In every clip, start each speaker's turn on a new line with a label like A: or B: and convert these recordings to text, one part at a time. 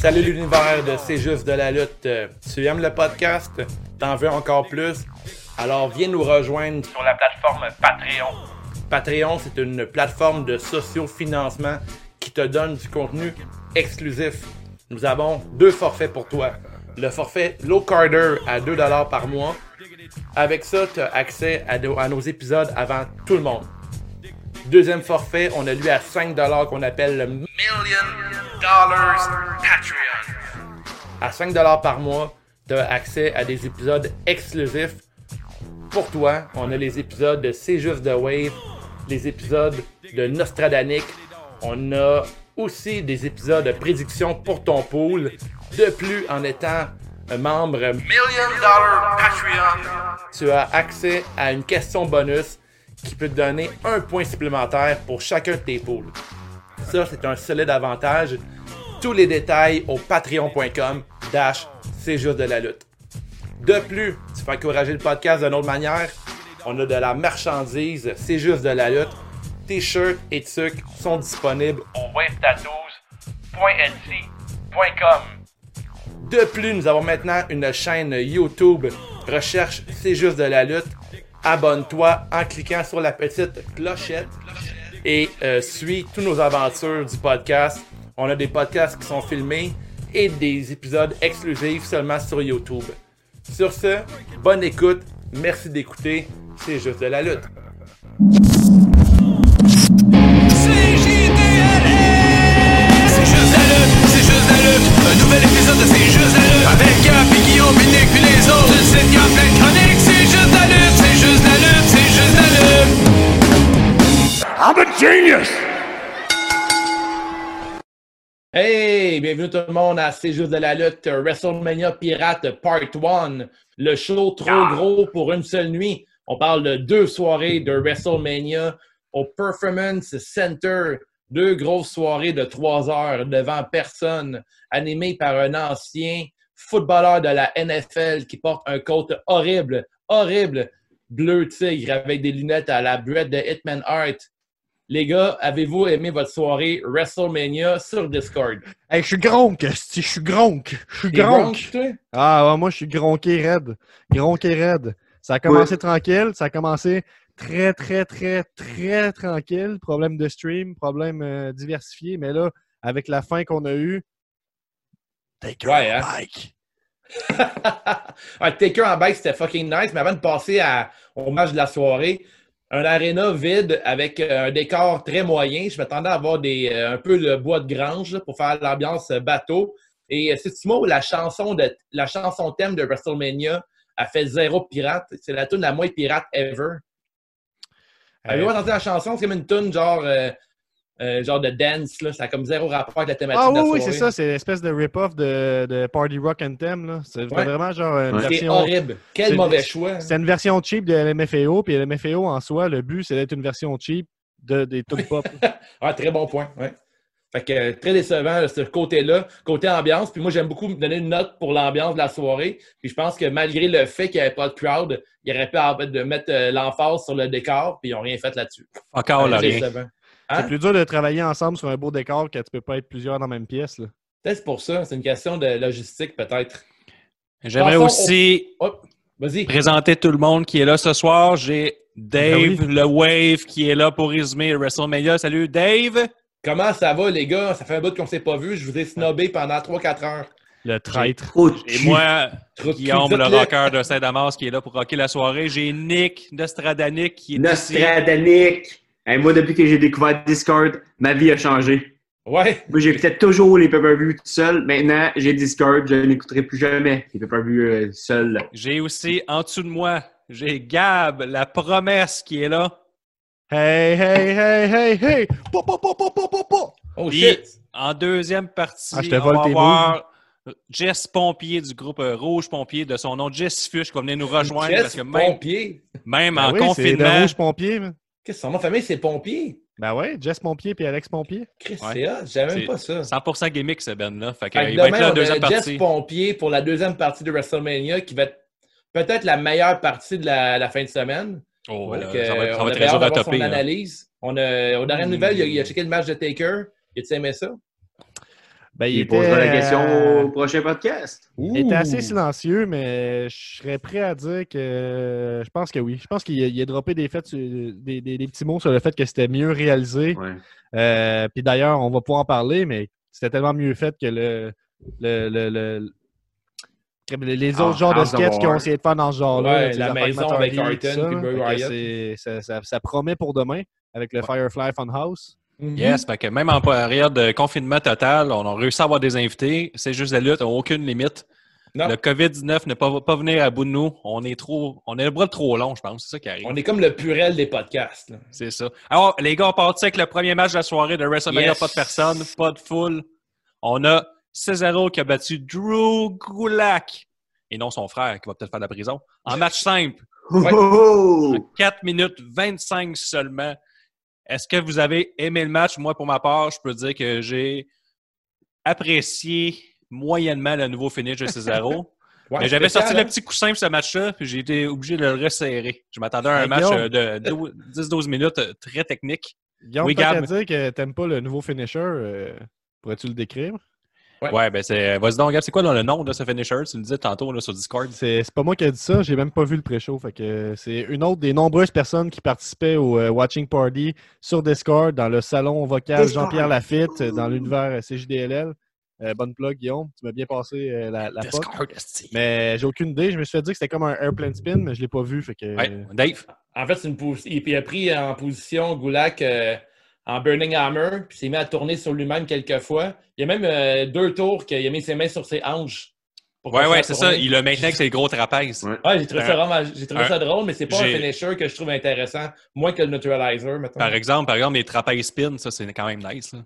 A: Salut l'univers de C'est juste de la lutte. Tu aimes le podcast? T'en veux encore plus? Alors viens nous rejoindre sur la plateforme Patreon. Patreon, c'est une plateforme de socio-financement qui te donne du contenu exclusif. Nous avons deux forfaits pour toi. Le forfait Low Carder à 2$ par mois. Avec ça, tu as accès à, nos- à nos épisodes avant tout le monde. Deuxième forfait, on a lui à 5$ qu'on appelle le Million Dollars Patreon. À 5$ par mois, tu as accès à des épisodes exclusifs pour toi. On a les épisodes de C'est juste de Wave, les épisodes de Nostradanic. On a aussi des épisodes de prédiction pour ton pool. De plus, en étant un membre Million Dollar Patreon, tu as accès à une question bonus qui peut te donner un point supplémentaire pour chacun de tes pools. Ça, c'est un solide avantage. Tous les détails au patreon.com dash c'est juste de la lutte. De plus, tu peux encourager le podcast d'une autre manière. On a de la marchandise, c'est juste de la lutte. T-shirts et trucs sont disponibles au wavetattoos.etsy.com. De plus, nous avons maintenant une chaîne YouTube. Recherche C'est juste de la lutte. Abonne-toi en cliquant sur la petite clochette et euh, suis toutes nos aventures du podcast. On a des podcasts qui sont filmés et des épisodes exclusifs seulement sur YouTube. Sur ce, bonne écoute, merci d'écouter, c'est juste de la lutte.
B: C'est juste la lutte, c'est juste la lutte Un nouvel épisode de C'est juste la lutte Avec Gap et Guillaume, Binic puis les autres Une sitcom pleine de chroniques C'est juste la lutte, c'est juste la lutte, c'est juste la lutte
C: I'm a genius!
A: Hey, bienvenue tout le monde à C'est juste de la lutte, euh, WrestleMania Pirate Part 1, le show trop gros pour une seule nuit. On parle de deux soirées de WrestleMania au Performance Center, deux grosses soirées de trois heures devant personne, animées par un ancien footballeur de la NFL qui porte un coat horrible, horrible, bleu tigre avec des lunettes à la bruette de Hitman Hart. Les gars, avez-vous aimé votre soirée WrestleMania sur Discord?
D: Hey, je suis gronk, esti, je suis gronk, je suis
A: T'es
D: gronk.
A: drunk, toi?
D: Ah, ouais, moi, je suis gronké raide, gronké raide. Ça a commencé tranquille, ça a commencé très, très, très, très tranquille. Problème de stream, problème euh, diversifié, mais là, avec la fin qu'on a eue, take
A: Ouais, hein?
D: Mike.
A: Ah, Taker en bike, c'était fucking nice. Mais avant de passer à- au match de la soirée, un aréna vide avec euh, un décor très moyen. Je m'attendais à avoir des, euh, un peu le bois de grange là, pour faire l'ambiance euh, bateau. Et euh, c'est mot, la chanson de la chanson thème de WrestleMania a fait zéro pirate. C'est la tune la moins pirate ever. Avez-vous entendu la chanson? C'est comme une tune genre, euh, euh, genre de dance. Là. Ça a comme zéro rapport avec la thématique
D: Ah
A: de la
D: oui, oui, c'est
A: soirée.
D: ça, c'est l'espèce de rip-off de, de Party Rock Anthem. là. C'est
A: Ouais.
D: vraiment genre une
A: C'est
D: version...
A: horrible.
D: c'est-
A: Quel mauvais choix. hein.
D: C'est une version cheap de LMFAO, puis LMFAO en soi, le but, c'est d'être une version cheap de, des tunes pop.
A: Ah, très bon point. Ouais. Fait que euh, très décevant là, ce côté-là, côté ambiance. Puis moi, j'aime beaucoup me donner une note pour l'ambiance de la soirée. Puis je pense que malgré le fait qu'il n'y avait pas de crowd, il aurait pu en fait, de mettre euh, l'emphase sur le décor, puis ils n'ont rien fait là-dessus.
E: Encore Oh là,
A: Très
E: rien.
A: décevant. Hein?
D: C'est plus dur de travailler ensemble sur un beau décor que tu peux pas être plusieurs dans la même pièce. Là.
A: Peut-être c'est pour ça, c'est une question de logistique peut-être.
E: J'aimerais
A: Passons
E: aussi
A: Hop, vas-y.
E: présenter tout le monde qui est là ce soir. J'ai Dave,
D: Ben
E: le Wave, qui est là pour résumer WrestleMania. Salut Dave!
A: Comment ça va les gars? Ça fait un bout qu'on s'est pas vu. Je vous ai snobé pendant 3-4 heures.
D: Le traître.
E: Et moi,
A: Trop de
E: Guillaume,
A: cul,
E: le
A: dites-le.
E: rocker de Saint-Damas, qui est là pour rocker la soirée. J'ai Nick de Stradanic qui est ici.
F: Nostradanic. Hey, moi, depuis que j'ai découvert Discord, ma vie a changé.
A: Ouais.
F: Moi, j'écoutais toujours les pay-per-views tout seul. Maintenant, j'ai Discord. Je n'écouterai plus jamais les pay-per-views euh, seuls.
E: J'ai aussi, en dessous de moi, j'ai Gab, la promesse, qui est là.
D: Hey, hey, hey, hey, hey! Po, po, po, po, po, po, po!
A: Oh
E: Puis,
A: shit.
E: En deuxième partie,
D: Ah, je te
E: on
D: vole
E: va
D: tes
E: voir Jess Pompier du groupe euh, Rouge Pompier, de son nom Jess Fuchs, qui va venir nous rejoindre. parce
A: Jess,
E: que même,
A: pompier.
E: même
D: Ben
E: en
D: oui, c'est
E: confinement,
D: le rouge pompier. man.
A: Qu'est-ce que son nom de famille, c'est pompier?
D: Ben ouais, Jess Pompier puis Alex Pompier.
A: Chris,
E: Ouais.
A: c'est hot. J'avais même
E: C'est-
A: pas ça.
E: 100% gimmick, ce Ben-là. Fait que,
A: Fait que
E: euh, il va être
A: demain,
E: là en
A: on
E: deuxième
A: a
E: partie.
A: Jeff Pompier pour la deuxième partie de WrestleMania qui va être peut-être la meilleure partie de la, la fin de semaine.
E: Oh,
A: Donc,
E: là,
A: euh,
E: ça va être, ça
A: on
E: va
A: a
E: être
A: bien
E: dur
A: hâte
E: à
A: d'avoir
E: topper.
A: son
E: là.
A: analyse. On a, aux dernières
E: Hmm.
A: nouvelles, il a, il a checké le match de Taker. Il a aimé ça?
D: Ben, il
F: Il
D: était,
F: posera la question
D: euh,
F: au prochain podcast.
D: il était assez silencieux, mais je serais prêt à dire que euh, je pense que oui. Je pense qu'il a, il a droppé des, faits sur- des, des- des petits mots sur le fait que c'était mieux réalisé.
F: Ouais.
D: Euh, Puis d'ailleurs, on va pouvoir en parler, mais c'était tellement mieux fait que le, le, le- le- que les autres
F: Ah,
D: genres de
F: House of
D: sketchs qui
F: Horror.
D: ont essayé de faire dans ce genre-là.
A: Ouais,
D: tu sais,
A: la
D: les affaires
A: maison
D: Matt
A: avec
D: Hardy,
A: Horton
D: tout ça,
A: puis Burt
D: fait que
A: Wyatt.
D: c'est- ça, ça- ça promet pour demain avec le Firefly Funhouse.
E: Yes, fait que même en période de confinement total, on a réussi à avoir des invités. C'est juste la lutte, aucune limite.
A: Non.
E: Le COVID-19 ne peut pas venir à bout de nous. On est trop, on est le bras trop long, je pense. C'est ça qui arrive.
A: Mm-hmm. On est comme le purel des podcasts. là.
E: C'est ça. Alors, les gars, on partit avec le premier match de la soirée de WrestleMania.
A: Yes.
E: Pas de personne, pas de foule. On a Cesaro qui a battu Drew Gulak. Et non son frère qui va peut-être faire de la prison. En match simple,
A: Ouais.
F: Oh!
E: en 4 minutes 25 seulement. Est-ce que vous avez aimé le match? Moi, pour ma part, je peux dire que j'ai apprécié moyennement le nouveau finish de Cesaro.
A: Ouais,
E: Mais j'avais
A: spécial,
E: sorti le
A: hein?
E: petit coussin pour ce match-là, puis j'ai été obligé de le resserrer. Je m'attendais à un
D: Hey,
E: match
D: Guillaume.
E: euh, de 12 10-12 minutes euh, très technique.
D: Guillaume,
E: Oui,
D: oui, à
E: Gab.
D: dire que t'aimes pas le nouveau finisher, euh, pourrais-tu le décrire?
A: Ouais.
E: Ouais, ben c'est. Vas-y donc, regarde, c'est quoi là, le nom de ce finisher? Tu le disais tantôt là, sur Discord.
D: C'est c'est pas moi qui ai dit ça, j'ai même pas vu le pré-show. Fait que euh, c'est une autre des nombreuses personnes qui participaient au euh, Watching Party sur Discord, dans le salon vocal
F: Discord.
D: Jean-Pierre Lafitte, euh, dans l'univers euh, CJDLL. Euh, bonne plug, Guillaume, tu m'as bien passé euh, la, la poque.
E: esti.
D: Mais j'ai aucune idée, je me suis fait dire que c'était comme un airplane spin, mais je l'ai pas vu. Fait que,
A: Euh,
E: Ouais, Dave.
A: hein. En fait, c'est une posi- il il a pris en position Gulak euh, en Burning Hammer, puis s'est mis à tourner sur lui-même quelques fois. Il y a même euh, deux tours qu'il a mis ses mains sur ses hanches. pour
E: Ouais,
A: faire
E: ouais, c'est ça.
A: tourner.
E: Il le maintenait avec ses gros trapèzes.
F: Ouais.
A: Ouais, j'ai trouvé, ça, vraiment, j'ai trouvé
E: Euh, un-
A: ça drôle, mais c'est pas un
E: j'ai-
A: finisher que je trouve intéressant, moins que le neutralizer, mettons.
E: Par exemple, par exemple, les trapèzes spin, ça c'est quand même nice. là.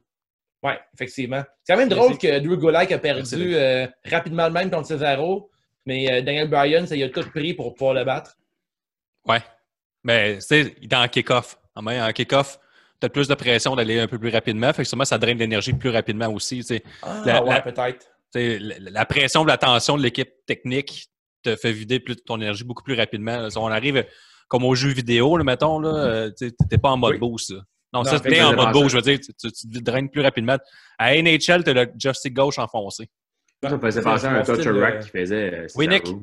A: Ouais, effectivement. C'est quand même drôle que Drew Gulak a perdu euh, rapidement le même contre Cesaro, mais euh, Daniel Bryan, ça il a tout pris pour pouvoir le battre.
E: Ouais. Mais tu sais, il est en kick-off. En main, en kick-off, t'as plus de pression d'aller un peu plus rapidement. Fait que sûrement ça draine de l'énergie plus rapidement aussi. tu sais.
A: Ah,
E: La-
A: ouais,
E: la-
A: peut-être.
E: Tu sais, la, la pression de la tension de l'équipe technique te fait vider plus ton énergie beaucoup plus rapidement. là. Si on arrive comme au jeu vidéo, là, mettons, là, euh, tu sais, t'es pas en mode
A: Mm-hmm. Oui.
E: boost. là. Non,
A: Non,
E: ça,
A: en
E: c'est
A: fait,
E: bien
F: ça
E: en mode
F: dépend
E: boost. Je veux dire, tu, tu- tu te draines plus rapidement. À NHL, t'as le joystick gauche enfoncé.
F: Ça me faisait
A: C'est-
F: penser
A: c'est
F: à un
A: mon
F: touch
A: style de-
F: rack qui faisait. euh,
E: Oui,
F: Cesaro.
E: Qu'est-ce que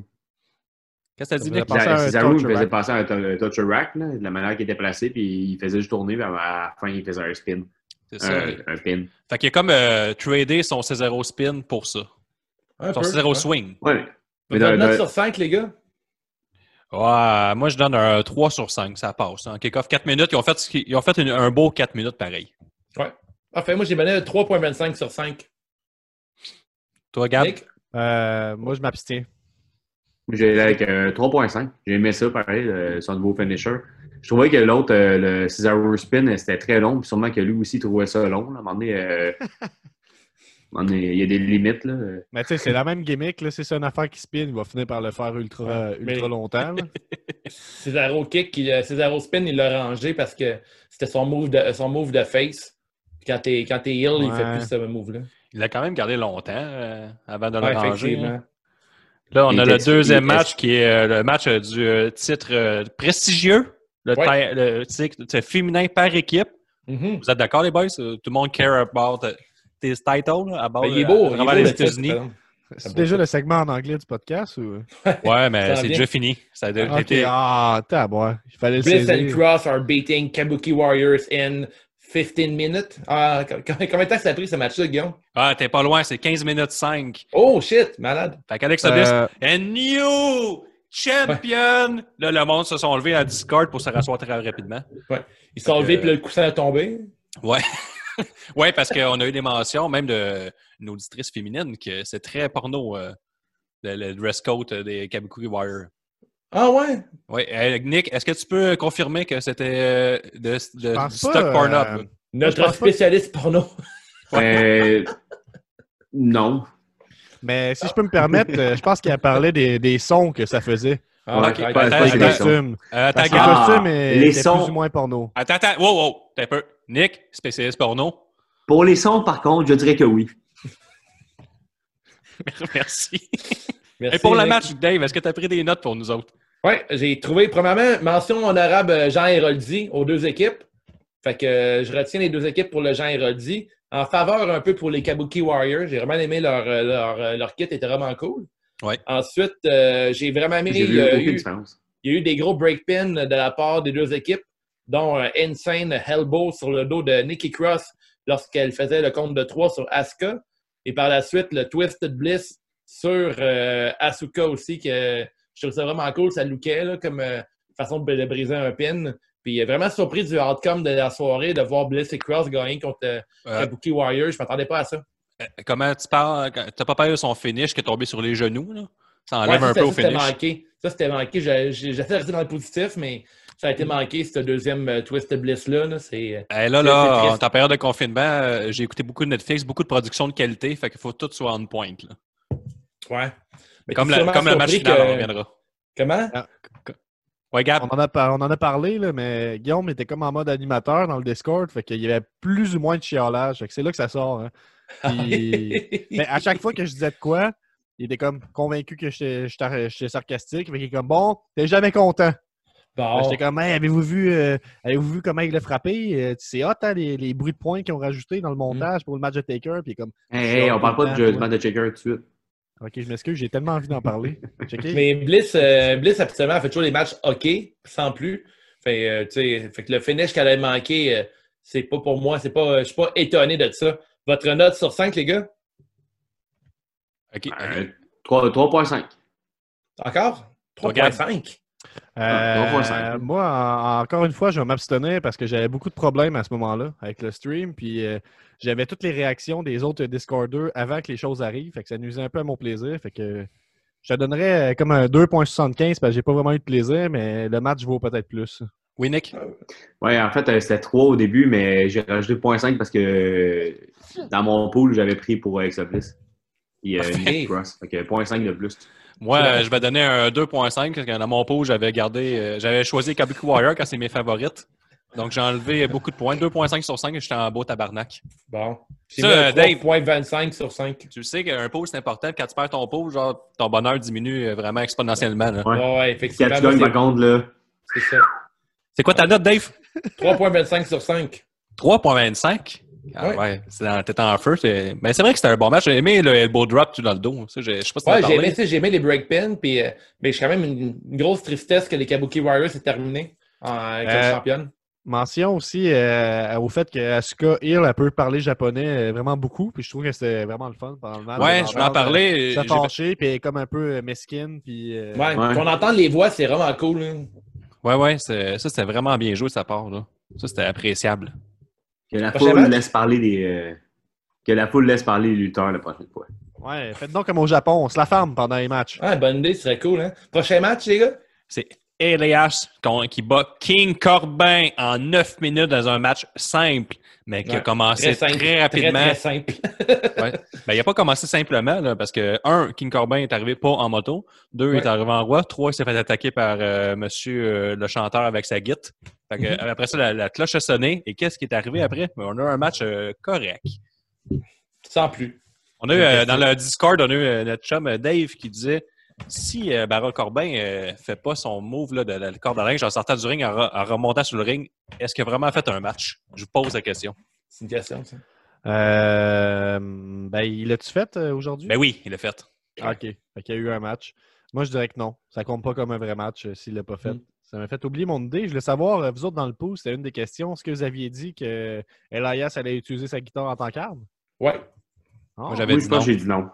E: t'as
D: Ça
E: dit,
D: faisait
E: Nick?
D: penser à un
F: Cesaro me
D: touch
F: faisait
D: rack.
F: penser à un tou- touch rack, là, de la manière qu'il était placé, puis il faisait juste tourner, puis à la fin, il faisait un spin.
E: C'est ça.
F: Un, un pin.
E: Fait qu'il a comme euh, tradé son Cesaro spin pour ça.
A: Un
E: Son
A: peu,
E: Cesaro
A: ouais.
E: swing.
F: Ouais, mais. mais
A: Votre
F: dans-
A: note
F: dans-
A: sur 5, les gars.
E: Ouais, moi, je donne un 3 sur 5. Ça passe. En kick-off, 4 minutes. Ils ont fait, ce qu'ils- ils ont fait une- un beau 4 minutes pareil.
A: Enfin, Ah, moi, j'ai donné un 3.25 sur 5.
E: Toi, Gab?
A: Nick?
D: euh, moi, je m'abstiens.
F: J'ai allé avec euh, 3.5. J'ai aimé ça, pareil, le- son nouveau finisher. Je trouvais que l'autre, euh, le Cesaro Spin, euh, c'était très long, puis sûrement que lui aussi trouvait ça long. là. À un moment donné, euh, à un moment donné, il y a des limites. Là.
D: Mais tu sais, c'est la même gimmick, là, c'est ça une affaire qui spin, il va finir par le faire ultra, euh,
A: Ouais, mais-
D: ultra longtemps. là.
A: Cesaro kick, il, euh, Cesaro spin, il l'a rangé parce que c'était son move de, son move de face. Puis Quand t'es quand t'es heel, il
D: Ouais.
A: fait plus ce move-là.
E: Il l'a quand même gardé longtemps euh, avant de le
A: Ouais,
E: ranger. hein.
A: effectivement.
E: Là, on
F: Il
E: a le
F: était-
E: deuxième
F: il était-
E: match qui est euh, le match euh, du euh, titre euh, prestigieux, le,
A: Ouais.
E: ti- le titre titre féminin par équipe.
A: Mhm.
E: Vous êtes d'accord, les boys? Euh, Tout le monde care about euh, tes titles, là, about,
A: Ben, il est
E: euh,
A: beau.
E: à
A: il est
E: travers
A: beau,
E: les
A: le titre,
E: États-Unis.
A: par exemple.
D: C'est
A: beau,
D: déjà
A: ça.
D: le segment en anglais du podcast ou.
E: Ouais, mais
A: Ça
E: c'est
A: va
E: déjà fini. Ça a déjà
D: Ok,
E: été-
D: ah, t'as boire. Il fallait le
A: Bliss and
D: saisir.
A: Cross are beating Kabuki Warriors in 15 minutes. Ah, co- co- combien de temps ça a pris ce match-là, Guillaume?
E: Ah, t'es pas loin, c'est 15 minutes 5.
A: Oh shit, malade.
E: Fait qu'Alex Bliss,
D: Euh,
E: and new champion! Là, le monde se sont levés à Discord pour se rasseoir très rapidement.
A: Ils sont
E: que-
A: levés, puis là, le coussin a tombé.
E: Ouais. ouais, parce qu'on a eu des mentions, même de nos auditrice féminine, que c'est très porno, euh, le, le dress code euh, des Kabuki Warrior.
A: Ah ouais?
E: Ouais, euh, Nick, est-ce que tu peux confirmer que c'était euh, de, de-
D: pense
E: du
D: pas,
E: stock Pornhub?
D: euh, je
A: Notre
D: pense pas.
A: spécialiste porno.
F: Euh, non.
D: mais si je peux me permettre, euh, je pense qu'il a parlé des, des sons que ça faisait.
A: Ah,
F: Ouais,
A: ok.
F: ouais,
E: ben,
F: c'est
E: attends,
F: pas
E: attends.
D: Les
F: sélection.
D: costumes.
E: Euh, attends,
D: Parce que les
E: Gab.
F: Ah,
D: costumes euh,
F: les
D: étaient
F: sons.
D: plus ou moins porno.
E: attends, attends, wow, wow, t'as un peu. Nick, spécialiste porno.
F: Pour les sons, par contre, je dirais que oui.
E: Merci.
A: Merci,
E: Et pour le
A: Nick.
E: match, Dave, est-ce que t'as pris des notes pour nous autres?
A: Oui, j'ai trouvé, premièrement, mention honorable euh, Jean Héroldi aux deux équipes. Fait que euh, je retiens les deux équipes pour le Jean Héroldi. en faveur un peu pour les Kabuki Warriors. J'ai vraiment aimé leur, euh, leur, euh, leur kit, était vraiment cool.
E: Ouais.
A: Ensuite, euh, j'ai vraiment aimé.
F: J'ai
A: il
F: vu
A: y a
F: aucune
A: euh, eu-
F: différence.
A: il y a eu des gros break-pins de la part des deux équipes, dont euh, Insane Hellbow sur le dos de Nikki Cross lorsqu'elle faisait le compte de 3 sur Asuka. Et par la suite, le Twisted Bliss sur euh, Asuka aussi, que je trouve ça vraiment cool. Ça lookait là, comme euh, façon de, de briser un pin. Puis euh, vraiment surpris du outcome de la soirée de voir Bliss et Cross gagner contre euh,
E: Euh,
A: Kabuki Warriors. Je m'attendais pas à ça.
E: Euh, Comment tu parles? quand- T'as pas parlé de son finish qui est tombé sur les genoux, là? Ça enlève
A: Ouais,
E: un
A: ça,
E: peu au
A: ça, c'était
E: finish.
A: manqué. Ça, c'était manqué. J'ai- j'ai- J'essaie de rester dans le positif, mais ça a
E: Mm.
A: été manqué, ce deuxième euh, Twisted Bliss-là. là. C'est. euh,
E: Eh, là,
A: C'est- c'est
E: là,
A: triste.
E: en ta période de confinement, euh, j'ai écouté beaucoup de Netflix, beaucoup de productions de qualité, fait qu'il faut que tout soit on point. là.
A: Ouais. Mais
E: Comme,
A: t'es
E: la,
A: sûrement
E: comme le match
A: surpris
E: final,
A: que-
E: on reviendra.
A: Comment?
E: Ouais, Gab,
D: On en, a par- on en a parlé, là, mais Guillaume était comme en mode animateur dans le Discord, fait qu'il y avait plus ou moins de chiolage. Fait que c'est là que ça sort. hein. Puis- mais
F: ah,
D: à chaque fois que je disais de quoi, il était comme convaincu que j'étais j'étais- j'étais sarcastique. Fait qu'il est comme bon, t'es jamais content.
F: Oh.
A: Bon.
D: J'étais comme Hey, avez-vous vu euh, avez-vous vu comment il l'a frappé? Euh, C'est hot hein, les, les bruits de poing qu'ils ont rajoutés
F: Mm.
D: dans le montage pour le match de Taker. Puis il est comme
F: Hey, hey, Eh, on parle pas
D: Ouais.
F: du jeu- du match de checker tout de suite.
D: OK, je m'excuse, j'ai tellement envie d'en parler. Checker.
A: Mais Bliss, euh, Bliss, habituellement, elle fait toujours les matchs OK, sans plus. Fait, euh, tu sais, fait que le finish qu'elle a manqué, euh, c'est pas pour moi. C'est pas, euh, je suis pas étonné de ça. Votre note sur 5, les gars?
E: ok, ok.
F: Euh, trois- 3.5.
A: Encore? 3.5?
F: Ah, on voit ça.
D: Euh, moi, en- encore une fois, je vais m'abstenir parce que j'avais beaucoup de problèmes à ce moment-là avec le stream. Puis euh, j'avais toutes les réactions des autres Discorders avant que les choses arrivent. Fait que ça nuisait un peu à mon plaisir. Fait que je te donnerais euh, comme un 2.75 parce que j'ai pas vraiment eu de plaisir, mais le match vaut peut-être plus.
E: Oui, Nick?
F: Ouais, en fait, euh, c'était 3 au début, mais j'ai rajouté 0.5 parce que euh, dans mon pool, j'avais pris pour Exopolis. Puis euh, Nick Cross. Fait que 0.5 de plus.
E: Moi, euh, je vais donner un 2.5 parce que dans mon pot, j'avais gardé, euh, j'avais choisi Kabuki Warrior quand c'est mes favorites. Donc, j'ai enlevé beaucoup de points. 2.5 sur 5 et j'étais en beau tabarnak.
A: Bon. J'ai
E: Ça,
A: mis un
E: euh, Dave.
A: 3.25 sur 5.
E: Tu sais qu'un pot, c'est important. Quand tu perds ton pot, genre, ton bonheur diminue euh, vraiment exponentiellement. là.
F: Ouais.
A: Ouais, ouais,
F: Quand
A: effectivement.
F: tu gagnes, par contre, là,
A: c'est- c'est ça.
E: C'est quoi ta note, Dave?
A: 3.25 sur 5.
E: 3.25? Ah
A: Ouais.
E: ouais, c'est dans- t'étais en feu. c'est- Mais c'est vrai que c'était un bon match. J'ai aimé le elbow drop tout dans le dos. Ça, j'ai- je sais pas si t'en
A: Ouais,
E: as
A: j'ai
E: parlé.
A: aimé, ça, j'ai aimé les break pins, puis, euh, mais j'ai quand même une, une grosse tristesse que les Kabuki Warriors aient terminé en, comme
D: Euh,
A: championne.
D: Mention aussi euh, au fait que Asuka Hill, elle peut parler japonais euh, vraiment beaucoup. Puis je trouve que c'était vraiment le fun pendant le match.
E: Ouais,
D: Elle
E: je voulais en
D: parle,
E: parler.
D: euh, Ça
E: J'ai-
D: fâché, puis elle est comme un peu euh, mesquine. Puis, euh,
A: Ouais,
F: ouais.
A: qu'on entende les voix, c'est vraiment cool. hein.
E: Ouais, ouais, c'est- ça, c'était vraiment bien joué de sa part. Là. Ça, c'était appréciable.
F: que la
A: Prochain
F: foule
A: match?
F: laisse parler des. euh, que la foule laisse parler les lutteurs la prochaine fois.
D: ouais, faites donc comme au Japon, on se la ferme pendant les matchs.
A: Ouais, Ah, bonne idée, ce serait cool. Hein? Prochain match, les gars?
E: C'est Elias qu'on- qui bat King Corbin en 9 minutes dans un match simple, mais qui a
A: Ouais,
E: commencé Ah, très,
A: simple.
E: rapidement.
A: Très, très simple.
E: Ben, il n'a pas commencé simplement, là, parce que, un, King Corbin est arrivé pas en moto. Deux, il est
A: Ouais.
E: arrivé en roi. Trois, il s'est fait attaquer par euh, monsieur euh, le chanteur avec sa guite. Fait que,
A: Mhm.
E: Après ça, la, la cloche a sonné. Et qu'est-ce qui est arrivé après? Ben, on a eu un match euh, correct.
A: Sans plus.
E: On a eu, euh, dans le Discord, on a eu euh, notre chum euh, Dave qui disait si euh, Baron Corbin euh, fait pas son move là, de la la corde à linge en sortant du ring, en, re- en remontant sur le ring, est-ce qu'il a vraiment fait un match? Je vous pose la question.
A: C'est une question, ça.
D: Euh, ben, il l'a-tu fait euh, aujourd'hui?
E: Ben oui, il l'a fait.
D: Ah, OK. Fait qu'il y a eu un match. Moi, je dirais que non. Ça compte pas comme un vrai match euh, s'il l'a pas fait.
A: Mm.
D: Ça m'a fait oublier mon idée. Je voulais savoir, euh, vous autres, dans le pouce, c'était une des questions. Est-ce que vous aviez dit que euh, Elias allait utiliser sa guitare en tant qu'arme?
A: Ouais.
D: Non.
E: Moi,
D: Moi,
E: j'avais
F: Moi,
E: dit
F: je pense
E: non.
F: que j'ai dit non.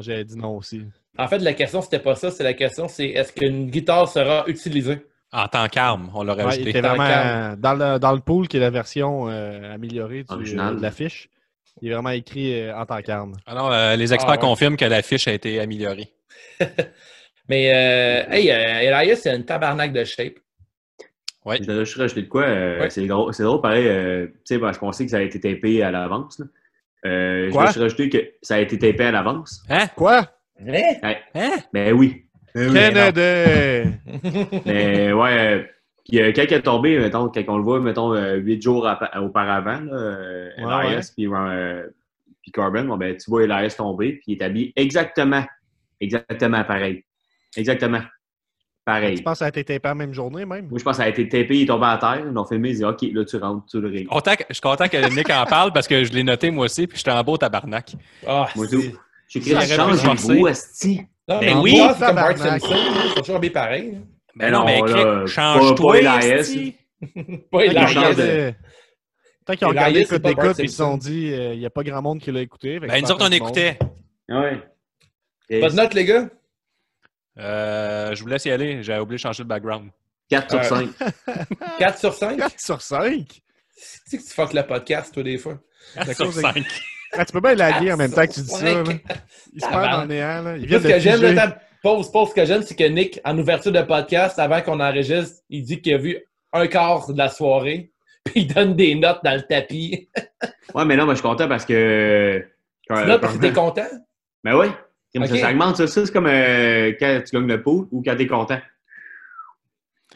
D: j'avais dit non aussi.
A: En fait, la question, c'était pas ça. C'est la question, c'est est-ce qu'une guitare sera utilisée?
E: En tant qu'arme, on l'aurait
D: Ouais, il
E: ajouté.
D: était
A: tant
D: vraiment
A: qu'arme.
D: dans le, dans le pool qui est la version euh, améliorée du-
F: Original.
D: euh, de l'affiche. Il est vraiment écrit euh, en tant qu'arme.
E: Alors, euh, les experts
A: Ah, ouais.
E: confirment que la fiche a été améliorée.
A: Mais, euh, hey, euh, Elias, c'est une tabarnak de shape.
E: Ouais.
F: Je suis rajouté de quoi? euh,
A: Ouais.
F: C'est drôle, c'est drôle, pareil, euh, tu sais, parce qu'on sait que ça a été tapé à l'avance. là. Euh,
D: Quoi?
F: Je me suis rajouté que ça a été tapé à l'avance.
E: Hein?
D: Quoi?
A: Hein?
E: Hein?
F: Ben oui.
D: Eh
F: Ben oui.
D: Canada!
F: Mais ouais, euh, puis euh, quand il est tombé, mettons, quand on le voit, mettons, euh, huit jours apa- auparavant, là, euh,
D: Ouais,
F: Elias puis euh, puis Corbin, bon, ben, tu vois Elias tomber, puis il est habillé exactement, exactement pareil. Exactement. Pareil.
D: Je pense que ça a été tapé la même journée, même.
F: Moi, je pense que ça a été tapé, il est tombé à terre. Ils l'ont filmé, ils ont dit OK, là, tu rentres, tu le ring.
E: Content que- Je suis content que Nick en parle parce que je l'ai noté moi aussi, puis j'étais en beau tabarnak.
A: Ah,
F: Moi,
A: c'est-
F: tout. J'ai écrit
E: Ça aurait pu
F: change
E: se passer.
F: les goûts, esti.
A: Non,
E: Ben
A: mais
E: oui,
A: oui, c'est comme Bart
D: tabarnak.
A: Simpson, là, c'est toujours bien pareil. hein.
E: Mais
F: Ben
E: non,
F: non,
E: mais
F: là,
E: clique,
F: pas-
E: change-toi.
F: pas LIS.
E: esti.
A: Pas
D: Tant qu'ils ont
F: Elias.
A: hilarant.
F: change de-
D: regardé- euh, Tant qu'ils
A: Elias,
D: ont regardé
A: c'est
D: Écoute
A: pas Bart
D: d'écoute, ils se
A: Simpson.
D: sont dit, euh, il n'y a pas grand monde qui l'a écouté. fait que
E: Ben, nous
D: c'est
E: autres, on
D: encore du monde.
E: écoutait.
F: Ah Ouais.
A: Pas de note, les gars?
E: Euh, je vous laisse y aller, j'ai oublié de changer le background.
F: 4 sur
A: Euh,
F: 5.
E: Ah.
A: 4 sur 5?
D: 4 sur 5?
A: Tu sais que tu fuck le podcast, toi, des fois.
E: Sur
D: cause-
E: cinq.
D: Ah, tu peux bien laguer en même temps que tu dis
A: Sur
D: ça.
A: cinq.
D: là. Il se
A: Ah,
D: perd
A: ben.
D: dans le néant. Là. Il vient
A: Là,
D: de
A: ce que j'aime,
D: figer.
A: là, attends, pause, pause, ce que j'aime, c'est que Nick, en ouverture de podcast, avant qu'on enregistre, il dit qu'il a vu un quart de la soirée, puis il donne des notes dans le tapis.
F: Ouais, mais non, moi, je suis content parce que.
A: Tu
F: Quand-
A: notes
F: quand-
A: parce que t'es content?
F: Ben oui. Comme ça,
A: Ok.
F: ça augmente, ça. Ça, c'est comme euh, quand tu gagnes le pot ou quand t'es content.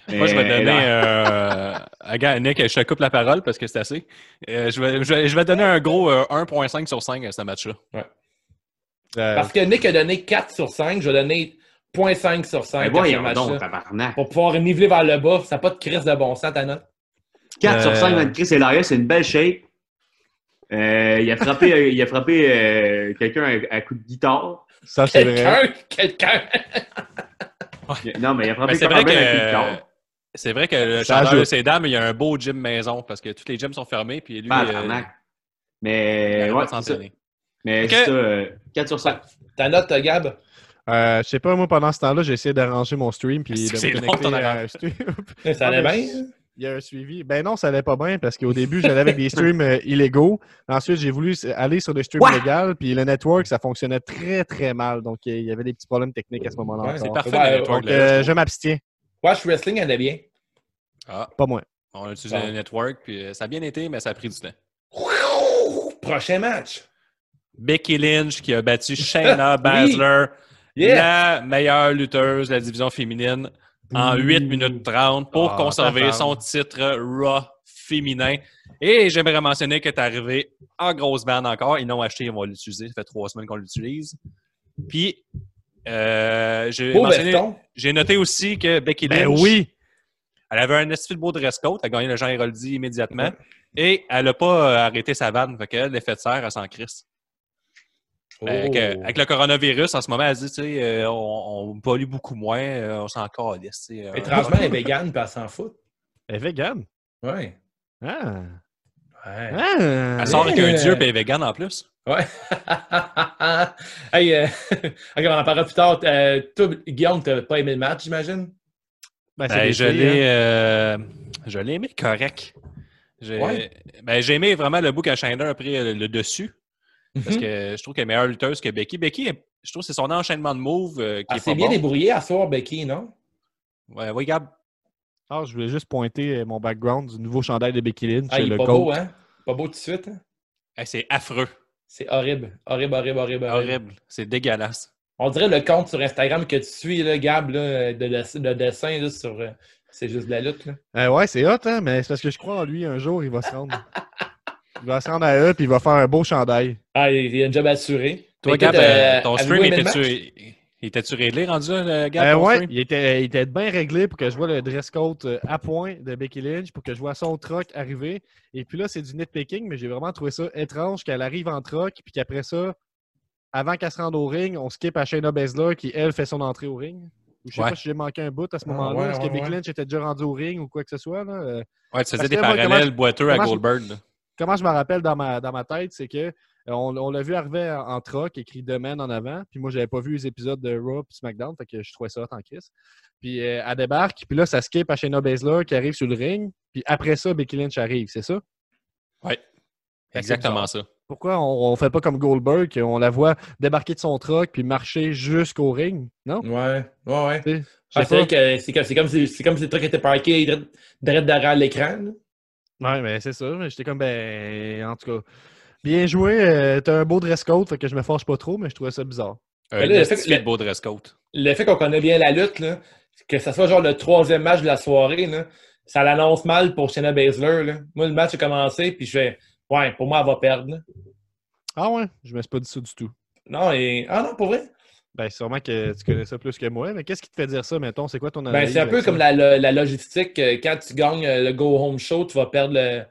E: Moi, je vais
F: Mais
E: donner.
F: Eh, là,
E: Euh, regarde, Nick, je te coupe la parole parce que c'est assez. Euh, je, vais, je, vais, je vais donner un gros euh, 1,5 sur 5 à ce match-là.
D: Euh,
A: Parce que Nick a donné 4 sur 5, je vais donner 0.5 sur 5
F: Ben
A: à ce
F: voyons donc,
A: match-là.
F: tabarnak.
A: Pour pouvoir niveler vers le bas, ça n'a pas de crise de bon sens, ta note.
F: 4
E: Euh,
F: sur 5, notre Chris Elias, c'est une belle shape. Euh, il a frappé, il a frappé euh, quelqu'un à, à coup de guitare.
D: ça, c'est vrai.
A: Quelqu'un, quelqu'un.
F: Il- Non, mais il a frappé
E: Mais Ben, c'est vrai
F: Carmen
E: que. euh,
F: à coup de guitare.
E: C'est vrai que le
D: Ça
E: chanteur
D: ajoute.
E: de ses dames, il y a un beau gym maison parce que tous les gyms sont fermés puis lui, euh,
F: Tabarnak.
E: il
F: Mais
E: arrête pas
F: ouais,
E: de
F: c'est ça.
E: s'entraîner.
F: Mais
E: Ok.
F: c'est ça, euh, 4 sur 5.
A: Ta note, euh, Gab?
D: Euh, je sais pas, moi, pendant ce temps-là, j'ai essayé d'arranger mon stream. Puis
E: C'est
D: de me
E: long,
D: connecter
E: ton
D: à-
E: arrange.
A: Ça allait
E: ben,
D: Ah, mais
A: bien?
D: Il y a un suivi. Ben non, ça allait pas bien parce qu'au début, j'allais avec des streams euh, illégaux. Ensuite, j'ai voulu s- aller sur des streams
F: Ouais.
D: légaux. Puis le network, ça fonctionnait très, très mal. Donc, il y avait des petits problèmes techniques à ce moment-là.
A: Ouais,
D: encore.
A: c'est
E: C'est parfait,
A: Ouais,
E: le network.
D: Donc,
E: là,
D: euh,
E: je
D: je m'abstiens.
A: Watch Wrestling allait bien.
E: trouve. Ah,
D: Pas moi.
E: on a utilisé
A: Bon.
E: le network puis euh, ça a bien été, mais ça a pris du temps.
A: Prochain match.
E: Becky Lynch qui a battu Shayna Baszler,
A: Yeah.
E: la meilleure lutteuse de la division féminine, en 8 minutes 30 pour
D: Ah,
E: conserver
D: ta femme.
E: son titre Raw féminin. Et j'aimerais mentionner que tu arrivé en grosse bande encore. Ils l'ont acheté, ils vont l'utiliser. Ça fait trois semaines qu'on l'utilise. Puis, euh, j'ai
A: Beau
E: mentionné-
A: veston.
E: j'ai noté aussi que Becky Lynch,
D: Ben oui!
E: elle avait un esti de beau dress code. Elle a gagné le Jean Héroldi immédiatement. Et elle n'a pas euh, arrêté sa vanne. Fait qu'elle, l'effet de serre, elle s'en crisse. Avec,
A: Oh.
E: euh, avec le coronavirus, en ce moment, elle dit, tu sais, euh, on, on pollue beaucoup moins, euh, on s'en calisse. tu sais, euh,
A: Étrangement, elle est vegan, puis elle s'en fout.
D: Elle est Ben, vegan.
A: Ouais.
D: Ah.
A: Ouais.
D: Ah.
E: Elle sort avec un
A: Ouais.
E: dieu et est vegan en plus.
A: Ouais. hey, euh, ok, on en parlera plus tard. Euh, toi, Guillaume, t'as pas aimé le match, j'imagine?
D: Ben, c'est
E: Ben,
D: des
E: je
D: filles, hein.
E: l'ai euh, je l'ai aimé correct. J'ai
A: Ouais.
E: ben, j'ai aimé vraiment le bout quand Shiner a pris euh, le, le dessus.
A: Mhm. Hmm.
E: Parce que je trouve qu'elle est meilleure lutteuse que Becky. Becky, je trouve que c'est son enchaînement de moves euh, qui
A: Elle
E: est pas
A: s'est Ah, bien
E: bon.
A: débrouillée à soir, Becky, non?
E: Ouais, ouais, Gab.
D: Ah, je voulais juste pointer euh, mon background du nouveau chandail de Becky Lynch.
A: Ah,
D: chez
A: il
D: le
A: est pas
D: GOAT.
A: beau, hein? Pas beau tout de suite. hein?
E: Hey, c'est affreux.
A: C'est horrible. Horrible, horrible, horrible. horrible.
E: Horrible. C'est dégueulasse.
A: On dirait le compte sur Instagram que tu suis, là, Gab, là, de le, le dessin là, sur. euh, c'est juste de la lutte. Là.
D: Euh, ouais, c'est hot, hein, mais c'est parce que je crois en lui, un jour, il va se rendre. il va se rendre à eux, puis il va faire un beau chandail.
A: Ah, il il a un job assuré.
E: Toi,
A: Mais
E: Gab,
A: écoute,
E: euh,
A: euh,
E: ton
A: avez-vous
E: stream,
A: aimé le match?
E: était-tu était réglé rendu, là, le Gab?
D: Euh,
E: ton
D: ouais,
E: stream?
D: il était, il était bien réglé pour que je vois le dress code euh, à point de Becky Lynch, pour que je vois son troc arriver. Et puis là, c'est du nitpicking, mais j'ai vraiment trouvé ça étrange qu'elle arrive en troc, puis qu'après ça, avant qu'elle se rende au ring, on skip à Shayna Baszler qui, elle, fait son entrée au ring. Ou Je sais
E: Ouais.
D: pas si j'ai manqué un bout à ce
A: Ah,
D: moment-là.
A: ouais,
D: Est-ce que
A: ouais,
D: Becky
A: ouais.
D: Lynch était déjà rendue au ring ou quoi que ce soit? Là? euh,
E: Ouais, tu faisais
D: Parce
E: des
D: que moi, comment
E: parallèles
D: je-
E: boiteux à
D: comment je-
E: Goldberg. là.
D: comment je me rappelle dans ma, dans ma tête, c'est que euh, on, on l'a vu arriver en, en troc, écrit Demain en avant. Puis moi, j'avais pas vu les épisodes de Raw puis SmackDown, fait que je trouvais ça hot en crise. Puis euh, elle débarque, puis là, ça skip à Shayna Baszler qui arrive sur le ring. Puis après ça, Becky Lynch arrive, c'est ça? c'est
E: Exactement
D: bizarre.
E: ça.
D: Pourquoi on, on fait pas comme Goldberg, on la voit débarquer de son troc puis marcher jusqu'au ring? Non?
A: Ouais, ouais, ouais.
D: Tu sais, je
A: Ah,
D: sais
A: c'est
D: pas.
A: vrai que c'est comme, c'est comme si, c'est comme si le truc était parké direct, direct derrière l'écran. là.
D: Ouais, mais c'est ça. Mais j'étais comme, ben, en tout cas, bien joué. euh, T'as un beau dress code, fait que je me forge pas trop, mais je trouvais ça bizarre.
E: Un
A: Mais là, le
E: esti
A: fait que-
E: de beau dress code.
A: Le fait qu'on connaît bien la lutte, là, que ça soit genre le troisième match de la soirée, là, ça l'annonce mal pour Shayna Baszler. là. Moi, le match a commencé, puis je fais Ouais, pour moi, elle va perdre. là.
D: Ah ouais, je me suis pas dit ça du tout.
A: Non, et. Ah non, pour vrai.
D: Ben, sûrement que tu connais ça plus que moi, mais qu'est-ce qui te fait dire ça, mettons? C'est quoi ton
A: Ben,
D: analyse?
A: c'est un peu
D: avec
A: comme la,
D: ça?
A: la- la logistique. euh, Quand tu gagnes euh, le Go Home Show, tu vas perdre le,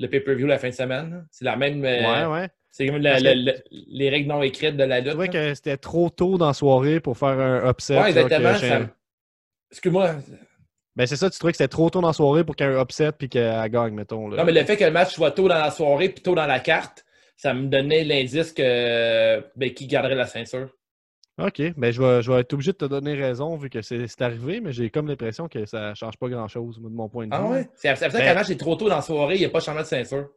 A: le pay-per-view la fin de semaine. C'est la même. euh,
D: Ouais, ouais.
A: C'est comme la-
D: Parce que-
A: la- la- les règles non écrites de la
D: Je
A: lutte.
D: trouvais
A: là.
D: que c'était trop tôt dans la soirée pour faire un upset.
A: Ouais,
D: genre, que
A: exactement.
D: j'ai-
A: ça- Excuse-moi.
D: Ben, c'est ça, tu trouvais que c'était trop tôt dans la soirée pour qu'il y ait un upset puis qu'elle gagne, mettons. Là.
A: Non, mais le fait que le match soit tôt dans la soirée puis tôt dans la carte, ça me donnait l'indice que euh, ben, qui garderait la ceinture.
D: OK, ben, je vais, je vais être obligé de te donner raison vu que c'est c'est arrivé, mais j'ai comme l'impression que ça change pas grand-chose, moi, de mon point de
A: Ah
D: vue.
A: C'est c'est pour ça
D: Ben-
A: que le match est trop tôt dans la soirée, il n'y a pas de changement de ceinture.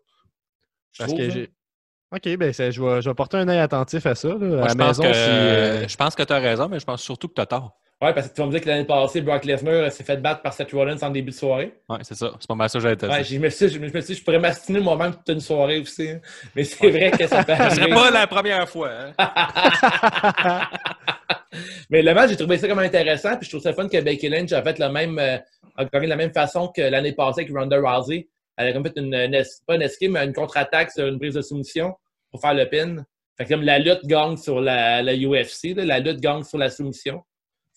A: Je
D: Parce
A: trouve,
D: que
A: là.
D: j'ai. OK, ben, ça- je, vais, je vais porter un œil attentif à ça. Là, à
E: Moi,
D: la
E: je, pense
D: maison,
E: que,
D: si, euh,
E: je pense que tu as raison, mais je pense surtout que tu as tort.
A: Ouais, parce que tu vas me dire que l'année passée, Brock Lesnar euh, s'est fait battre par Seth Rollins en début de soirée.
E: Ouais, c'est ça. C'est pas mal ça que j'allais te dire.
A: Ouais, je me suis dit, je, me suis dit, je pourrais m'astiner moi-même toute une soirée aussi. hein. Mais c'est vrai que ça peut
E: Ce serait
A: arriver.
E: pas la première fois. hein.
A: Mais le match, j'ai trouvé ça comme intéressant. Puis je trouve ça fun que Becky Lynch a fait le même, euh, a gagné de la même façon que l'année passée avec Ronda Rousey. Elle a comme fait une, une es- pas une esquive, mais une contre-attaque sur une prise de soumission pour faire le pin. Fait que comme la lutte gagne sur la, la UFC, là, la lutte gagne sur la soumission.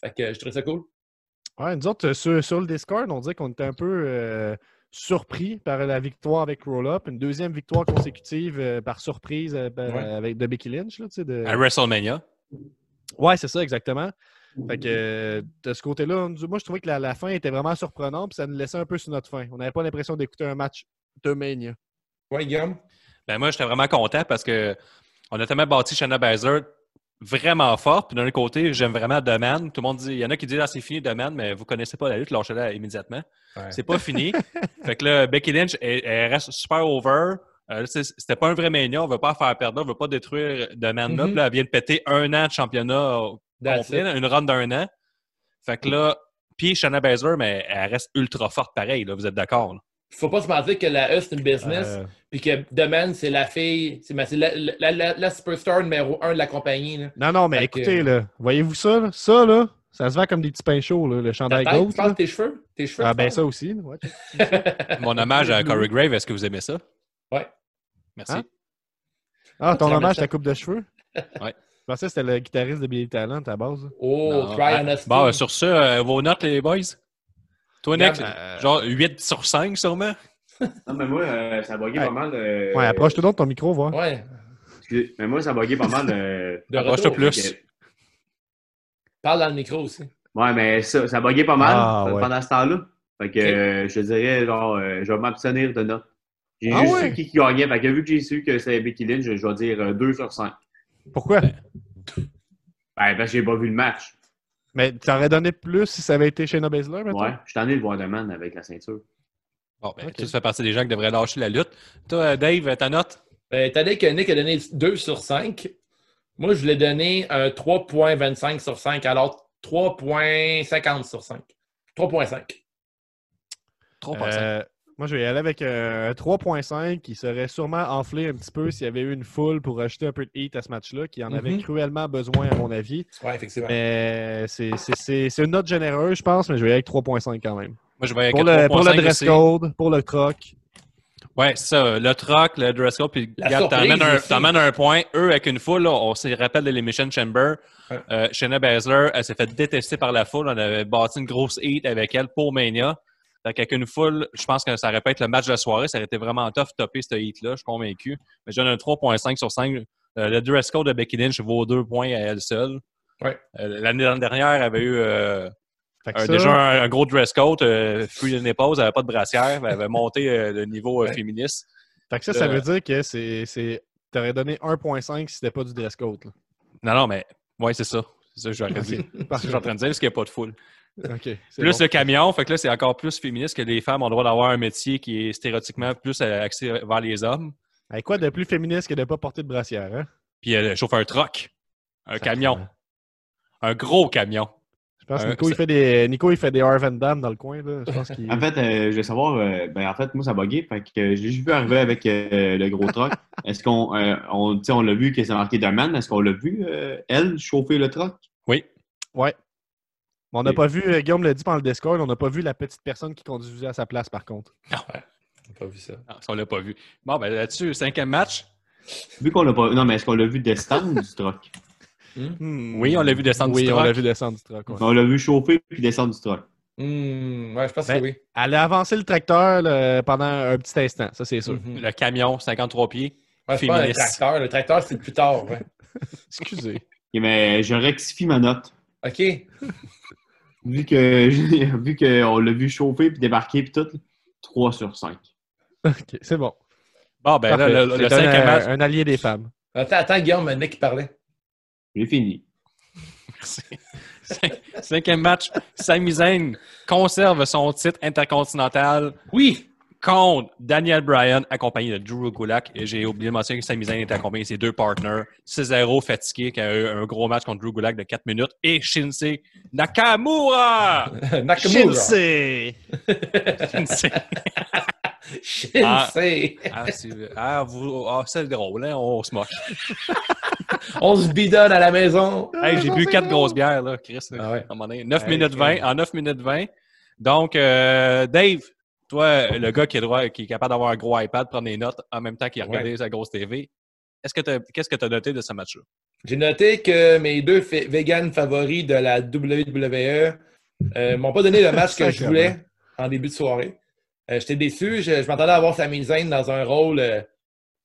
A: Fait que euh, je trouve ça cool.
D: Ouais, nous autres, euh, sur, sur le Discord, on disait qu'on était un peu euh, surpris par la victoire avec Roll Up. Une deuxième victoire consécutive euh, par surprise euh, par-
A: Ouais. Ah
D: avec de Becky Lynch. Là, tu sais, de...
E: À WrestleMania.
D: Ouais, c'est ça, exactement. Fait que euh, de ce côté-là, nous- moi, je trouvais que la, la fin était vraiment surprenante, puis ça nous laissait un peu sur notre fin. On n'avait pas l'impression d'écouter un match de Mania.
A: Ouais, Guillaume.
E: Ben moi, j'étais vraiment content parce que on a tellement bâti Shanna Baszler vraiment forte. Puis d'un autre côté, j'aime vraiment The Man. Tout le monde dit, il y en a qui disent, ah, c'est fini The Man, mais vous connaissez pas la lutte, lâchez-la immédiatement.
A: Ouais.
E: C'est pas fini. fait que là, Becky Lynch, elle, elle reste super over. Euh, là, c'est- C'était pas un vrai mania, on veut pas faire perdre, on veut pas détruire The Man. là.
A: Mhm.
E: Puis là, elle vient de péter un an de championnat au
A: That's
E: complet, une run d'un an. Fait que là, puis Shanna Baszler, mais elle reste ultra forte pareil, là, vous êtes d'accord? là?
A: Faut pas se mentir que la E, c'est une business.
D: Euh,
A: Puis que Demain, c'est la fille, c'est ma- c'est la, la- la- la superstar numéro un de la compagnie. Là.
D: Non, non, mais
A: Fait que-
D: écoutez, là, voyez-vous ça? là? Ça, là, ça se vend comme des petits pains chauds, Ah, ben, là, le
A: Ta
D: chandail
A: tête,
D: gauche.
A: tu parles de tes cheveux? Tes cheveux?
D: Ah,
A: tu
D: ben
A: parles?
D: ça aussi. là, ouais.
E: Mon hommage à Corey Grave, est-ce que vous aimez ça?
A: Ouais.
E: Merci.
D: Hein? Ah, ton
A: Tu ramènes
D: hommage,
A: ça.
D: ta coupe de cheveux?
E: Ouais.
D: Je pensais que c'était le guitariste de Billy Talent à la base.
A: Oh,
E: Non.
A: try
E: Ah,
D: hein.
A: on us.
E: Bon, euh, sur ce, euh, vos notes, les boys? Toi, Nick,
A: Gab,
D: euh,
E: genre 8 sur 5, sûrement?
F: Non, mais moi, euh, ça a bugué
D: Ouais.
F: pas mal. euh,
D: Ouais, approche-toi donc de ton micro, voir.
A: Ouais.
F: excusez, mais moi, ça a bugué pas mal. euh,
A: De
E: Approche-toi
A: retour.
E: plus.
F: fait que-
A: Parle dans le micro aussi.
F: Ouais, mais ça, ça a bugué pas mal
D: Ah,
F: pe-
D: ouais.
F: pendant ce temps-là. Fait que
A: Ok.
F: euh, je dirais, genre, euh, je vais m'abstenir de notes. J'ai
D: Ah
F: juste
D: ouais?
F: su qui, qui gagnait. Fait que vu que j'ai su que c'était Becky Lynch, je, je vais dire 2 sur 5.
D: Pourquoi?
F: Ben, parce que j'ai pas vu le match.
D: Mais tu aurais donné plus si ça avait été Shayna Baszler, mettons?
F: Ouais, je suis tanné de voir Deman avec la ceinture.
E: Bon, ben,
D: Ok.
E: tu fais partie des gens qui devraient lâcher la lutte. Toi, euh, Dave, euh, ta note?
A: Euh, Étant donné que Nick a donné 2 sur 5, moi, je euh, lui ai donné un 3.25 sur 5, alors 3.50 sur 5. 3.5.
E: 3%.
D: Euh, moi, je vais y aller avec euh, un 3.5 qui serait sûrement enflé un petit peu s'il y avait eu une foule pour ajouter un peu de heat à ce match-là, qui en avait
A: Mhm.
D: cruellement besoin, à mon avis.
A: Ouais, effectivement.
D: Mais c'est- c'est c'est- c'est une note généreuse, je pense, mais je vais y aller avec 3.5 quand même.
E: Moi, je vais avec
D: Pour le, pour le
E: 3.5
D: dress
E: aussi.
D: code, pour le troc.
E: Ouais, c'est ça. Le troc, le dress code, puis
A: La
E: Gab,
A: surprise
E: t'emmènes un,
A: aussi.
E: t'emmènes un point. Eux, avec une foule, là, on se rappelle de l'Elimination Chamber.
A: Ouais.
E: Euh, Shayna Baszler, elle s'est fait détester par la foule. On avait bâti une grosse hate avec elle pour Mania. Fait qu'avec une foule, je pense que ça aurait pu être le match de la soirée. Ça aurait été vraiment tough de topper cette hate-là, je suis convaincu. Mais je donne un 3.5 sur 5. Euh, le dress code de Becky Lynch vaut 2 points à elle seule.
A: Ouais.
E: Euh, L'année dernière, elle avait eu euh,
D: Fait que
E: un-
D: ça,
E: déjà un, un gros dress code, euh, free de épouse, elle n'avait pas de brassière, elle avait monté euh, le niveau euh,
A: Ouais.
E: féministe.
D: fait que ça, ça
E: euh,
D: veut dire que c'est. c'est- T'aurais donné 1.5 si c'était pas du dress code. là.
E: Non, non, mais ouais, c'est ça. C'est ça que j'aurais dit. C'est ce que
D: Parfait.
E: je suis en train de dire, parce qu'il n'y a pas de foule.
D: Ok, c'est
E: Plus
D: bon.
E: le camion, fait que là, c'est encore plus féministe que les femmes ont le droit d'avoir un métier qui est stéréotypiquement plus euh, axé vers les hommes.
D: Hey, quoi de plus féministe que de pas porter de brassière, hein?
E: Puis elle chauffe un truck, un camion,
D: Sacrément.
E: un gros camion.
D: Je pense que
E: Euh,
D: Nico, il
E: ça-
D: fait des, Nico, il fait des Arv Damme dans le coin, là. Je pense qu'il...
F: En fait, euh, je veux savoir, euh, ben, en fait, moi, ça a bugué. Fait que euh, j'ai juste vu arriver avec euh, le gros truck. Est-ce qu'on euh, on, tu sais, on l'a vu que c'est marqué Deman? Est-ce qu'on l'a vu, euh, elle, chauffer le truck?
D: Mais on n'a pas vu, euh, Guillaume l'a dit pendant le Discord, on n'a pas vu la petite personne qui conduisait à sa place, par contre.
A: J'ai pas vu ça.
E: Non, ça, on l'a pas vu. Bon, ben là-dessus, cinquième match.
F: Vu qu'on l'a pas. Non, mais est-ce qu'on l'a vu de stand du truck?
D: Hmm.
E: Oui, on l'a vu descendre
D: Oui,
E: du
D: on l'a
E: truck.
D: vu descendre du truck. ouais.
F: On l'a vu chauffer puis descendre du truck.
A: Hmm, ouais, je pense
D: Ben,
A: que oui.
D: Elle a avancé le tracteur là, pendant un petit instant, ça c'est sûr.
A: Mhm.
E: Le camion, 53 pieds.
A: Ouais, c'est pas le
E: féministe.
A: tracteur. Le tracteur, c'est plus tard. ouais.
D: Excusez.
F: Ok, mais ben, je rectifie ma note.
A: OK.
F: Vu que vu qu'on l'a vu chauffer puis débarquer puis tout, 3 sur 5.
D: OK, c'est bon.
E: Bon, ben
D: Parfait.
E: là, le, le
D: C'est
E: cinquième
D: un, euh,
E: match.
D: un allié des femmes.
A: Attends, attends, Guillaume, le mec qui parlait.
F: J'ai fini.
E: Merci. Cin- Cinquième match, Sami Zayn conserve son titre intercontinental
A: Oui!
E: contre Daniel Bryan, accompagné de Drew Gulak. Et j'ai oublié de mentionner que Sami Zayn était accompagné de ses deux partners, Cesaro fatigué, qui a eu un gros match contre Drew Gulak de 4 minutes, et Shinsei Nakamura!
A: Nakamura.
E: Shinsei.
A: Shinsei.
E: Ah, c'est- ah, vous- ah, c'est drôle, hein? on se moque.
A: On se bidonne à la maison.
E: Hey, j'ai bu quatre grosses bières, là, Chris.
A: Ah ouais.
E: à un moment donné. 9
A: Hey,
E: minutes
A: hey.
E: 20, en 9 minutes 20. Donc, euh, Dave, toi, le gars qui est, droit, qui est capable d'avoir un gros iPad, prendre des notes en même temps qu'il a regardé sa grosse TV, est-ce que t'as- qu'est-ce que tu as noté de ce match-là?
A: J'ai noté que mes deux fa- vegans favoris de la WWE euh, m'ont pas donné le match que je voulais en début de soirée. Euh, J'étais déçu. Je, je m'attendais à voir Sami Zayn dans un rôle euh,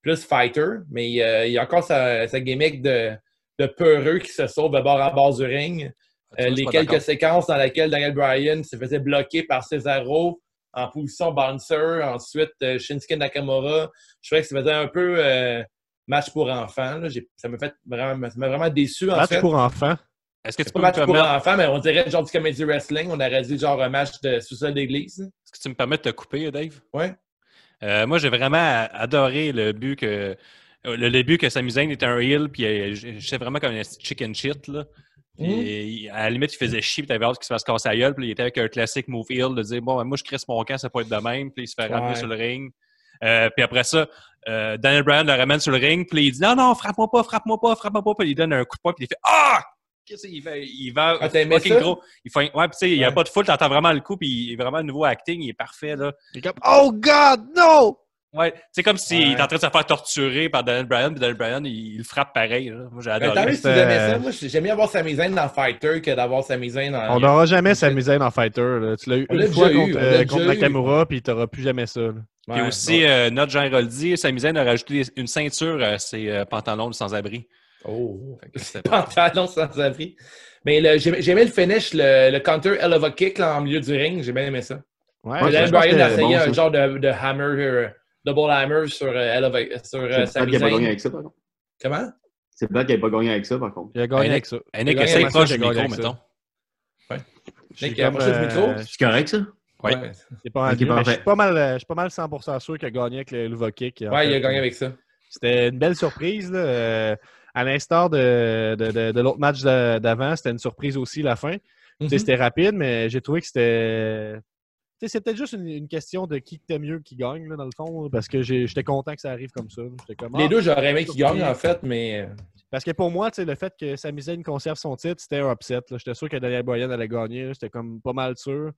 A: plus fighter, mais euh, il y a encore sa, sa gimmick de, de peureux qui se sauve de bord à bord du ring.
E: Je
A: Euh,
E: suis
A: les
E: pas
A: quelques
E: d'accord.
A: séquences dans lesquelles Daniel Bryan se faisait bloquer par Cesaro en position bouncer, ensuite euh, Shinsuke Nakamura. Je trouvais que ça faisait un peu euh, match pour enfants. là. J'ai- Ça m'a fait vraiment, ça m'a vraiment déçu en
D: Match
A: fait.
D: pour enfants.
E: Est-ce que, tu
A: C'est
E: peux
A: pas
E: me
A: match pour
E: permettre-
A: enfants, mais on dirait genre du comédie wrestling. On aurait dit genre un match de sous-sol d'église.
E: est-ce que tu me permets de te couper, Dave?
A: Ouais.
E: Euh, moi, j'ai vraiment adoré le but que. euh, Le début que Sami Zayn était un heel, puis euh, j- j'étais vraiment comme un chicken shit, là.
A: Mmh.
E: Puis, à la limite, il faisait chier, puis t'avais hâte qu'il se fasse casser la gueule. Puis il était avec un classique move heel de dire Bon, ben, moi, je crisse mon camp, ça peut être de même. Puis il se fait ramener
A: Ouais.
E: sur le ring. Euh, puis après ça, euh, Daniel Bryan le ramène sur le ring. Puis il dit Non, non, frappe-moi pas, frappe-moi pas, frappe-moi pas. Puis il donne un coup de poing. Puis il fait Ah Qu'est-ce qu'il fait Il va
A: Ah, t'as aimé
E: fucking
A: ça?
E: gros. Il fait, ouais, puis tu sais, il n'y a
A: Ouais.
E: pas de foule, t'entends vraiment le coup. Puis il est vraiment un nouveau acting, il est parfait, là.
D: Oh God, no!
E: Ouais, c'est comme s'il
A: Ouais.
E: est en train de se faire torturer par Daniel Bryan. Puis Daniel Bryan, il, il le frappe pareil. là. Moi, j'ai
A: Mais tant mieux
E: adoré.
A: si vous aimez ça. Moi, j'aime mieux avoir Sami Zayn dans Fighter que d'avoir Sami Zayn dans.
E: Ah,
D: On n'aura jamais sa misaine en fighter. là. Tu l'as eu
A: On l'a
D: une fois
A: déjà eu,
D: contre,
A: on l'a
D: euh, contre
A: déjà eu.
D: Nakamura, puis t'auras plus jamais ça. là.
A: Ouais,
E: Puis aussi,
A: ouais.
E: euh, notre Jean Roldi, Sami Zayn a rajouté une ceinture à ses euh, pantalons de sans-abri.
A: Oh.
E: Fait que c'était bon.
A: Pantalon sans abri. Mais le- j'ai- j'aimais le finish, le, le counter Eleva Kick là, en milieu du ring. J'ai bien aimé ça.
D: Ouais,
A: Daniel
D: je pense
A: Bryan
D: que-
A: a essayé
F: bon,
A: un
F: ça.
A: genre de, de hammer, euh, double hammer sur, euh, Eleva- sur euh,
F: C'est bad
A: Sami
F: qu'il a pas
A: Zayn.
F: gagné avec ça, par contre.
A: Comment?
F: C'est bad qu'il a pas gagné avec ça, par contre.
D: Il a gagné
E: Hey,
D: avec ça.
E: Hey, Nick,
A: Gagne,
E: essaye
A: moi,
E: proche
D: j'ai
E: du
D: gagné
E: micro,
D: avec ça.
E: mettons.
D: Je suis
A: Nick, approche du
D: euh,
A: micro.
D: je suis-
F: C'est correct, ça?
E: Ouais.
A: Ouais.
D: c'est pas mal
F: Ok,
D: vieux, mais je
F: parfait.
D: suis pas mal, euh, je suis pas mal 100% sûr qu'il a gagné avec le Luva Kick. en
A: Ouais, il
D: fait.
A: a gagné avec ça.
D: C'était une belle surprise. là, euh, À l'instar de, de- de- de l'autre match d'a- d'avant, c'était une surprise aussi la fin. Tu sais,
A: Mhm.
D: C'était rapide, mais j'ai trouvé que c'était. Tu sais, C'est peut-être juste une, une question de qui était mieux qui gagne, là, dans le fond, parce que j'ai- j'étais content que ça arrive comme ça. J'étais comme,
A: Les
D: ah,
A: deux, j'aurais aimé qu'ils gagnent, en fait, mais.
D: Parce que pour moi, tu sais, le fait que Sami Zayn conserve son titre, c'était un upset. là. J'étais sûr que Daniel Bryan allait gagner. là. J'étais comme pas mal sûr.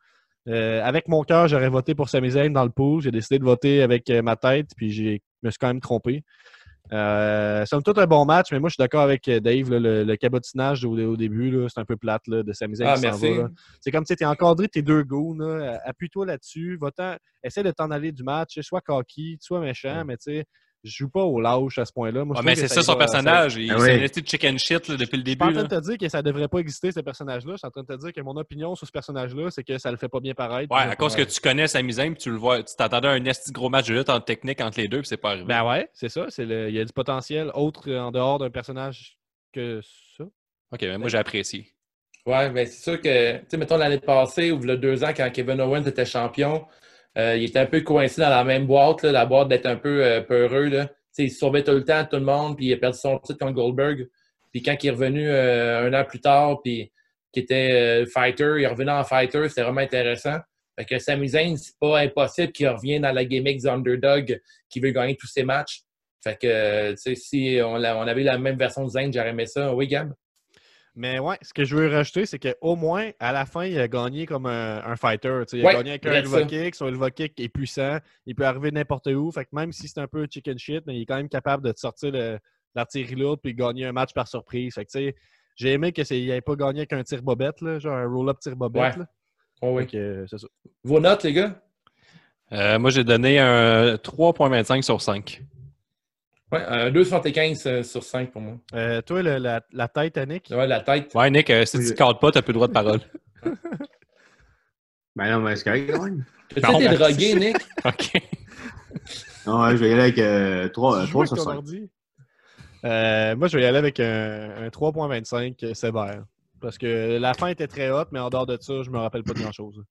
D: Euh, avec mon cœur, j'aurais voté pour Sami Zayn dans le pool. J'ai décidé de voter avec euh, ma tête, puis j'ai- je me suis quand même trompé. Euh, somme toute, un bon match, mais moi, je suis d'accord avec euh, Dave. là, le, le cabotinage au, au début, là, c'est un peu plate là, de Sami Zayn
A: Ah,
D: qui s'en
A: merci.
D: va, là. C'est comme, tu sais, t'es encadré de tes deux goûts. là. Appuie-toi là-dessus. Va-t'en. Essaie de t'en aller du match. Sois cocky, sois méchant, mais tu sais, je joue pas au lâche à ce point-là.
E: Ah,
D: Moi, je trouve
E: mais
D: que
E: c'est ça son
D: va-
E: personnage. Il
F: Ah
E: s'est
F: oui.
E: resté de chicken shit là, depuis le
D: Ben je suis pas
E: début.
D: en train
E: là.
D: de te dire que ça devrait pas exister, ce personnage-là. Je suis en train de te dire que mon opinion sur ce personnage-là, c'est que ça le fait pas bien paraître.
E: Ouais,
D: Puis-
E: à cause que tu connais Sami Zayn, puis tu le vois, tu t'attendais à un esti gros match de lutte en technique entre les deux, puis c'est pas arrivé.
D: Ben ouais, c'est ça. c'est le- Il y a du potentiel autre euh, en dehors d'un personnage que ça.
E: ok, ben, moi j'ai apprécié.
A: Ouais, ben c'est sûr que, tu sais, mettons l'année passée, ou le deux ans, quand Kevin Owens était champion, euh, il était un peu coincé dans la même boîte, là, la boîte d'être un peu euh, peureux. Là. Tu sais, Il sauvait tout le temps tout le monde, puis il a perdu son titre contre Goldberg. Puis quand il est revenu euh, un an plus tard, puis qu'il était euh, fighter, il revenait en fighter, c'était vraiment intéressant. Fait que Sami Zayn, c'est pas impossible qu'il revienne dans la gimmick du underdog qui veut gagner tous ses matchs. Fait que, euh, tu sais, si on, l'a- on avait la même version de Zayn, j'aurais aimé ça. Oui, Gab?
D: Mais ouais, ce que je veux rajouter, c'est qu'au moins, à la fin, il a gagné comme un, un fighter. tu sais. Il
A: Ouais,
D: a gagné avec un
A: regarde
D: Elva
A: ça.
D: Kick. Son Elva Kick est puissant. Il peut arriver n'importe où. Fait que même si c'est un peu chicken shit, mais il est quand même capable de te sortir le- l'artillerie lourde puis de gagner un match par surprise. Fait que tu sais, J'ai aimé qu'il n'avait pas gagné avec un tir bobette, là, genre un roll-up tir bobette.
A: Ouais.
D: là.
A: Oh, oui.
D: Fait que, euh, c'est ça.
A: Vos notes, les gars?
E: Euh, moi, j'ai donné un 3.25 sur 5.
A: Ouais, un 2,75 euh, sur 5 pour moi.
D: Euh, toi, le- la, la tête, Annick,
A: Ouais, la tête.
E: Ouais, Nick, euh, si tu ne cadres pas, tu n'as plus le droit de parole.
F: Ben non, mais c'est correct quand même.
A: T'as-tu été
E: Non.
A: drogué, Nick?
E: OK.
F: Non, ouais, je vais y aller avec
D: tu
F: 3,
D: joues avec
F: sur
D: ton
F: 5.
D: ordi? Euh, moi, je vais y aller avec un, un 3.25 euh, sévère. Parce que la fin était très haute, mais en dehors de ça, je me rappelle pas de grand-chose.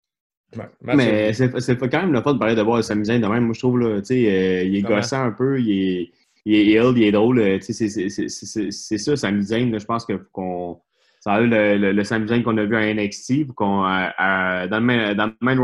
A: Ouais,
D: Ben,
F: Mais c'est c'est quand même le fun de parler de voir s'amuser de même. Moi, je trouve, là, tu sais, euh, il est
D: Comment?
F: gossant un peu, il est, il est ill, il est drôle. euh, tu sais, c'est- c'est- c'est- c'est c'est ça, Sami Zayn, là, Je pense que faut qu'on. Ça a eu le, le, le Sami Zayn qu'on a vu à NXT, faut qu'on, à- à- dans le main, dans le main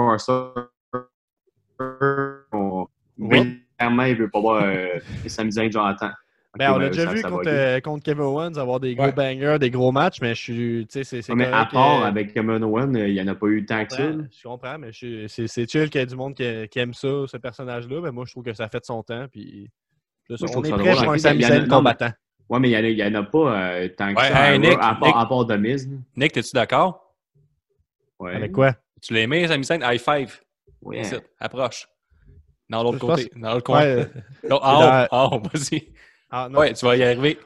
F: roster, on,
D: Oui.
F: clairement, il veut pas voir euh, le Sami Zayn, genre, attends.
D: Ben,
F: Ok,
D: on l'a
F: ben,
D: déjà
F: ça-
D: vu
F: ça va
D: contre,
F: aller.
D: euh, contre Kevin Owens avoir des gros
A: Ouais.
D: bangers, des gros matchs, mais je suis. tu sais, c'est- c'est
F: Ouais, mais à
D: correct,
F: part
D: euh,
F: avec Kevin Owen, il n'y en a pas eu tant que ça. là.
D: comprends, Je comprends, mais je suis- c'est c'est chill qu'il y ait du monde qui, qui aime ça, ce personnage-là. Mais moi, je trouve que ça a fait de son temps. Puis, c'est ça,
F: Moi, je
D: on
F: trouve
D: est
F: ça
D: prêt
F: drôle. hein.
D: pour un
F: Il y en a-
D: Sami
F: il y en a-
D: Zayn
F: non,
D: combattant.
F: Ouais, mais il n'y en, a pas euh, tant que
E: Ouais,
F: ça.
E: hey,
F: à,
E: Nick,
F: à
E: Nick.
F: part, à part de Miz. là.
E: Nick, es-tu d'accord?
F: Ouais.
D: Avec quoi?
E: Tu l'as aimé, Sami Zayn? High five.
F: Ouais.
E: Ici, Approche. Dans l'autre
D: Je pense-
E: côté. Dans l'autre coin.
D: Ouais, euh,
E: Non, en haut, en haut, vas-y.
D: ah, non,
E: Ouais, tu vas y arriver.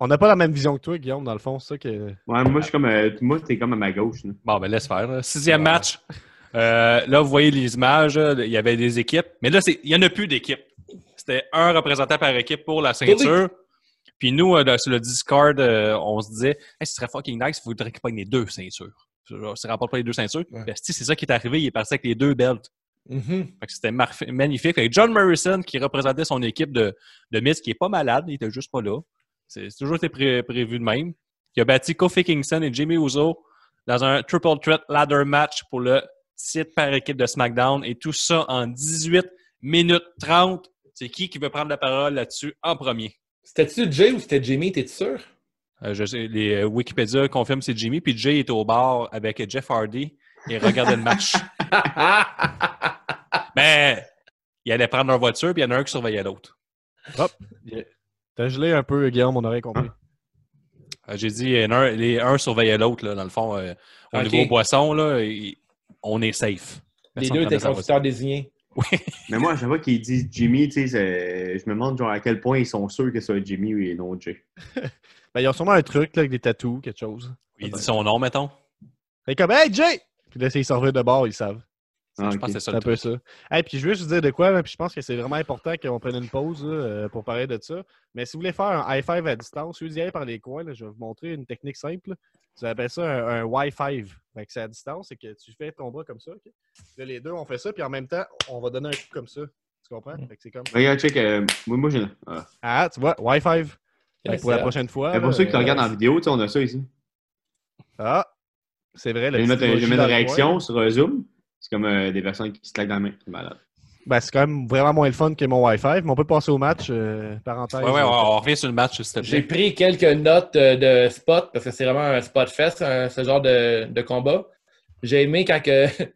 D: On n'a pas la même vision que toi, Guillaume, dans le fond. C'est ça que.
F: Ouais, moi, je suis comme. euh, moi, t'es comme à ma gauche. là.
E: Bon, ben laisse faire. là. Sixième match. Euh, là, vous voyez les images. là, Il y avait des équipes. Mais là, c'est- il n'y en a plus d'équipes. C'était un représentant par équipe pour la ceinture. Puis nous, euh, là, sur le Discord, euh, on se disait hey, ce serait fucking nice, il faudrait qu'il pogne les deux ceintures. Genre, S'il ne remporte pas les deux ceintures,
A: Ouais.
E: ben, si, c'est ça qui est arrivé. Il est parti avec les deux belts.
A: Mhm.
E: Fait que c'était marf- magnifique. Avec John Morrison qui représentait son équipe de, de Miz, qui est pas malade, il était juste pas là. C'est c'est toujours été pré- prévu de même. Il a battu Kofi Kingston et Jimmy Uso dans un triple threat ladder match pour le titre par équipe de SmackDown et tout ça en 18 minutes 30. C'est qui qui veut prendre la parole là-dessus en premier?
A: C'était-tu Jay ou c'était Jimmy, t'es-tu sûr?
E: Euh, je sais, les euh, Wikipédia confirment c'est Jimmy, puis Jay est au bar avec Jeff Hardy et regardait le match. Mais il allait prendre leur voiture, puis il y en a un qui surveillait l'autre.
D: T'as gelé un peu, Guillaume, on aurait compris.
E: Euh, J'ai dit, euh, un, les, un surveillait l'autre, là, dans le fond. euh, au
A: Ok.
E: niveau boisson, là, et- on est safe.
A: Les
D: Ben,
E: Personne
A: deux
E: prenait
A: étaient
E: sa
A: conducteurs désignés.
F: Mais moi, à chaque fois qu'il dit Jimmy, tu sais, c'est- je me demande genre à quel point ils sont sûrs que c'est un Jimmy et non Jay.
D: Ben, ils ont sûrement un truc là, avec des tatous, quelque chose.
E: voiture. Il dit son nom, mettons.
D: Fait comme Hey Jay! Puis là, s'ils sont revenus de bord, ils savent.
F: Ah,
E: Je
F: ok.
E: pense que c'est ça
D: C'est
E: le
D: un peu
E: truc.
D: ça. Hey, puis je veux juste vous dire de quoi, là, puis je pense que c'est vraiment important qu'on prenne une pause là, euh, pour parler de ça. Mais si vous voulez faire un high five à distance, si vous y allez par les coins, là, je vais vous montrer une technique simple. Tu appelles ça un, un Y5. Fait que c'est à distance, c'est que tu fais ton bras comme ça. ok? Là, les deux, on fait ça, puis en même temps, on va donner un coup comme ça. Tu comprends? Fait que c'est comme.
F: Regarde, check. euh, moi, moi, j'ai. ah.
D: Ah, tu vois, Y5. Fait que
A: Ouais,
D: pour la
A: c'est-
D: prochaine fois.
F: Mais
D: là,
F: pour ceux qui
D: euh,
F: le regardent en vidéo, tu sais, on a ça ici.
D: Ah, c'est vrai.
F: Je
D: le
F: vais
D: petit
F: mettre, je vais
D: emoji
F: mettre
D: dans
F: une
D: le coin.
F: réaction sur euh, Zoom. C'est comme euh, des personnes qui se claquent dans la main. C'est malade.
D: Ben, c'est quand même vraiment moins le fun que mon Wi-Fi, mais on peut passer au match. euh, parenthèse.
E: Ouais, ouais, on, on revient sur le match, s'il te
A: J'ai
E: plaît.
A: pris quelques notes euh, de spot parce que c'est vraiment un spot fest, un- ce genre de, de combat. J'ai aimé quand que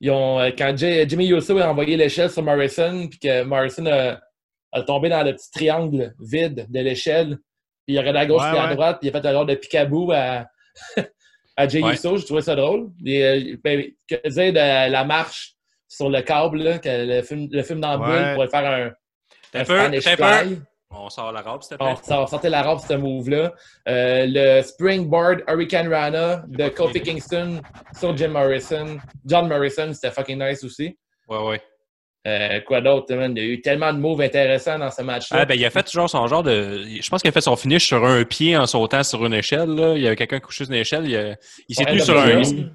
A: ils ont euh, quand Jay- Jimmy Uso a envoyé l'échelle sur Morrison puis que Morrison a, a tombé dans le petit triangle vide de l'échelle. Puis il a regardé à gauche
D: Ouais,
A: puis à
D: ouais.
A: droite, puis il a fait un genre de picabou à, à Jay
E: Ouais.
A: Uso. Je trouvais ça drôle. Et, euh, ben, que dire de la marche sur le câble, là, que le film, le film dans la
D: Ouais.
A: bulle pourrait faire un,
E: T'as
A: un
E: peur,
A: Spanish
E: t'as peur.
A: fly. Oh.
E: On sort la robe, s'il te plaît.
A: On sort- sortait la robe, ce move-là. Euh, le springboard Hurricane Rana de Kofi Kingston sur Jim Morrison. John Morrison, c'était fucking nice aussi.
E: Ouais, ouais.
A: Euh, quoi d'autre, man? Il y a eu tellement de moves intéressants dans ce match-là.
E: Ah, ben, il a fait toujours son genre de. Je pense qu'il a fait son finish sur un pied en sautant sur une échelle. Là. Il y avait quelqu'un couché sur une échelle. Il, a- il s'est
A: Ouais,
E: tenu
A: le
E: sur un.
A: Morrison.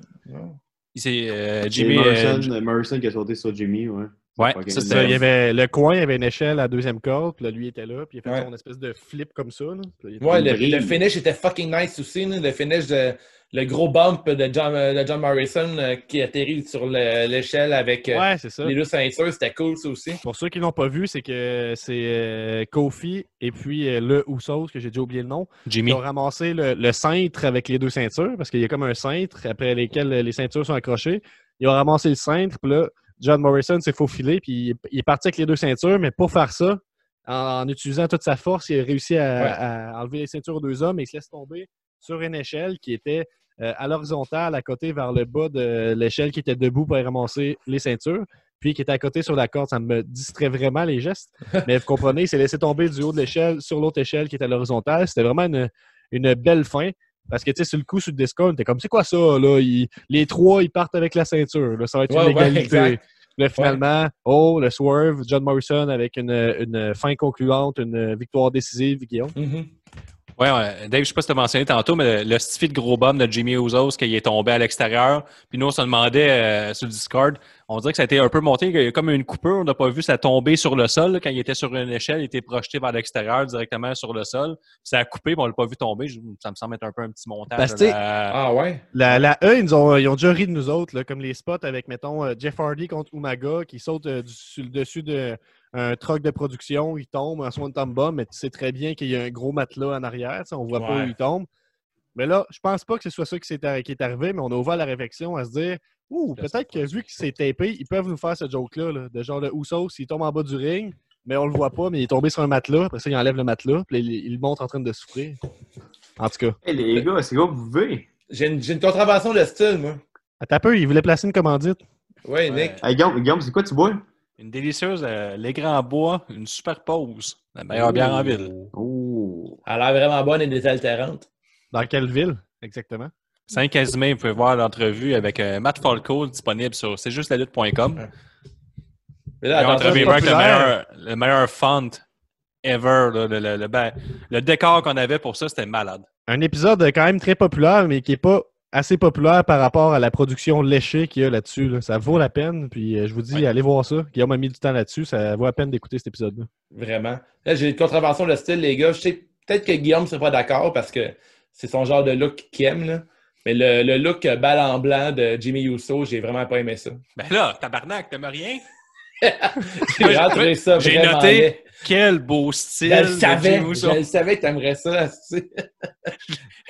E: Il s'est. euh,
F: Jimmy,
E: Jimmy. euh,
F: Morrison, Morrison qui a sauté sur Jimmy, ouais.
E: Ouais,
F: Ok.
E: ça,
D: C'est
E: c'est-
D: ça, il y avait le coin, il y avait une échelle à deuxième corde, puis là, lui était là, puis il a fait
A: Ouais.
D: son espèce de flip comme ça. Là, Puis il était-
A: Ouais, le,
F: brille.
A: le finish était fucking nice aussi. là. Le finish de. Le gros bump de John, de John Morrison euh, qui atterrit sur le- l'échelle avec euh,
D: Ouais, c'est ça.
A: les deux ceintures, c'était cool ça aussi.
D: Pour ceux qui l'ont pas vu, c'est que c'est euh, Kofi et puis euh, le Usos, que j'ai déjà oublié le nom,
E: Jimmy.
D: qui ont ramassé le, le cintre avec les deux ceintures, parce qu'il y a comme un cintre après lesquels les ceintures sont accrochées. Ils ont ramassé le cintre, puis là, John Morrison s'est faufilé, puis il, est- il est parti avec les deux ceintures, mais pour faire ça, en, en utilisant toute sa force, il a réussi à,
A: Ouais.
D: à enlever les ceintures aux deux hommes et il se laisse tomber. sur une échelle qui était euh, à l'horizontale, à côté vers le bas de l'échelle qui était debout pour aller ramasser les ceintures, puis qui était à côté sur la corde. Ça me distrait vraiment les gestes. Mais vous comprenez, il s'est laissé tomber du haut de l'échelle sur l'autre échelle qui était à l'horizontale. C'était vraiment une, une belle fin. Parce que, tu sais, sur le coup, sur le Discord, t'es comme, c'est quoi ça, là? Ils- les trois, ils partent avec la ceinture. Là, ça va être
A: Ouais,
D: une
A: ouais,
D: égalité.
A: exact.
D: Là, finalement, oh, le swerve, John Morrison avec une, une fin concluante, une victoire décisive, Guillaume.
A: Mhm.
E: Ouais, ouais. Dave, je sais pas si tu as mentionné tantôt, mais le stifi de gros bum de Jimmy Ouzos, qu'il est tombé à l'extérieur. Puis nous, on se demandait euh, sur le Discord, on dirait que ça a été un peu monté, qu'il y a eu comme une coupure. On n'a pas vu ça tomber sur le sol. là. Quand il était sur une échelle, il était projeté vers l'extérieur directement sur le sol. Puis ça a coupé, mais on l'a pas vu tomber. Je- Ça me semble être un peu un petit montage.
D: Parce que,
E: là, à-
A: Ah ouais?
D: La, la E, ils, nous ont, ils ont déjà ri de nous autres, là, comme les spots avec, mettons, euh, Jeff Hardy contre Umaga qui saute euh, du- sur le dessus d'un truck de production, il tombe en swan tombe bomb, mais tu sais très bien qu'il y a un gros matelas en arrière, tu sais, on voit pas où
A: Ouais.
D: il tombe. Mais là, je pense pas que ce soit ça qui, s'est arri- qui est arrivé, mais on a ouvert la réflexion à se dire Ouh, peut-être que vu qu'il s'est tapé, ils peuvent nous faire ce joke-là, là, de genre le Usos, il tombe en bas du ring, mais on le voit pas, mais il est tombé sur un matelas, après ça, il enlève le matelas, puis il, il le montre en train de souffrir. En tout cas.
F: Hey, les gars, c'est quoi vous voulez?
A: J'ai une, j'ai une contravention de style, moi.
D: Attends un peu, il voulait placer une commandite.
A: Oui, Nick.
E: Ouais.
F: Hey, Guillaume, Guillaume, c'est quoi tu bois?
E: Une délicieuse, euh, les grands bois, une super pause. La meilleure bière en ville.
F: Oh!
A: Elle a l'air vraiment bonne et désaltérante.
D: Dans quelle ville exactement?
E: 5 à 10 mai, vous pouvez voir l'entrevue avec euh, Matt Falco disponible sur c'est juste la lutte.com.
A: Mais là, attention,
E: Entrevue
D: c'est
E: avec le
D: populaire.
E: meilleur, le meilleur font ever. là, le, le- le ba- le décor qu'on avait pour ça, c'était malade.
D: Un épisode quand même très populaire, mais qui n'est pas assez populaire par rapport à la production léchée qu'il y a là-dessus. là. Ça vaut la peine. Puis euh, je vous dis,
E: Ouais.
D: allez voir ça. Guillaume a mis du temps là-dessus. Ça vaut la peine d'écouter cet épisode-là.
A: Vraiment. Là, j'ai une contravention de style, les gars. Je sais peut-être que Guillaume ne serait pas d'accord parce que c'est son genre de look qu'il aime, là. Mais le, le look euh, balle en blanc de Jimmy Uso, j'ai vraiment pas aimé ça.
E: Ben là, tabarnak, t'aimes rien?
A: J'ai vraiment trouvé ça
E: J'ai
A: vraiment
E: noté.
A: laid.
E: Quel beau style!
A: Je le
E: de
A: savais.
E: Jimmy Uso.
A: Je le savais que t'aimerais ça. tu sais.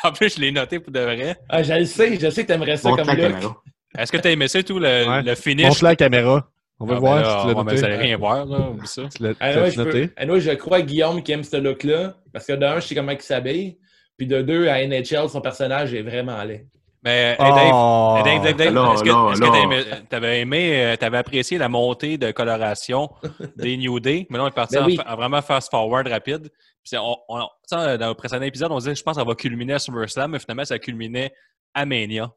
E: En plus, je l'ai noté pour de vrai.
A: Ah, je le sais. Je sais que t'aimerais ça
F: Montre
A: comme
F: la
A: look.
F: caméra.
E: Est-ce que t'as aimé ça et tout, le,
D: Ouais.
E: le finish?
D: Montre la caméra. On
E: Ah,
D: veut
E: ben
D: voir
E: là,
D: si tu l'as
E: ouais, mais
D: noté.
E: Vous allez rien voir, là, oublie ça.
D: Tu l'as- tu
A: Ah
D: l'as-tu
A: ouais, je,
D: noté?
A: peux- ah ouais, je crois Guillaume qui aime ce look-là, parce que de un, je sais comment il s'habille, puis de deux, à NHL, son personnage est vraiment laid. Eh,
E: Mais, hey, Dave,
D: Oh!
E: Hey, Dave, Dave, Dave,
F: Là,
E: est-ce
F: là,
E: que- est-ce que
F: là.
E: t'as aimé- euh, t'avais aimé, euh, t'avais apprécié la montée de coloration des New Day? Maintenant, on est parti
A: Ben
E: en
A: oui.
E: fa- en, vraiment fast-forward rapide. Puis on, on- tu sais, dans le précédent épisode, on disait, je pense, ça va culminer à SummerSlam, mais finalement, ça culminait à Mania.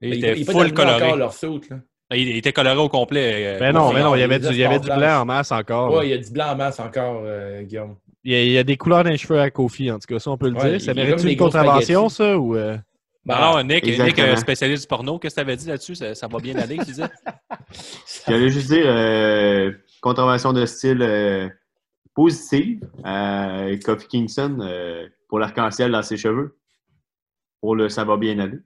E: Il
A: Mais
E: était
A: Ben, il est pas
E: full
A: terminé
E: coloré. Ben,
A: encore leur soute, là.
E: Il, il était coloré au complet. euh,
D: Ben non,
E: au
D: mais non, il y avait
A: Les
D: du, il y avait du
A: escarpes
D: blanc en masse
E: Ah,
D: encore. là.
A: Ouais, il y a du blanc en masse encore, euh, Guillaume.
D: Il, y a, il y a des couleurs dans les cheveux à Kofi, en tout cas, ça on peut le
A: Ouais,
D: dire. Ça
A: il y a
D: mérite
A: comme des
D: une
A: gros
D: contravention,
A: spaghettis.
D: ça? Ou euh,
E: final. Ben Non, non, Nick, Nick
F: Exactement.
E: euh, spécialiste du porno, qu'est-ce que t'avais dit là-dessus? Ça, ça va bien aller, tu disais?
F: J'allais juste dire, euh, contravention de style euh, positive à Kofi Kingston euh, pour l'arc-en-ciel dans ses cheveux. Pour le ça va bien aller.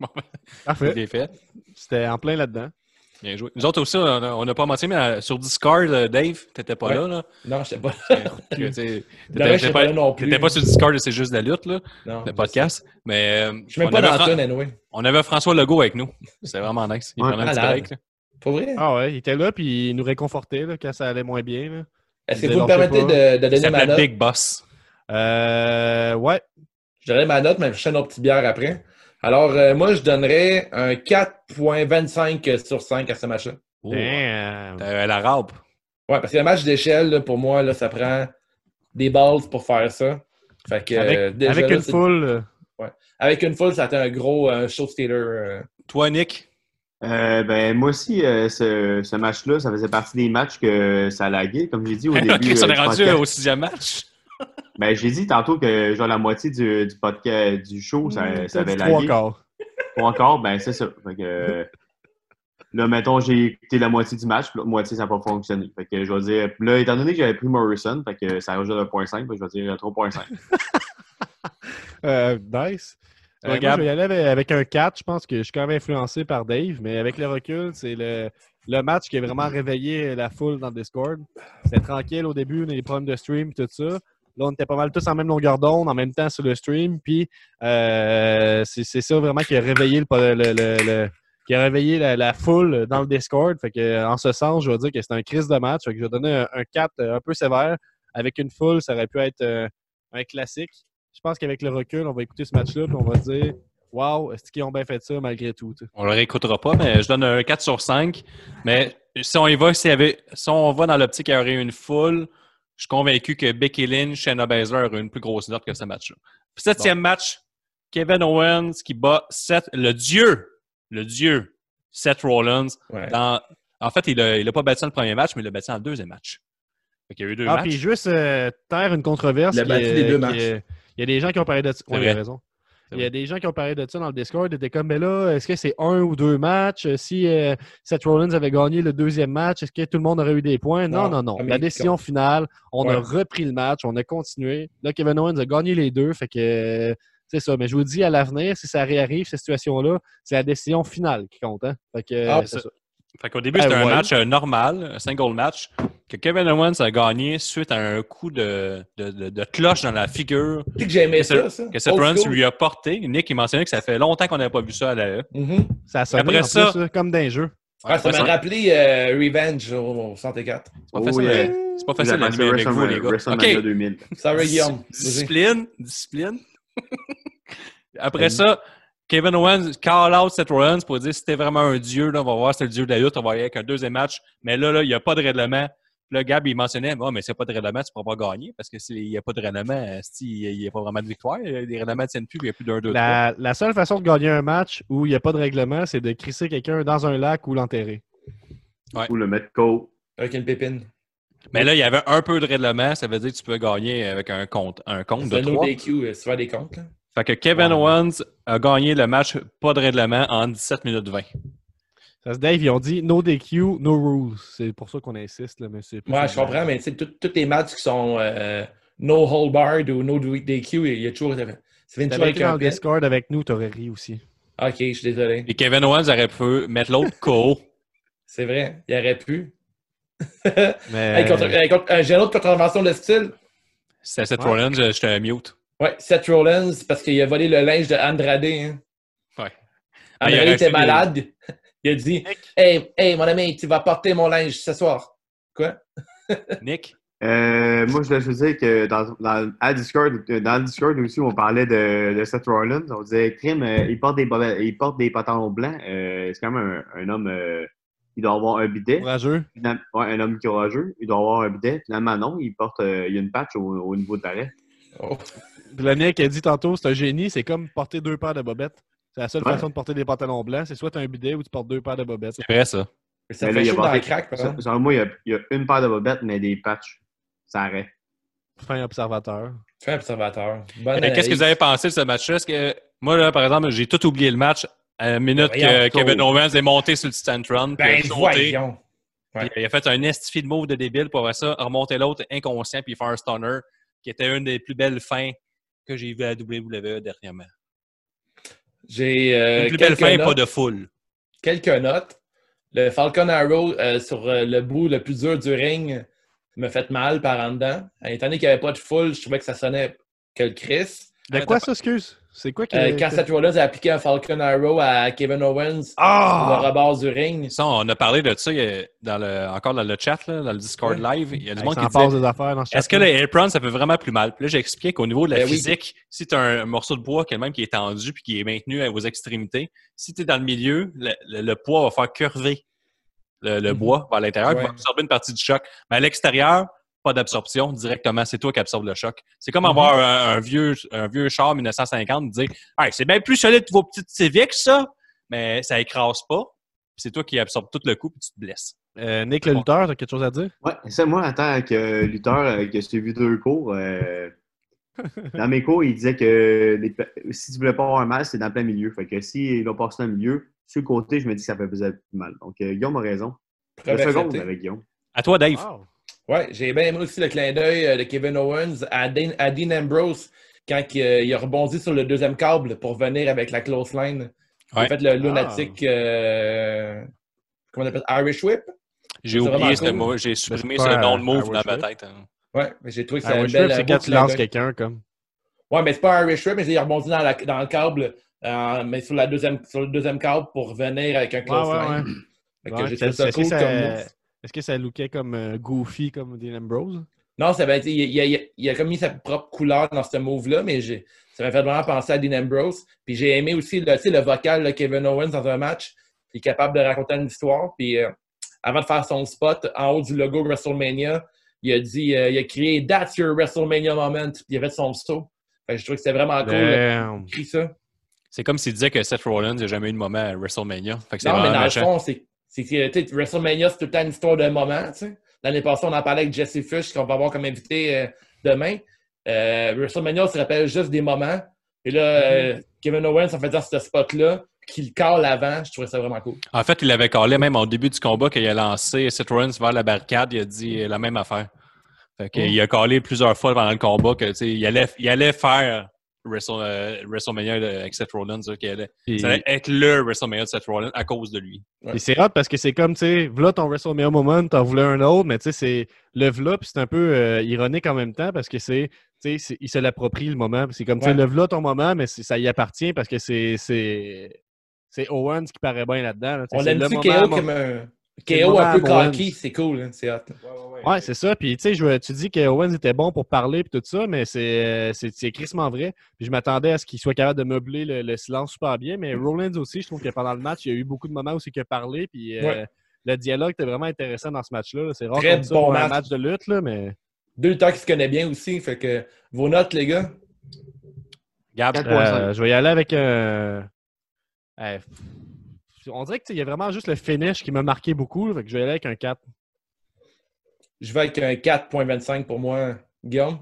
E: Bon, ben,
D: Parfait.
E: il est fait.
D: C'était en plein là-dedans.
E: Bien joué. Nous autres aussi, on a- on n'a pas menti, mais euh, sur Discord, euh, Dave, t'étais pas
A: Ouais.
E: là, là.
A: Non, je sais pas.
E: Que, tu sais,
A: De vrai, je
E: T'étais
A: sais pas là
E: pas,
A: non plus.
E: t'étais pas sur le Discord, c'est juste la lutte, là,
A: Non,
E: le podcast. Mais euh,
A: Je suis même
E: on,
A: pas
E: avait
A: dans la
E: Fran-
A: tonne, anyway.
E: on avait François Legault avec nous. C'est vraiment nice. Il
F: Ouais,
E: prenait un petit
A: malade.
E: break. là.
A: Pour vrai?
D: Ah ouais, il était là, puis il nous réconfortait là, quand ça allait moins bien. là.
A: Est-ce
D: je
A: que vous me
D: leur sais
A: permettez de, de
E: Il
A: donner ma
E: s'appelait
A: note?
E: Big Boss.
D: Euh, ouais.
A: Je donnerai ma note, mais je fais notre petite bière après. Alors, euh, moi, je donnerais un 4.25 sur 5 à ce match-là.
E: Oh,
D: Damn.
E: T'as la rabe.
A: Ouais, parce que le match d'échelle, là, pour moi, là, ça prend des balles pour faire ça. Fait que,
D: Avec,
A: euh, déjà,
D: avec
A: là,
D: une
A: c'est-
D: foule. euh,
A: Avec une foule, ça a été un gros euh, show stealer. euh.
E: Toi, Nick,
F: Euh, ben, moi aussi, euh, ce, ce match-là, ça faisait partie des matchs que ça laguait, comme j'ai dit au début.
E: Ok, on
F: euh,
E: est
F: du
E: rendu
F: podcast.
E: au sixième match.
F: Ben, j'ai dit tantôt que genre la moitié du, du podcast du show, ça,
D: t'as
F: Oh, ça
D: dit
F: avait
D: Mm, euh, trois
F: lagué.
D: quarts.
F: Trois quarts, ben c'est ça. Fait que, euh, là, mettons, j'ai écouté la moitié du match, puis l'autre moitié, ça n'a pas fonctionné. Fait que je vais dire, là, étant donné que j'avais pris Morrison, fait que ça rajoute 1.5, fait que ben, je vais dire 3.5.
D: Euh, nice.
E: Toi,
D: Euh, moi,
E: Gab?
D: je vais y aller avec, avec un 4. Je pense que je suis quand même influencé par Dave, mais avec le recul, c'est le, le match qui a vraiment réveillé la foule dans le Discord. C'était tranquille au début, on a eu des problèmes de stream tout ça. Là, on était pas mal tous en même longueur d'onde, en même temps sur le stream. Puis euh, c'est c'est ça vraiment qui a réveillé le, le- le- le- qui a réveillé la, la foule dans le Discord. Fait que, en ce sens, je vais dire que c'est un crise de match. Fait que je vais donner un, un 4 un peu sévère. Avec une foule, ça aurait pu être euh, un classique. je pense qu'avec le recul, on va écouter ce match-là puis on va se dire Waouh, est-ce qu'ils ont bien fait ça malgré tout? tu sais.
E: On le réécoutera pas, mais je donne un 4 sur 5. Mais si on y va, s'il y avait- si on va dans l'optique qu'il y aurait une foule, je suis convaincu que Becky Lynch, Shayna Baszler auraient une plus grosse note que ce match-là. Puis Septième match, Kevin Owens qui bat Seth, le dieu, le dieu, Seth Rollins.
A: Ouais.
E: dans- en fait, il a, il a pas battu dans le premier match, mais il l'a battu dans le deuxième match. il y a eu deux
D: Ah,
E: matchs.
D: puis juste euh, taire une controverse.
A: Il a
D: qui
A: battu
D: est-
A: les deux
D: qui
A: matchs.
D: est- Il y a des gens qui ont parlé de ça. Oui, il
E: vrai.
D: a raison.
E: C'est
D: Il y
E: vrai.
D: a des gens qui ont parlé de ça dans le Discord. Ils étaient comme, mais là, est-ce que c'est un ou deux matchs? Si euh, Seth Rollins avait gagné le deuxième match, est-ce que tout le monde aurait eu des points? Non,
A: Non,
D: non, non.
A: premier
D: La
A: qui
D: décision finale, on a
A: Ouais.
D: repris le match, on a continué. Là, Kevin Owens a gagné les deux. Fait que euh, c'est ça. Mais je vous dis, à l'avenir, si ça réarrive, cette situation-là, c'est la décision finale qui compte. Hein? Fait que, euh,
A: Ah,
D: c'est ça.
E: Fait qu'au début,
D: Ben
E: c'était un
D: ouais.
E: match euh, normal, un single match, que Kevin Owens a gagné suite à un coup de, de- de- de cloche dans la figure
A: Tu sais que j'aimais ça, ça.
E: que Seth
A: Old
E: Rollins
A: school.
E: lui a porté. Nick, il mentionnait que ça fait longtemps qu'on n'avait pas vu ça à la E.
A: Mhm.
D: Ça a sonné,
E: Après
D: en
E: ça-
D: plus, là, comme d'un jeu.
A: Ah, ça
E: Ouais,
A: m'a
E: c'est-
A: rappelé euh, Revenge au au 104.
E: C'est pas
F: Oh,
E: facile,
F: yeah.
E: euh, c'est pas facile à
F: J'ai
E: animer avec vous, les
F: WrestleMania
E: gars.
F: WrestleMania
E: OK,
F: 2000.
A: Sorry, Guillaume. Vas-y.
E: discipline, discipline. Après ça, Kevin Owens call out Seth Rollins pour dire c'était vraiment un dieu, là, on va voir si c'est le dieu de la lutte, on va y aller avec un deuxième match. Mais là, là, il n'y a pas de règlement. Puis Là, Gab, il mentionnait, oh, mais s'il n'y a pas de règlement, tu ne pourras pas gagner parce que s'il n'y a pas de règlement, euh, si, il n'y a pas vraiment de victoire. Les règlements ne tiennent plus, puis il n'y a plus d'un, deux, trois.
D: La, la seule façon de gagner un match où il n'y a pas de règlement, c'est de crisser quelqu'un dans un lac ou l'enterrer.
F: Ou le mettre co.
A: Avec une pépine.
E: Mais là, il y avait un peu de règlement, ça veut dire que tu peux gagner avec un compte, un compte de
A: C'est nos
E: trois.
A: DQ, euh, se faire des comptes. là.
E: Fait que Kevin Owens a gagné le match pas de règlement en 17 minutes 20.
D: Ça se Dave, ils ont dit no DQ, no rules. C'est pour ça qu'on insiste, là, mais c'est
E: Mm-hmm.
D: pas-
A: Ouais, je comprends, mais tu sais, tout- tous les matchs qui sont euh, no hold barred ou no DQ, il y a toujours. Ça vient toujours
D: T'avais
A: avec
D: été dans
A: un
D: le
A: pin. Ah,
D: Discord avec nous, t'aurais ri aussi.
A: Ok, je suis désolé.
E: Et Kevin Owens aurait pu mettre l'autre KO.
A: C'est vrai, il aurait pu.
D: Mais...
A: Hey, contre- hey, contre- euh, J'ai une autre contravention de style.
E: C'était Seth
D: Ouais.
E: Rollins, euh, j'étais un mute.
A: Ouais, Seth Rollins, parce qu'il a volé le linge de Andrade. hein.
E: Ouais. Ah, il
A: Andrade
E: aurait
A: était
E: fait des-
A: malade. Il a dit Hey, hey, mon ami, tu vas porter mon linge ce soir. Quoi
E: Nick,
F: Euh, moi, je voulais juste dire que dans, dans, à Discord, euh, dans le Discord aussi, on parlait de, de Seth Rollins. On disait, Crime, euh, il, porte des, bola- il porte des pantalons blancs. Euh, c'est quand même un, un homme. euh, il doit avoir un bidet.
D: Courageux.
F: Finalement- Ouais, un homme courageux. Il doit avoir un bidet. Finalement, non. Il porte euh, il y a une patch au, au niveau de l'arrêt.
A: Oh.
D: Puis le mec a dit tantôt, c'est un génie, c'est comme porter deux paires de bobettes. C'est la seule
F: Ouais.
D: façon de porter des pantalons blancs, c'est soit t'as un bidet ou tu portes deux paires de bobettes.
E: c'est vrai ça.
A: Ça
F: Mais là,
A: fait
F: il a
A: chaud dans
F: porté-
A: le crack,
E: Ah.
A: par
F: Ça-
A: exemple.
F: Selon moi, il y, a, il y a une paire de bobettes, mais des patchs. Ça arrête.
D: Fin observateur.
A: Fais observateur. Bonne
E: Euh, Qu'est-ce que
A: analyse.
E: vous avez pensé de ce match-là? Est-ce que moi, là, par exemple, j'ai tout oublié le match à la minute que
A: Voyons,
E: Kevin Owens est monté sur le Titan Tron.
A: Ben,
E: puis a sauté,
A: voyons.
E: puis il a fait un estifi de move de débile pour après ça, remonter l'autre inconscient puis faire un stunner, qui était une des plus belles fins que j'ai vues à WWE dernièrement.
A: J'ai euh,
E: une plus belle
A: quelques,
E: fin,
A: notes,
E: pas de foule.
A: quelques notes. Le Falcon Arrow euh, sur euh, le bout le plus dur du ring me fait mal par en dedans. Euh, Étant donné qu'il n'y avait pas de foule, je trouvais que ça sonnait que le Chris.
D: De
E: Ah,
D: quoi
E: t'as
D: ça, excuse? C'est quoi qui
A: Euh, quand Seth Rollins a appliqué un Falcon Arrow à Kevin Owens sur le
D: Ah!
A: rebord du ring,
E: Ça, on a parlé de ça euh, dans le, encore dans le chat, là, dans le Discord live. Il y a du
D: Hey,
E: monde
D: ça
E: qui
D: en passe
E: disait
D: des affaires dans ce
E: Est-ce que
D: chat-là.
E: le apron, ça fait vraiment plus mal? Puis là, j'explique au niveau de la
A: Ben oui.
E: physique, si tu as un morceau de bois quand même qui est tendu puis qui est maintenu à vos extrémités, si tu es dans le milieu, le, le- le poids va faire curver le, le
A: Mhm.
E: bois vers l'intérieur puis
A: Ouais.
E: va absorber une partie du choc. Mais à l'extérieur, pas d'absorption directement, c'est toi qui absorbes le choc. C'est
A: Mhm.
E: comme avoir un, un vieux, un vieux char 1950 et dire Hey, c'est bien plus solide que vos petites civiques, ça, mais ça écrase pas. Puis C'est toi qui absorbes tout le coup puis tu te blesses.
D: Euh, Nick le lutteur, t'as quelque chose à dire?
F: Ouais, ça, moi, en tant que lutteur euh, qui a suivi deux cours, euh, dans mes cours, il disait que les pe- si tu voulais pas avoir un mal, c'est dans le plein milieu. Fait que s'il va passer dans le milieu, sur le côté, je me dis que ça fait peut-être plus mal. Donc, euh, Guillaume a raison. La
A: preuve
F: seconde
A: acceptée.
F: avec Guillaume.
E: À toi, Dave.
A: Ouais, j'ai bien aimé aussi le clin d'œil euh, de Kevin Owens à, Dean- à Dean Ambrose quand il, euh, il a rebondi sur le deuxième câble pour venir avec la close line. Il a
E: Ouais.
A: fait le lunatic, euh, comment on appelle ça? Irish Whip.
E: J'ai
A: C'est
E: oublié
A: vraiment
E: ce
A: cool.
E: mot, j'ai supprimé
D: Ben,
E: ce
D: c'est pas
E: nom de
D: un-
A: euh,
E: move
D: un
E: dans
D: wish
E: ma
D: list.
E: tête. hein.
A: Ouais, mais j'ai trouvé que c'est
D: Ah,
A: un
D: ouais, je
A: bel.
D: trouve que c'est
A: beau
D: quand tu
A: clin
D: lances
A: d'œil.
D: quelqu'un comme.
A: Ouais, mais c'est pas un Irish Whip, mais il est rebondi dans, la- dans le câble, euh, mais sur, la deuxième, sur le deuxième câble pour venir avec un close
D: ouais,
A: line.
D: ouais.
A: Fait que
D: Ouais,
A: j'ai
D: est-ce
A: trouvé ça
D: que
A: cool
D: ça-
A: comme move.
D: Est-ce que ça lookait comme euh, goofy comme Dean Ambrose?
A: Non, ça va être, il, il- il- il a comme mis sa propre couleur dans ce move-là, mais j'ai- ça m'a fait vraiment penser à Dean Ambrose. Puis j'ai aimé aussi le, tu sais, le vocal de Kevin Owens dans un match. Il est capable de raconter une histoire. Puis euh, avant de faire son spot, en haut du logo WrestleMania, il a dit, euh, il a crié That's your WrestleMania moment. Puis il a fait son saut. Fait que je trouve que c'était vraiment cool. là,
D: Damn.
A: qu'il crie ça.
E: C'est comme s'il disait que Seth Rollins n'a jamais eu de moment à WrestleMania. Fait que c'est
A: Non, mais
E: vraiment
A: dans le
E: méchant.
A: fond, c'est c'est que tu sais, WrestleMania, c'est tout le temps une histoire d'un moment. tu sais. L'année passée, on en parlait avec Jesse Fish, qu'on va avoir comme invité euh, demain. Euh, WrestleMania, on se rappelle juste des moments. Et là,
D: Mm-hmm.
A: euh, Kevin Owens, en faisant ce spot-là, qu'il cale avant, je trouvais ça vraiment cool.
E: En fait, il avait calé même au début du combat qu'il a lancé Seth Rollins vers la barricade, il a dit la même affaire. Fait
A: Oh.
E: que, Il a calé plusieurs fois pendant le combat que tu sais, il allait, il allait faire Wrestle- euh, WrestleMania de- avec Seth Rollins. là, qu'il allait-
D: Puis-
E: ça allait être le WrestleMania de Seth Rollins à cause de lui.
D: Et c'est hot parce que c'est comme, tu sais, v'là ton WrestleMania moment, t'en voulais un autre, mais tu sais, c'est le v'là, puis c'est un peu euh, ironique en même temps parce que c'est, tu sais, c'est- il se l'approprie le moment. Puis C'est comme, tu sais,
A: Ouais.
D: le v'là ton moment, mais c'est- ça y appartient parce que c'est, c'est, c'est Owens qui paraît bien là-dedans. là. Tu sais,
A: On
D: c'est le
A: aime-tu
D: moment
A: KO
D: à mon-
A: comme un.
D: c'est le
A: KO
D: moment
A: un peu
D: à Owens.
A: cocky, c'est cool, hein, c'est hot.
D: Ouais, c'est ça. Puis, tu sais, je veux- tu dis que Owens était bon pour parler et tout ça, mais c'est, euh, c'est, c'est crissement vrai. Puis, je m'attendais à ce qu'il soit capable de meubler le, le silence super bien. Mais Rollins aussi, je trouve que pendant le match, il y a eu beaucoup de moments où c'est qu'il a parlé. Puis, euh,
A: Ouais.
D: le dialogue était vraiment intéressant dans ce match-là. là. C'est rare
A: Très
D: comme ça
A: bon
D: pour un
A: match.
D: match de lutte, là, mais.
A: Deux temps qui se connaissent bien aussi, fait que vos notes, les gars.
E: Gab,
D: Euh, je vais y aller avec un. Eh, pff, on dirait qu'il y a vraiment juste le finish qui m'a marqué beaucoup. là. fait que je vais y aller avec un 4.
A: Je vais avec un 4.25 pour moi, Guillaume.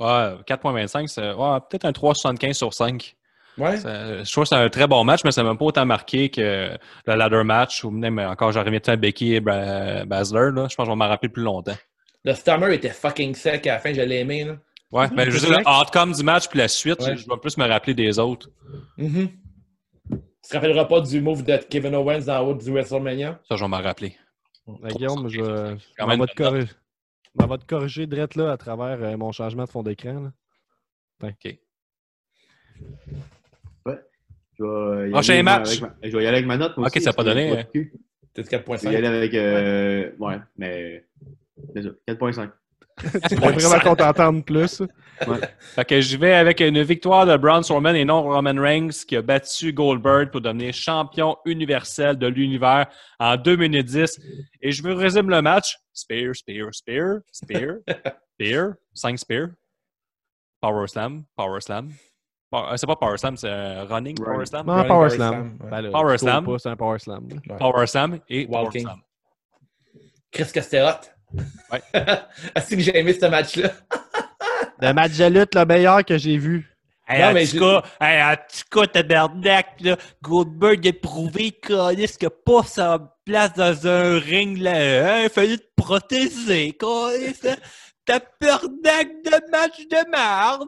E: euh, ouais, 4.25, c'est ouais, peut-être un 3.75 sur 5.
A: Ouais.
E: Ça- je trouve que c'est un très bon match, mais ça m'a pas autant marqué que le ladder match ou même encore j'arrivais à Becky et Bra- Basler. là. Je pense que je vais m'en rappeler plus longtemps.
A: Le Stammer était fucking sec à la fin, je l'ai aimé. Là.
E: Ouais, ben, je veux dire, le outcome du match puis la suite,
A: Ouais.
E: je vais plus me rappeler des autres.
A: Mhm. Tu te rappelleras pas du move de Kevin Owens dans le haut du WrestleMania?
E: Ça, je vais m'en rappeler.
D: Ben, Guillaume, je vais.
E: Quand
D: On
E: même
D: va te corriger. On va te corriger direct là à travers euh, mon changement de fond d'écran. là.
F: Je vais y
E: Prochain
F: aller, moi,
E: match.
F: avec ma- Je vais y aller avec ma note. moi
E: Ok,
F: aussi,
E: ça a pas
F: parce que
E: donné, hein.
F: j'ai de cul.
A: C'est
F: Je vais y
A: 4.5.
F: aller avec. euh, Ouais, mais. C'est ça, 4.5.
D: Tu voulais vraiment qu'on t'entende plus.
E: Fait que j'y vais avec une victoire de Braun Strowman et non Roman Reigns qui a battu Goldberg pour devenir champion universel de l'univers en 2 minutes 10. Et je vous résume le match. Spear, spear, spear, spear, spear, 5 spears. Power slam, power slam. Power- euh, C'est pas power slam, c'est euh, running power
F: Running.
E: slam.
D: Non, power slam. Ben là,
E: Power
D: tu sauves
E: slam.
D: pas, C'est un power slam.
E: Power slam et power
A: Walking.
E: slam.
A: Chris Casterotte.
E: Ouais.
A: Est-ce que j'ai aimé ce match-là?
D: Le match de lutte le meilleur que j'ai vu.
E: Hey,
A: Non,
E: en,
A: mais
E: tout
A: je-
E: cas, hey, en tout cas, tabarnak, là, Goldberg a prouvé qu'il n'a pas sa place dans un ring. Là, hein, il a fallu te protéger. câlisse, hein. Tabarnak de match de merde.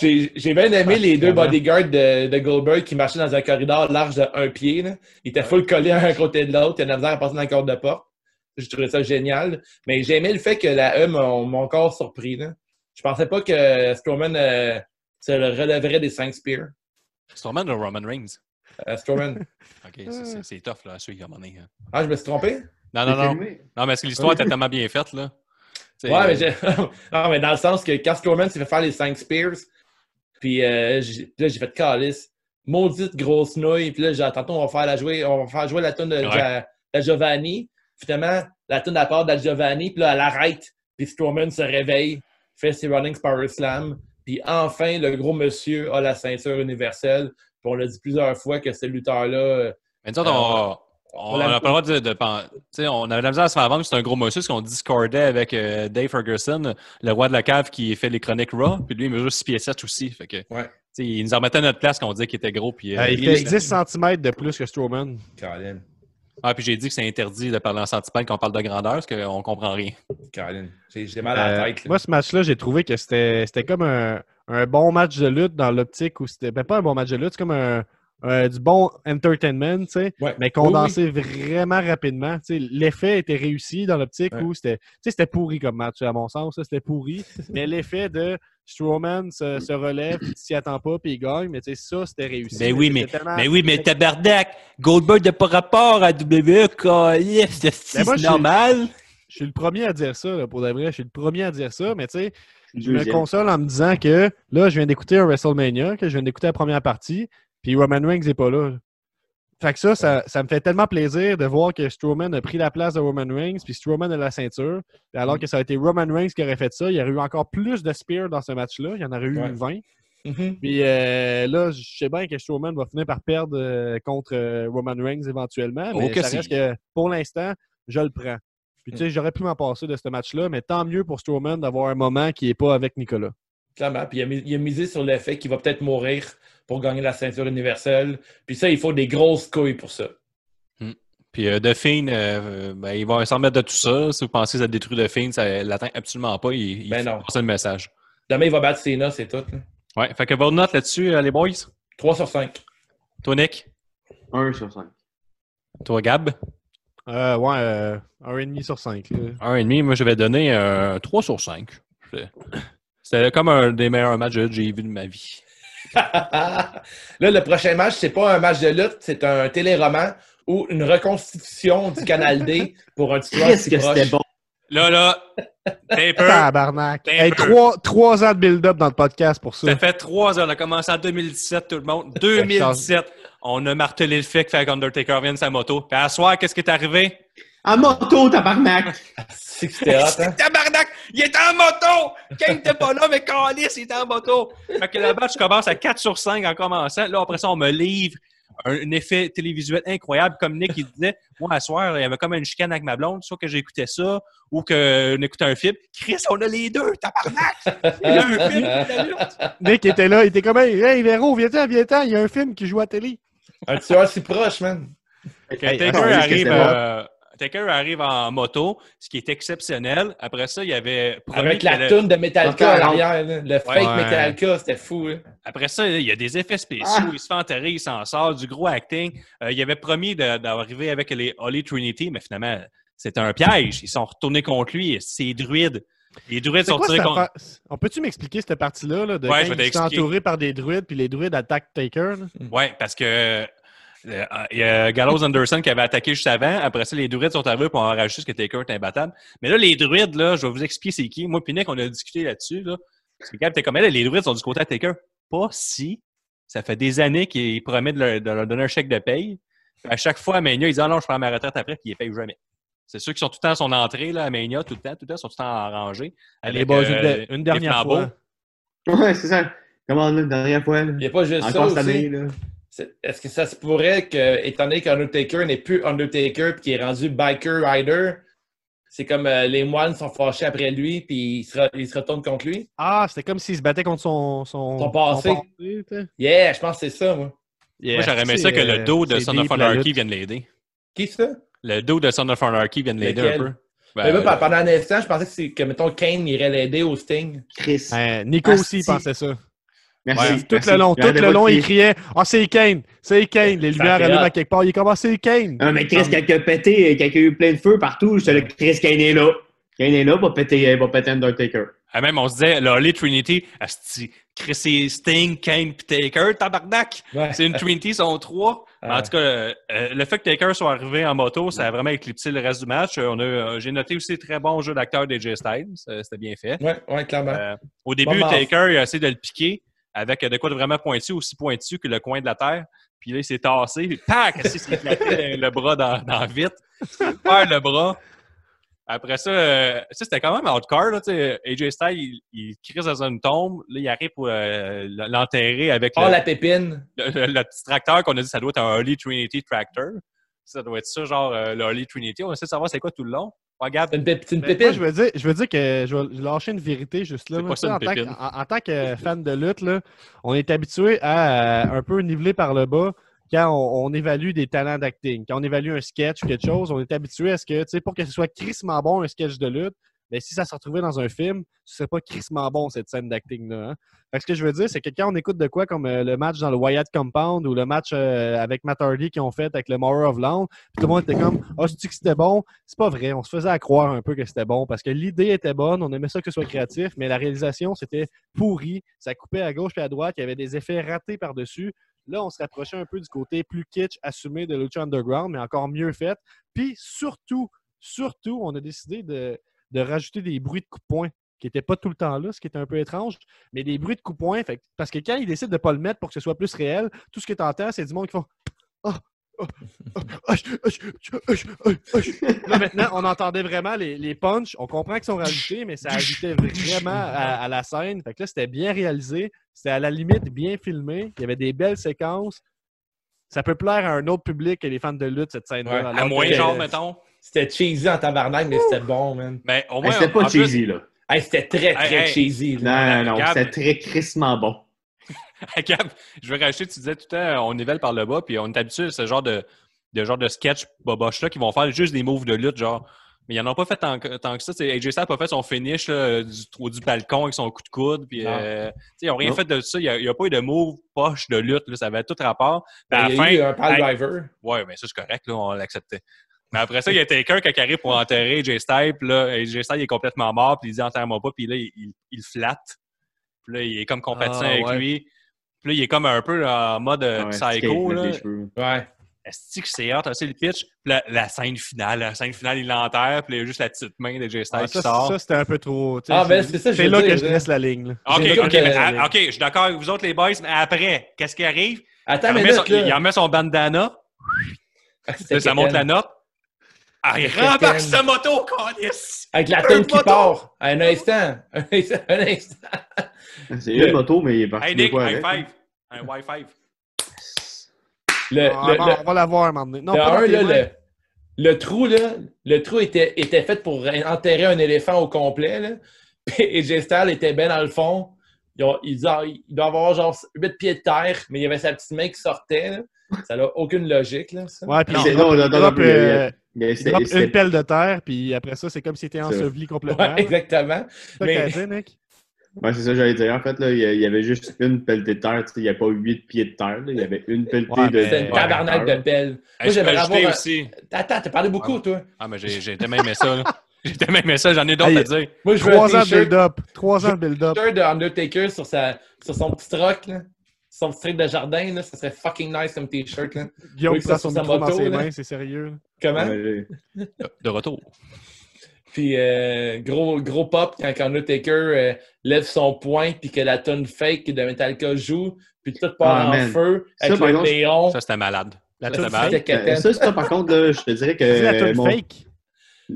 A: J'ai j'ai bien aimé les deux
D: vraiment.
A: bodyguards de, de Goldberg qui marchaient dans un corridor large de un pied. là. Ils étaient full collés un à côté de l'autre. Il y en a besoin à passer dans le corps de porte. Je trouvais ça génial. Mais j'ai aimé le fait que la E m'ont m'ont encore surpris. Là. Je pensais pas que Strowman euh, se relèverait des 5 spears.
E: Storman de Roman Reigns.
A: Euh, Strowman.
E: Ok, c'est tough là, celui qui a mené.
A: Ah, je me suis trompé?
E: hein. Non,
F: T'es
E: non, non.
F: filmé?
E: Non, mais est-ce que l'histoire était tellement bien faite là? C'est-
A: Ouais, mais, j'ai- non, mais dans le sens que quand Strowman s'est fait faire les 5 spears, puis euh, j'ai- là, j'ai fait calice. Maudite grosse nouille. Puis là, j'ai tantôt, on va faire, la jouer, on va faire jouer la tune de,
E: Ouais.
A: la- la Giovanni. Finalement, la tune à part de la Giovanni, puis là, elle arrête. Puis Strowman se réveille, fait ses Running Power Slam. Puis enfin, le gros monsieur a la ceinture universelle. Puis on l'a dit plusieurs fois que ce lutteur-là, euh,
E: Mais nous autres, on- on
A: on l'a-
E: n'a pas le droit de, de pen- tu sais, On avait de la misère à se faire vendre, c'est un gros monsieur, parce qu'on discordait avec euh, Dave Ferguson, le roi de la cave qui fait les chroniques Raw, puis lui, il mesure 6 pieds 7 aussi. Fait que,
A: Ouais.
E: tu sais, il nous en remettait à notre place quand on disait qu'il était gros. Puis, euh,
D: il
A: il
D: fait
A: est-
D: 10 cm de plus que Strowman.
A: Caroline,
E: ah, puis j'ai dit que c'est interdit de parler en centipèdes quand on parle de grandeur, parce qu'on comprend rien.
A: Caroline, j'ai j'ai mal à
D: Euh,
A: la tête. là.
D: moi, ce match-là, j'ai trouvé que c'était c'était comme un, un bon match de lutte dans l'optique où c'était. Ben, pas un bon match de lutte, c'est comme un, un- du bon entertainment, tu sais.
A: Ouais.
D: Mais
A: Oui,
D: condensé vraiment rapidement. Tu sais, L'effet était réussi dans l'optique
A: Ouais.
D: où c'était tu sais, c'était pourri comme match, à mon sens. là, C'était pourri. mais l'effet de Strowman se, se relève, puis il s'y attend pas, puis il gagne. Mais tu sais, ça, c'était réussi.
E: Ben oui,
D: c'était
A: Ah,
D: tellement-
E: Mais oui, mais tabarnak! Goldberg n'a pas rapport à WWE, E, c'est
A: Ben,
D: Mais moi, je suis-
E: normal!
D: Je suis le premier à dire ça, là, pour de vrai. Je suis le premier à dire ça, mais tu sais, je me
F: Deuxième.
D: console en me disant que là, je viens d'écouter un WrestleMania, que je viens d'écouter la première partie, puis Roman Reigns n'est pas là. Fait que ça, ça, ça me fait tellement plaisir de voir que Strowman a pris la place de Roman Reigns, puis Strowman a la ceinture. Puis Alors que ça a été Roman Reigns qui aurait fait ça, il y aurait eu encore plus de spears dans ce match-là. Il y en aurait eu
A: Ouais.
D: 20.
A: Mhm.
D: Puis euh, là, je sais bien que Strowman va finir par perdre euh, contre euh, Roman Reigns éventuellement, mais
E: Oh que
D: ça
E: si.
D: reste que pour l'instant, je le prends. Puis tu sais, j'aurais pu m'en passer de ce match-là, mais tant mieux pour Strowman d'avoir un moment qui n'est pas avec Nicolas.
A: Clairement. Puis il a, mis- il a misé sur le fait qu'il va peut-être mourir pour gagner la ceinture universelle. Puis ça, il faut des grosses couilles pour ça.
E: Puis euh, The Fiend, euh, ben, il va s'en mettre de tout ça. Si vous pensez que ça détruit The Fiend, ça l'atteint absolument pas. Il, il
A: Ben
E: fait
A: non.
E: passer le message.
A: Demain, il va battre Cena, c'est tout. là.
E: Ouais, fait que votre note là-dessus, euh, les boys?
A: 3 sur 5.
E: Toi, Nick?
F: 1 sur 5.
E: Toi, Gab?
D: Euh, ouais, euh, un et demi sur cinq. là.
E: Un et demi, moi, je vais donner un 3 sur 5. C'était comme un des meilleurs matchs que j'ai vu de ma vie.
A: là, le prochain match, c'est pas un match de lutte, c'est un téléroman ou une reconstitution du Canal D pour un tueur
F: Qu'est-ce
A: si
F: que c'était
A: proche.
F: bon?
E: Là, là, t'es
D: Ah,
E: peur.
D: Tabarnak!
E: T'es
D: Hey,
E: peu.
D: trois, trois ans de build-up dans le podcast pour ça.
E: Ça fait trois ans, on a commencé en 2017, tout le monde. 2017, on a martelé le fait que Fake Undertaker revienne sa moto. Puis à soir, qu'est-ce qui est arrivé?
F: En moto, Ah, tabarnak!
A: C'est Ah, que c'était hot, hein?
E: Tabarnak! Il était en moto! Quand il était pas là, mais Calis, il était en moto! Fait que là-bas, je commence à 4 sur 5 en commençant. Là, après ça, on me livre un, un effet télévisuel incroyable. Comme Nick, il disait, moi, à soir, il y avait comme une chicane avec ma blonde, soit que j'écoutais ça ou que on écoutait un film. Chris, on a les deux! Tabarnak! Il
A: Euh,
E: y a un film! il y a l'autre.
D: Nick était là, il était comme Hey, hey Véro, viens-t'en, viens-t'en, il y a un film qui joue à télé.
A: Un tueur si proche, man.
E: Quand
D: Hey,
F: Ah,
E: Taker,
D: attends, est-ce que
E: arrive,
D: c'était
E: euh, Taker arrive en moto, ce qui est exceptionnel. Après ça, il y avait. promis
A: Avec
E: que Ah le-
A: la toune de Metallica à
F: Encore,
A: l'arrière, là. le fake
E: Ouais.
A: Metallica, c'était fou. hein.
E: Après ça, il y a des effets spéciaux.
D: Ah.
E: Il se fait enterrer, il s'en sort, du gros acting. Euh, il avait promis de- d'arriver avec les Holy Trinity, mais finalement, c'était un piège. Ils sont retournés contre lui. C'est les druides. Les druides
D: C'est
E: sont
D: quoi
E: tirés
D: cette
E: contre.
D: affaire- On peut-tu m'expliquer cette partie-là là, de
E: Ouais, je vais
D: quand il s'est
E: t'expliquer.
D: entouré par des druides, puis les druides attaquent Taker? là?
E: Ouais, parce que euh, euh, il y a Gallows Anderson qui avait attaqué juste avant. Après ça, les druides sont arrivés pour en rajouter ce que Taker est imbattable. Mais là, les druides, là, je vais vous expliquer c'est qui. Moi, puis Nick, on a discuté là-dessus. Là. Parce que Gab était comme elle, les druides sont du côté de Taker. Pas si. Ça fait des années qu'il promet de leur, de leur donner un chèque de paye. Puis À chaque fois, à Mania, ils disent Ah non, je prends ma retraite après, puis ils ne payent jamais. C'est ceux qui sont tout le temps à son entrée, là, à Mania, tout le temps, tout le temps, sont tout le temps en rangée.
D: Allez,
E: Avec,
D: boys,
E: euh,
D: une, de- une
E: les
D: dernière
E: flambeaux.
D: fois.
E: euh,
F: Ouais, c'est ça. Comment là, dernière fois? là?
A: Il n'y a pas juste
F: Encore cette
A: ça. aussi.
F: année, là.
A: C'est- Est-ce que ça se pourrait que, étant donné qu'Undertaker n'est plus Undertaker puis qu'il est rendu Biker Rider, c'est comme euh, les moines sont fâchés après lui puis ils se, re- ils se retournent contre lui?
D: Ah, c'était comme s'il se battait contre son... Son,
A: Son passé.
D: tu sais.
A: Yeah, je pense que c'est ça, moi.
E: Moi, j'aurais aimé ça que
D: euh,
E: le dos de Son of Anarchy vienne l'aider.
A: Qui ça?
E: Le dos de Son of Anarchy vient de l'aider un
A: Lequel?
E: peu. Ben,
A: Mais moi,
E: euh,
A: pendant un instant, je pensais que, c'est- que mettons, Kane irait l'aider au Sting.
F: Chris.
D: Hein, Nico aussi il
F: Asti.
D: pensait ça.
F: Merci.
D: Tout
F: merci.
D: le long, tout
F: J'arrêtais
D: le
F: pas
D: long,
F: de
D: il
F: crier.
D: criait « Ah, c'est Kane! C'est Kane! » Les
A: Ça
D: lumières
A: fait
D: allument
A: hâte.
D: à quelque part. Il est comme « Ah, c'est Kane!
F: Ah, mais Chris, quelqu'un a pété, euh, quelqu'un a eu plein de feux partout. J'étais là, Chris, Kane est là. Kane est là, va péter, euh, va péter Undertaker.
E: ah, même, on se disait, le Holy Trinity, asti, Chris et Sting, Kane pis Taker, tabarnak!
A: Ouais.
E: C'est une Trinity, ils sont trois. Mais En
A: Ah.
E: tout cas, euh, euh, le fait que Taker soit arrivé en moto, ça a vraiment éclipsé le reste du match. Euh, on a, euh, J'ai noté aussi très bon jeu d'acteur des J Styles. Euh, C'était bien fait.
A: Ouais, ouais, clairement.
E: Euh, Au début,
A: Bon,
E: Taker, il a essayé de le piquer avec euh, de quoi de vraiment pointu, aussi pointu que le coin de la terre. Puis là, il s'est tassé. puis Tac! Il s'est éclaté le bras dans, dans vite. Il perd le bras. Après ça, euh, ça c'était quand même hardcore. Là, tu sais. AJ Styles, il, il crisse dans une tombe. Là, il arrive pour euh, l'enterrer avec
A: Oh,
E: le,
A: la pépine.
E: le- le petit tracteur qu'on a dit ça doit être un Holy Trinity tractor. Ça doit être ça, genre euh, le Holy Trinity. On essaie de savoir c'est quoi tout le long. Regarde,
A: C'est une, pép- c'est une
E: Ben,
D: Mais Ben,
A: pépine.
D: moi, je veux dire, je veux dire que je vais lâcher une vérité juste là.
E: C'est
D: Moi,
E: quoi
D: tu sais,
E: ça,
D: en,
E: une
D: tant que,
E: pépine?
D: en- en tant que fan de lutte, là, on est habitué à euh, un peu niveler par le bas quand on, on évalue des talents d'acting. Quand on évalue un sketch ou quelque chose, on est habitué à ce que, tu sais, pour que ce soit crissement bon un sketch de lutte, mais si ça se retrouvait dans un film, ce serait pas crissement bon cette scène d'acting-là. hein. Fait que ce que je veux dire, c'est que quand on écoute de quoi comme euh, le match dans le Wyatt Compound ou le match euh, avec Matt Hardy qu'ils ont fait avec le Mower of Land, puis tout le monde était comme Ah, c'est-tu que c'était bon? C'est pas vrai. On se faisait à croire un peu que c'était bon parce que l'idée était bonne, on aimait ça que ce soit créatif, mais la réalisation, c'était pourri. Ça coupait à gauche et à droite, il y avait des effets ratés par-dessus. Là, on se rapprochait un peu du côté plus kitsch assumé de Lucha Underground, mais encore mieux fait. Puis surtout, Surtout, on a décidé de, de rajouter des bruits de coups de poing qui n'étaient pas tout le temps là, ce qui était un peu étrange, mais des bruits de coups de poing. fait que- parce que quand ils décident de ne pas le mettre pour que ce soit plus réel, tout ce que tu entends, c'est du monde qui font Ah! Ah! Ah! Ah! Ah! Ah! Ah! Ah! Ah! Là, maintenant, on entendait vraiment les, les punchs. On comprend qu'ils sont rajoutés, mais ça ajoutait vraiment à, à la scène. Fait que là, c'était bien réalisé. C'était à la limite bien filmé. Il y avait des belles séquences. Ça peut plaire à un autre public que les fans de lutte, cette scène-là.
A: Ouais, à
E: À
D: alors
E: moins,
D: que- euh,
E: genre, mettons.
A: C'était cheesy en tabarnak, mais c'était bon, man.
E: Mais au
F: Hey,
E: moins.
F: c'était
E: en
F: pas
E: plus,
F: cheesy, là.
A: Hey, c'était très, très
E: Hey, hey.
A: cheesy. là.
F: Non, non, non.
E: Gab-
F: C'était très crissement bon.
E: Gab, je veux racheter, tu disais tout le temps, on nivelle par le bas, puis on est habitué à ce genre de, de genre de sketch boboche-là qui vont faire juste des moves de lutte, genre. Mais ils n'en ont pas fait tant, que- tant que ça. C'est- AJ Styles a pas fait son finish là, du, trou- du balcon avec son coup de coude. Puis,
A: Non.
E: euh, tu sais, ils n'ont rien
F: Non.
E: fait de ça. Il n'y a, pas eu de move poche de lutte. là. Ça avait tout rapport. Puis à la
A: Ben, Il y
E: fin,
A: a eu un pal
E: hey,
A: driver.
E: Ouais, mais ça, c'est correct, là, on l'acceptait. Mais après ça, il y a quelqu'un qui arrive pour enterrer Jay Stipe, là, et Jay Stipe, il est complètement mort, puis il dit enterre-moi pas, puis là, il, il, il le flatte. Puis là, il est comme compatissant
D: Ah,
E: avec
D: ouais.
E: lui. Puis là, il est comme un peu en mode euh,
F: Ouais,
E: psycho,
F: skate,
E: là.
F: mettre des cheveux.
A: Ouais.
E: Est-ce que c'est hâte, hein, c'est le pitch? Puis la, la scène finale, la scène finale, il l'enterre, puis il y a juste la petite main de Jay Stipe
D: Ah,
E: qui
D: ça,
E: sort.
D: ça, c'était un peu trop. tu sais,
A: Ah, ben, c'est ça, je
D: C'est
A: veux
D: là
A: dire,
D: que je
A: hein.
D: laisse la ligne. là.
E: OK,
A: j'ai-
E: OK,
A: euh,
E: mais, ah, OK, je suis d'accord avec vous autres, les boys, mais après, qu'est-ce qui arrive? Il
A: Attends,
E: en,
A: mais
E: met son,
A: là,
E: Ah, il en met son bandana, Là, ça monte la note. Ah, il
A: C'était
E: rembarque
A: Ken.
E: sa moto, calice!
A: Avec la
E: Un
A: tête qui
E: moto.
A: part. Un instant. Un instant. Un instant.
F: C'est une moto, mais il est parti
E: Hey,
F: des
E: Nick,
F: fois
E: high
F: avec.
E: five! Un high five.
A: Le,
D: Ah,
A: le-
D: bon,
A: le-
D: on va la voir maintenant. Non,
A: le
D: pas dans
A: un,
D: tes
A: là,
D: mains.
A: le, le trou, là, le trou était, était fait pour enterrer un éléphant au complet. Là. Puis AJ Styles était bien dans le fond. Ils ont- ils ont- il doit avoir genre 8 pieds de terre, mais il y avait sa petite main qui sortait. là. Ça n'a aucune logique. Là, ça.
D: Ouais, puis
F: Non,
D: il
F: non, non,
D: drop-
F: non,
D: drop,
F: non,
D: euh,
F: Mais
D: il
F: c'était-
D: drop
F: c'était-
D: une pelle de terre, puis après ça, c'est comme si c'était enseveli complètement.
A: Ouais,
D: là.
A: exactement.
D: C'est ça
A: mais-
D: qu'elle dit, Nick.
F: Ouais, c'est ça que j'allais dire. En fait, là, il y a- il y avait juste une pelletée de terre. tu sais, Il n'y a pas huit pieds de terre. là. Il y avait une pelletée
D: Ouais,
F: de
D: mais-
A: C'était une
D: Ouais,
A: tabarnak de
F: terre.
A: pelle.
E: Hey, je peux
A: j'aimerais
E: ajouter
A: avoir un-
E: aussi.
A: Attends, t'as parlé beaucoup, toi.
E: Ah, mais j'ai j'ai tellement aimé ça, là. J'ai tellement aimé ça, j'en ai d'autres
D: Hey.
E: à dire.
A: Moi, je veux
D: Trois
A: un
D: ans de
A: t-shirt
D: build-up. Trois ans de build-up.
A: t-shirt de Undertaker sur, sa, sur son petit rock, là. son petit truc de jardin. Là. Ça serait fucking nice comme t-shirt. là.
D: Guillaume
A: Oui,
D: prend
A: ça,
D: son
A: sur sa
D: micro dans
A: moto,
D: ses
A: là.
D: mains, c'est sérieux. là.
A: Comment?
F: Ouais, j'ai-
E: De retour.
A: Puis euh, gros, gros pop quand quand Undertaker euh, lève son poing puis que la tonne fake de Metallica joue, puis tout part
F: Ah,
A: en
F: man.
A: feu
F: Ça,
A: avec
F: par
A: le
F: contre,
A: néon.
E: Ça, c'était malade.
D: La
E: Ça,
D: toune
E: c'était malade.
A: C'était
F: Euh,
A: quétaine.
F: ça, ça, par contre, là, je te dirais
D: C'est la
F: que
D: toune
F: Euh, mon,
D: fake.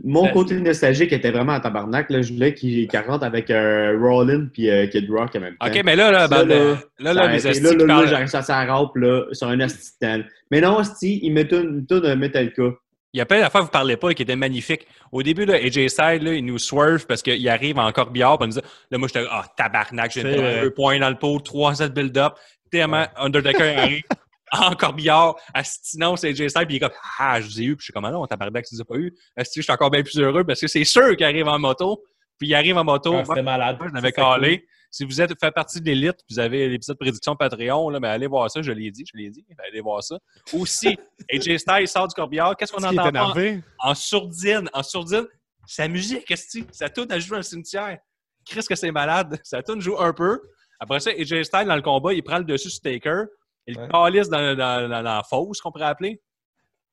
F: mon côté nostalgique était vraiment en tabarnak. Là. Je voulais qu'il 40 avec euh, Rollin puis euh, Kid Rock en même temps.
E: OK, mais là, là, ben,
F: Ça, là,
E: là, là,
F: Ça
E: les
F: a été-
E: estis
F: là, là,
E: qui
F: là,
E: parlent,
F: j'arrive sur sa rampe, là, sur un assistant. Mais non, Asti, il met une tonne de Metallica.
E: Il y a plein d'affaires que vous parlez pas et qui étaient magnifiques. Au début, là, AJ Styles, là, il nous swerve parce qu'il arrive en corbillard. Puis on nous dit, là, moi, j'étais, ah, tabarnak, j'ai
D: C'est vrai.
E: deux points dans le pot, trois sets de build-up. Tellement, Undertaker arrive en corbillard, astinant c'est AJ Styles, puis il est comme, ah, je vous ai eu, puis je suis comme, ah non, tabarnak, tu les as pas eu. Asti, je suis encore bien plus heureux parce que c'est sûr qu'il arrive en moto, puis il arrive en moto.
A: Ah, C'était malade.
E: Moi, je l'avais
A: Ça, ça
E: calé. Si vous êtes fait partie de l'élite, vous avez l'épisode prédiction Patreon, là, mais allez voir ça, je l'ai dit, je l'ai dit, mais allez voir ça. Aussi, AJ Styles sort du corbillard, qu'est-ce qu'on
D: Est-ce qu'il est
E: entend pas
D: énervé?
E: en, en sourdine, en sourdine, sa musique, qu'est-ce que ça tourne à jouer dans le cimetière. Chris que c'est malade, ça tourne joue un peu. Après ça, AJ Styles dans le combat, il prend le dessus sur Taker, il le
A: Ouais.
E: calisse dans, le- dans- dans la fosse qu'on pourrait appeler.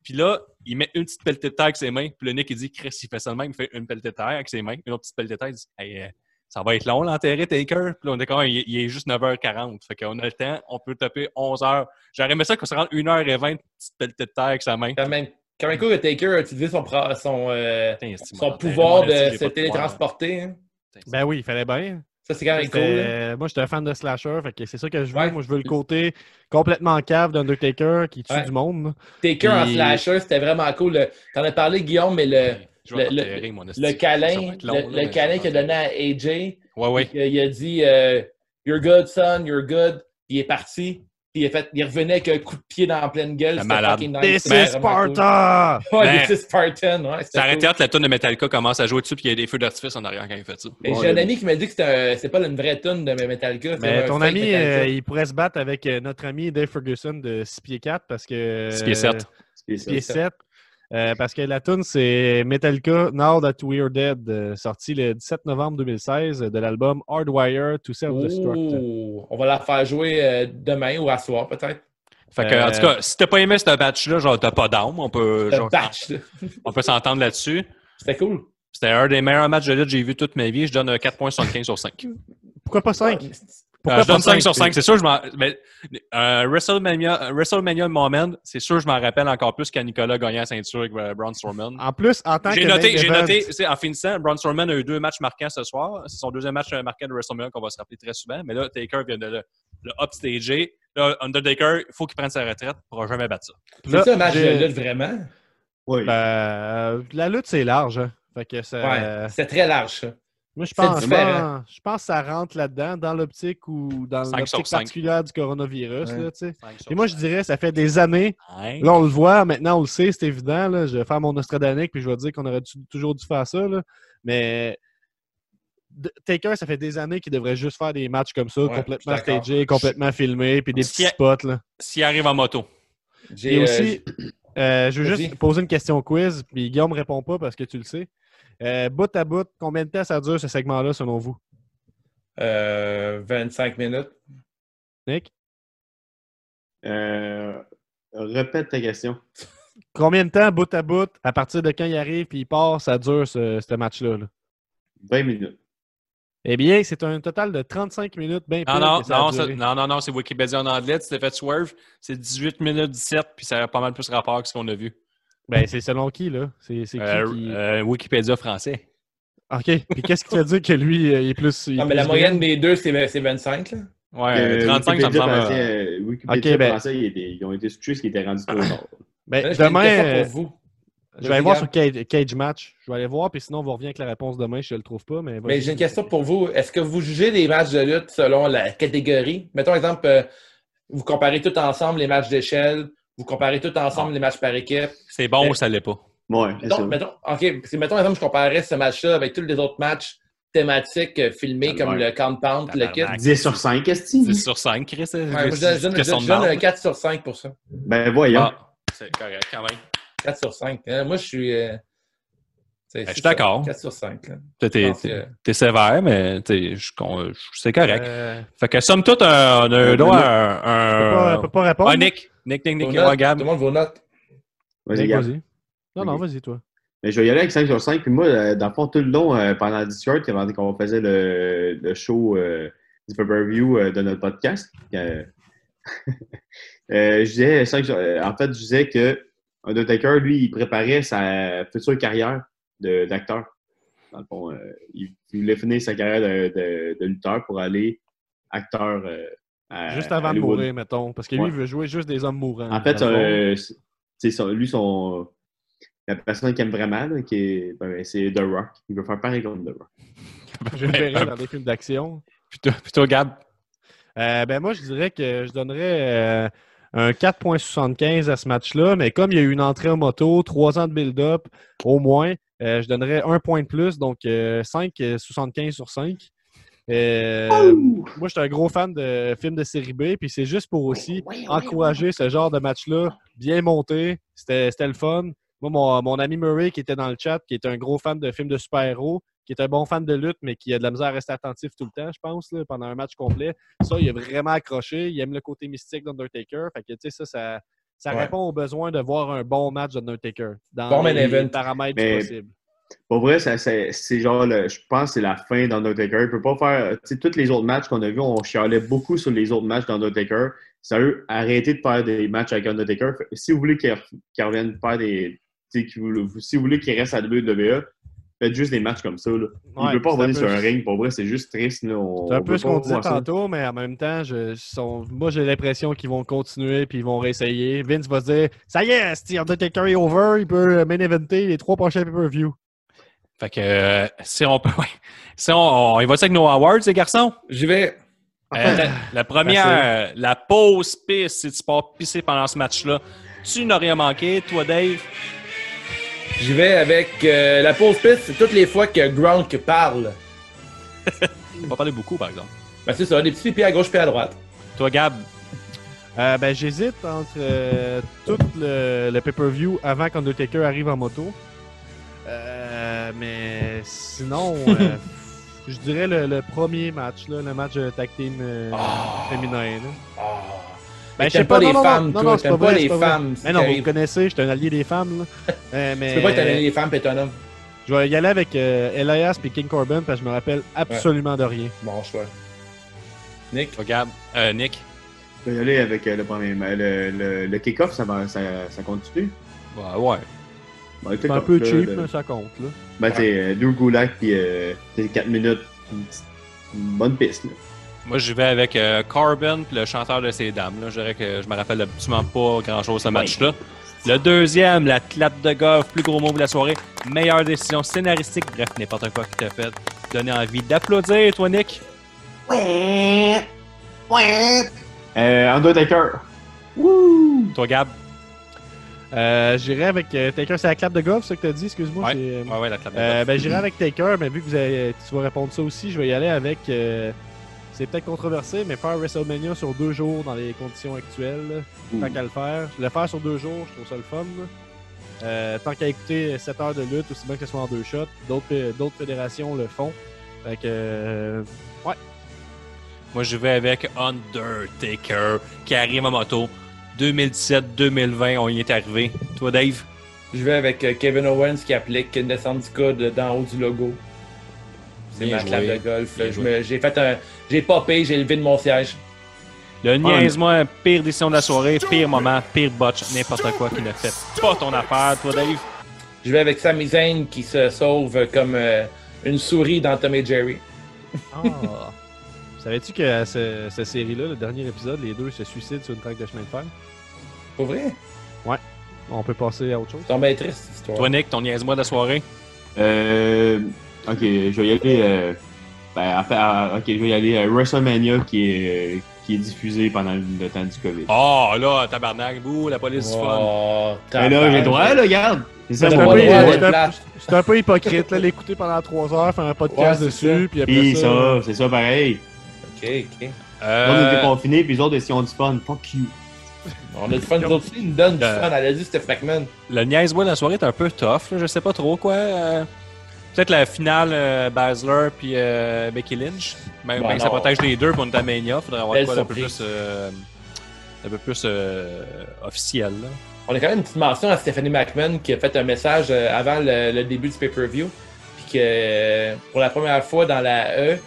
E: Puis là, il met une petite pelletée de terre avec ses mains. Puis le Nick, il dit, Chris, il fait ça de même. Il fait une pelletée de terre avec ses mains. Une autre petite pelletée de terre. Il dit, Hey, euh, ça va être long, l'enterrer, Taker. Puis là, on est quand même, il, il est juste 9h40. Fait qu'on a le temps, on peut taper 11h. J'aurais aimé ça qu'on se rende 1h20, petite pelletée de terre avec sa main.
A: Quand même, quand même cool que Taker a utilisé son, pro- son, euh,
E: Putain, est-ce que
A: son
E: mon
A: pouvoir
E: enterrement, est-ce
A: de
E: que j'ai
A: se
E: pas de pouvoir?
A: télétransporter. hein.
D: Ben oui, il fallait bien.
A: Ça, c'est quand même cool. hein.
D: Euh, Moi, j'étais un fan de slasher, fait que c'est ça que je veux.
A: Ouais.
D: Moi, je veux le côté complètement cave d'Undertaker qui tue
A: Ouais.
D: du monde.
A: Taker en
D: Puis-
A: slasher, c'était vraiment cool. le- T'en as parlé, Guillaume, mais le,
E: Je vais
A: le- le-
E: enterrer, mon esti.
A: le
E: Ça
A: câlin,
E: va être long,
A: le,
E: là,
A: le
E: mais
A: câlin
E: je vais
A: qu'il a donné à AJ,
E: Ouais, ouais.
A: puis qu'il- il a dit euh, You're good, son, you're good. Puis il est parti. Puis il, a fait, il revenait avec un coup de pied dans la pleine gueule.
E: Le
A: C'était
E: malade.
A: fucking nice,
D: This
A: c'était
D: is
A: vraiment cool.
D: Sparta!
A: Ouais,
E: Man.
A: This is Spartan. Ouais, c'était
E: Ça aurait
A: cool.
E: été hâte, la tourne de Metallica commence à jouer dessus, puis il y a des feux d'artifice en arrière quand il fait ça.
A: Et J'ai un ami qui m'a dit que c'était un- c'est pas une vraie tune de Metallica. c'est
D: Mais
A: un
D: ton
A: fake
D: ami,
A: Metallica.
D: euh, il pourrait se battre avec euh, notre ami Dave Ferguson de 6 pieds 4 parce que. euh,
E: 6 pieds 7.
F: C'est ça.
D: pieds 7. euh, parce que la tune c'est Metallica Now That We Are Dead, euh, sorti le 17 novembre 2016 euh, de l'album Hardwire to Self-Destruct.
A: Ouh, on va la faire jouer euh, demain ou à soir, peut-être.
E: Fait que,
A: Euh.
E: en tout cas, si t'as pas aimé ce batch-là, genre, t'as pas d'âme, on peut,
A: Le
E: genre,
A: batch. là.
E: on peut s'entendre là-dessus.
A: C'était cool.
E: C'était un des meilleurs matchs de lutte que j'ai vu toute ma vie. Je donne un 4.75 sur 5.
D: Pourquoi pas 5?
A: Ah,
E: Euh, je donne 5 sur 5. C'est sûr, je m'en. Mais, euh, WrestleMania, euh, WrestleMania Moment, c'est sûr, je m'en rappelle encore plus quand Nicolas gagnait la ceinture avec euh, Braun Strowman.
D: En plus, en tant que.
E: J'ai noté,
D: main
E: j'ai
D: event,
E: noté, tu sais, en finissant, Braun Strowman a eu deux matchs marquants ce soir. C'est son deuxième match marquant de WrestleMania qu'on va se rappeler très souvent. Mais là, Taker vient de le, le upstager. Là, Undertaker, il faut qu'il prenne sa retraite. Il ne pourra jamais battre ça.
A: C'est
D: là,
A: ça un match
D: j'ai-
A: de lutte vraiment?
F: Oui.
D: Ben, euh, la lutte, c'est large. hein. Fait que ça, euh,
A: Ouais. C'était très large, ça.
D: moi, je
A: c'est
D: pense, je
A: différent.
D: pense- je pense que ça rentre là-dedans, dans l'optique ou dans
E: Cinq sur
D: l'optique
E: cinq.
D: particulière du coronavirus.
A: Ouais.
D: là, tu sais.
E: sur
D: Et moi, je dirais, ça fait des années.
E: Hein?
D: Là, on le voit, maintenant, on le sait, c'est évident. là. Je vais faire mon nostradanique puis je vais dire qu'on aurait dû- toujours dû faire ça. là. Mais de- Taker, ça fait des années qu'il devrait juste faire des matchs comme ça,
A: Ouais,
D: complètement
A: je suis d'accord.
D: stagés, complètement filmés, puis des
E: Si-
D: petits spots. Là.
E: S'il arrive en moto.
A: J'ai,
D: Et
A: euh,
D: aussi, euh, je veux
A: Vas-y.
D: juste poser une question quiz, puis Guillaume ne répond pas parce que tu le sais. Euh, bout à bout, combien de temps ça dure ce segment-là selon vous?
A: euh, 25 minutes.
D: Nick?
F: Euh, répète ta question.
D: Combien de temps, bout à bout, à partir de quand il arrive puis il part, ça dure ce, ce match-là? là?
F: 20 minutes.
D: Eh bien, c'est un total de 35 minutes, bien
E: Non,
D: pile
E: Ah non,
D: que ça a
E: non, ça-
D: duré.
E: non, non, non, c'est Wikipédia en anglais. Tu t'es fait swerve. C'est 18 minutes 17, puis ça a pas mal plus rapport que ce qu'on a vu.
D: Ben, c'est selon qui, là? C'est c'est qui
E: Euh,
D: qui...
E: euh, Wikipédia français.
D: OK. Puis qu'est-ce qui te fait dire que lui, euh, il est plus... il est
A: Non, mais la
D: plus
A: moyenne des deux, c'est, c'est 25. Là.
E: Ouais,
F: Euh,
E: 35, ça me
F: Wikipédia
E: semble.
F: français, euh, Wikipédia
D: Ok, ben-
F: français, il était- ils ont été touchés ce qui était rendu trop tard.
D: bien?
A: Là,
D: Ben,
A: j'ai une question
D: demain,
A: pour vous.
D: euh, je vais aller voir
A: Vas-y,
D: sur cage, Cage Match. Je vais aller voir, puis sinon, on va revenir avec la réponse demain si je le trouve pas. Mais,
A: Mais j'ai une question pour vous. Est-ce que vous jugez les matchs de lutte selon la catégorie? Mettons exemple, euh, vous comparez tout ensemble les matchs d'échelle, vous comparez tout ensemble les matchs par équipe.
E: C'est bon
D: Euh,
A: Mais-
E: ou ça l'est pas?
F: Ouais, c'est ça.
A: Mettons, mettons, OK, c'est- mettons exemple, je comparais ce match-là avec tous les autres matchs thématiques euh, filmés comme
F: Tabarnak.
A: le compound, le kit.
F: 10 sur 5, est-ce que
E: 10 sur 5, Chris. c'est
A: Ouais, moi, je donne, je donne- je donne un 4 sur 5 pour ça.
F: Ben voyons.
E: Ah, C'est correct, quand même.
A: 4 sur 5. Euh, moi, je suis. euh, c'est-
E: je suis
A: c'est ça,
E: d'accord.
A: 4 sur 5. là.
E: T'es- T'es
A: Donc, euh,
E: t'es sévère, mais t'es- je- qu'on- je- c'est correct.
D: Euh,
E: Fait que somme toute, un- on a eu
F: Euh,
E: droit à
D: je peux
E: un-
D: pas,
E: un...
D: je peux pas répondre.
E: Ah, Nick! Nick, Nick,
A: vos
E: Nick,
A: notes,
E: ouais, Gab.
A: Tout le monde vos notes.
F: Vas-y,
D: Nick,
F: Gab.
D: vas-y. Non, non, vas-y, toi.
F: Mais je vais y aller avec 5 sur 5. Puis moi, euh, dans le fond, tout le long, euh, pendant le Discord, quand on faisait le, le show euh, du pay-per-view euh, de notre podcast, euh, euh, je disais, cinq sur- euh, en fait, je disais que Undertaker, lui, il préparait sa future carrière de- d'acteur. Dans le fond, euh, il, il voulait finir sa carrière de, de- de lutteur pour aller acteur euh, à-
D: Juste avant
F: à
D: de
F: Hollywood.
D: mourir, mettons. Parce que lui,
F: Ouais.
D: il veut jouer juste des hommes mourants.
F: En fait,
D: dans le fond.
F: euh, c'est- c'est son- lui, son, la personne qu'il aime vraiment, là, qui est, ben, c'est The Rock. Il veut faire pareil comme The Rock.
D: Je le verrai dans des films d'action.
E: Puis toi- puis toi, Gab,
D: Euh, ben moi, je dirais que je donnerais euh, un 4.75 à ce match-là, mais comme il y a eu une entrée en moto, trois ans de build-up au moins, euh, je donnerais un point de plus, donc euh, 5,75 sur 5. Euh, moi, je suis un gros fan de films de série B, puis c'est juste pour aussi encourager ce genre de match-là, bien monté, c'était c'était le fun. Moi, mon, mon ami Murray, qui était dans le chat, qui est un gros fan de films de super-héros, qui est un bon fan de lutte, mais qui a de la misère à rester attentif tout le temps, je pense, là, pendant un match complet. Ça, il est vraiment accroché. Il aime le côté mystique d'Undertaker. Fait que, tu sais, ça, ça, ça
A: Ouais.
D: répond au besoin de voir un bon match d'Undertaker dans
A: Bon main
D: les
A: event.
D: paramètres
F: Mais-
D: possibles.
F: Pour vrai, ça, c'est, c'est genre, le- je pense que c'est la fin d'Undertaker. Il peut pas faire. Tu sais, tous les autres matchs qu'on a vus, on chialait beaucoup sur les autres matchs d'Undertaker. Sérieux, arrêtez de faire des matchs avec Undertaker. Fait- Si vous voulez qu'il, re- qu'il revienne faire des. tu sais, qu'il vous- si vous voulez qu'il reste à WWE, faites juste des matchs comme ça. Là. Il
D: Ouais,
F: ne peut pas
D: c'est un
F: revenir
D: peu-
F: sur un ring. Pour vrai, c'est juste triste. Là. On-
D: C'est un
F: on
D: peu
F: veut
D: ce
F: pas
D: qu'on disait
F: voir ça.
D: tantôt, mais en même temps, je, ils sont- moi, j'ai l'impression qu'ils vont continuer puis ils vont réessayer. Vince va se dire Ça y est, si Undertaker est over, il peut euh, main eventer les trois prochains pay-per-view.
E: Fait que euh, si on peut. ouais. Si on, on y va avec nos awards, les garçons?
A: J'y vais.
D: Ah.
E: Euh, la, la première, euh, la pause pisse, si tu pars pisser pendant ce match-là, tu n'as rien manqué. Toi, Dave,
A: J'y vais avec euh, la pause piste, c'est toutes les fois que Gronk parle.
E: t'as pas parlé beaucoup, par exemple.
A: Ben, c'est ça, des petits pieds à gauche, pieds à droite.
E: Toi, Gab,
D: Euh, ben, j'hésite entre euh, tout le, le pay-per-view avant qu'Undertaker arrive en moto. Euh, mais sinon, euh, je dirais le, le premier match, là, le match de tag team euh,
F: Ah.
D: féminin. là. Ben,
A: Ah. T'aimes pas les
D: non, non, non,
A: femmes,
D: non,
A: toi.
D: non, c'est
A: T'aimes pas
D: vrai,
A: les
D: c'est vrai.
A: femmes.
D: Mais non, vous me
A: tu
D: connaissez, je suis un allié des femmes. Là. Euh, mais...
A: peux pas être un allié des femmes et un homme.
D: Je vais y aller avec euh, Elias et King Corbin parce que je me rappelle absolument de rien.
A: Bon choix. Nick?
E: Regarde, euh, Nick.
F: Je vais y aller avec euh, le premier. mais Le, le, le kick-off, ça, va- ça, ça continue.
D: Bah,
E: Ouais, ouais.
F: Bon, le
D: C'est un
F: kick-off,
D: peu
F: là,
D: cheap,
F: le-
D: mais ça compte. Là.
F: Ben, t'es euh, Drew Gulak, puis euh, t'es 4 minutes. Une, petite- une bonne piste, là.
E: Moi, je vais avec euh, Corbin, puis le chanteur de ces dames. Là. Je dirais que je me rappelle absolument pas grand-chose ce match-là. Le deuxième, la clap de golf, plus gros mot de la soirée. Meilleure décision scénaristique, bref, n'importe quoi qui t'a fait. Donner envie d'applaudir, toi, Nick.
F: Euh, Undertaker.
E: Toi, Gab.
D: Euh, J'irai avec euh, Taker. C'est la clap de golf, ça que t'as dit, excuse-moi. c'est-
E: Ouais, ouais, la clap de golf.
D: Euh, ben, J'irai avec Taker, mais vu que vous avez- tu vas répondre ça aussi, je vais y aller avec. euh, c'est peut-être controversé, mais faire WrestleMania sur deux jours dans les conditions actuelles, là, tant qu'à le faire. Le faire sur deux jours, je trouve ça le fun. là. Euh, tant qu'à écouter 7 heures de lutte, aussi bien que ce soit en deux shots, d'autres d'autres fédérations le font. Fait que, euh,
E: Moi, je vais avec Undertaker, qui arrive en moto. 2017-2020, on y est arrivé. Toi, Dave.
A: Je vais avec euh, Kevin Owens qui applique une descente du coude d'en haut du logo. C'est
E: Bien
A: ma clap
E: joué.
A: de golf.
E: Bien
A: Je
E: joué.
A: me- J'ai fait un. J'ai popé, j'ai levé de mon siège.
E: Le niaise-moi, pire décision de la soirée, pire moment, pire botch, n'importe quoi qui ne fait pas ton affaire, toi, Dave.
A: Je vais avec Sami Zayn qui se sauve comme euh, une souris dans Tom et Jerry.
D: Ah! Savais-tu que à ce- cette série-là, le dernier épisode, les deux se suicident sur une traque de chemin de fer?
A: Pour vrai?
D: On peut passer à autre chose?
A: C'est tombé triste cette histoire.
E: Toi, Nick, ton niaise-moi de la soirée.
F: Euh, ok, je vais y aller. euh, ben, enfin, ah, ok, je vais y aller. euh, WrestleMania qui est, euh, qui est diffusé pendant le temps du COVID.
E: Oh, là, tabarnak, bouh, la police du fun.
A: Oh,
F: Mais là, j'ai le droit,
A: tabarnak.
F: là, regarde. C'est ça,
A: T'as
D: C'est
F: mon
D: un,
A: pas
D: peu-
A: le droit
F: droit.
A: à
D: c'est
A: d'être
D: un-
A: plate.
D: c'est un peu hypocrite, là, l'écouter pendant trois heures, faire un
A: Ouais,
D: podcast
A: c'est
D: dessus, puis après
F: Puis
D: ça...
F: ça, c'est ça pareil.
A: Ok, ok.
F: Nous, On était
E: Euh,
F: confinés, puis les autres, ils ont du fun. Fuck you.
A: On a du fun. Nous autres aussi, ils nous donnent du
E: Euh.
A: fun. Elle a dit Steph McMahon.
E: le niaise-moi de la soirée est un peu tough, là, je sais pas trop quoi. euh, Peut-être la finale, euh, Basler puis euh, Becky Lynch. Même,
A: Ben
E: même que ça
A: non.
E: protège les deux pour une Tamania, faudrait avoir
A: Belle
E: quoi d'un peu
A: surprise.
E: plus, euh, un peu plus euh, officiel. là.
A: On a quand même une petite mention à Stephanie McMahon qui a fait un message euh, avant le, le début du pay-per-view. Puis que euh, pour la première fois dans la E,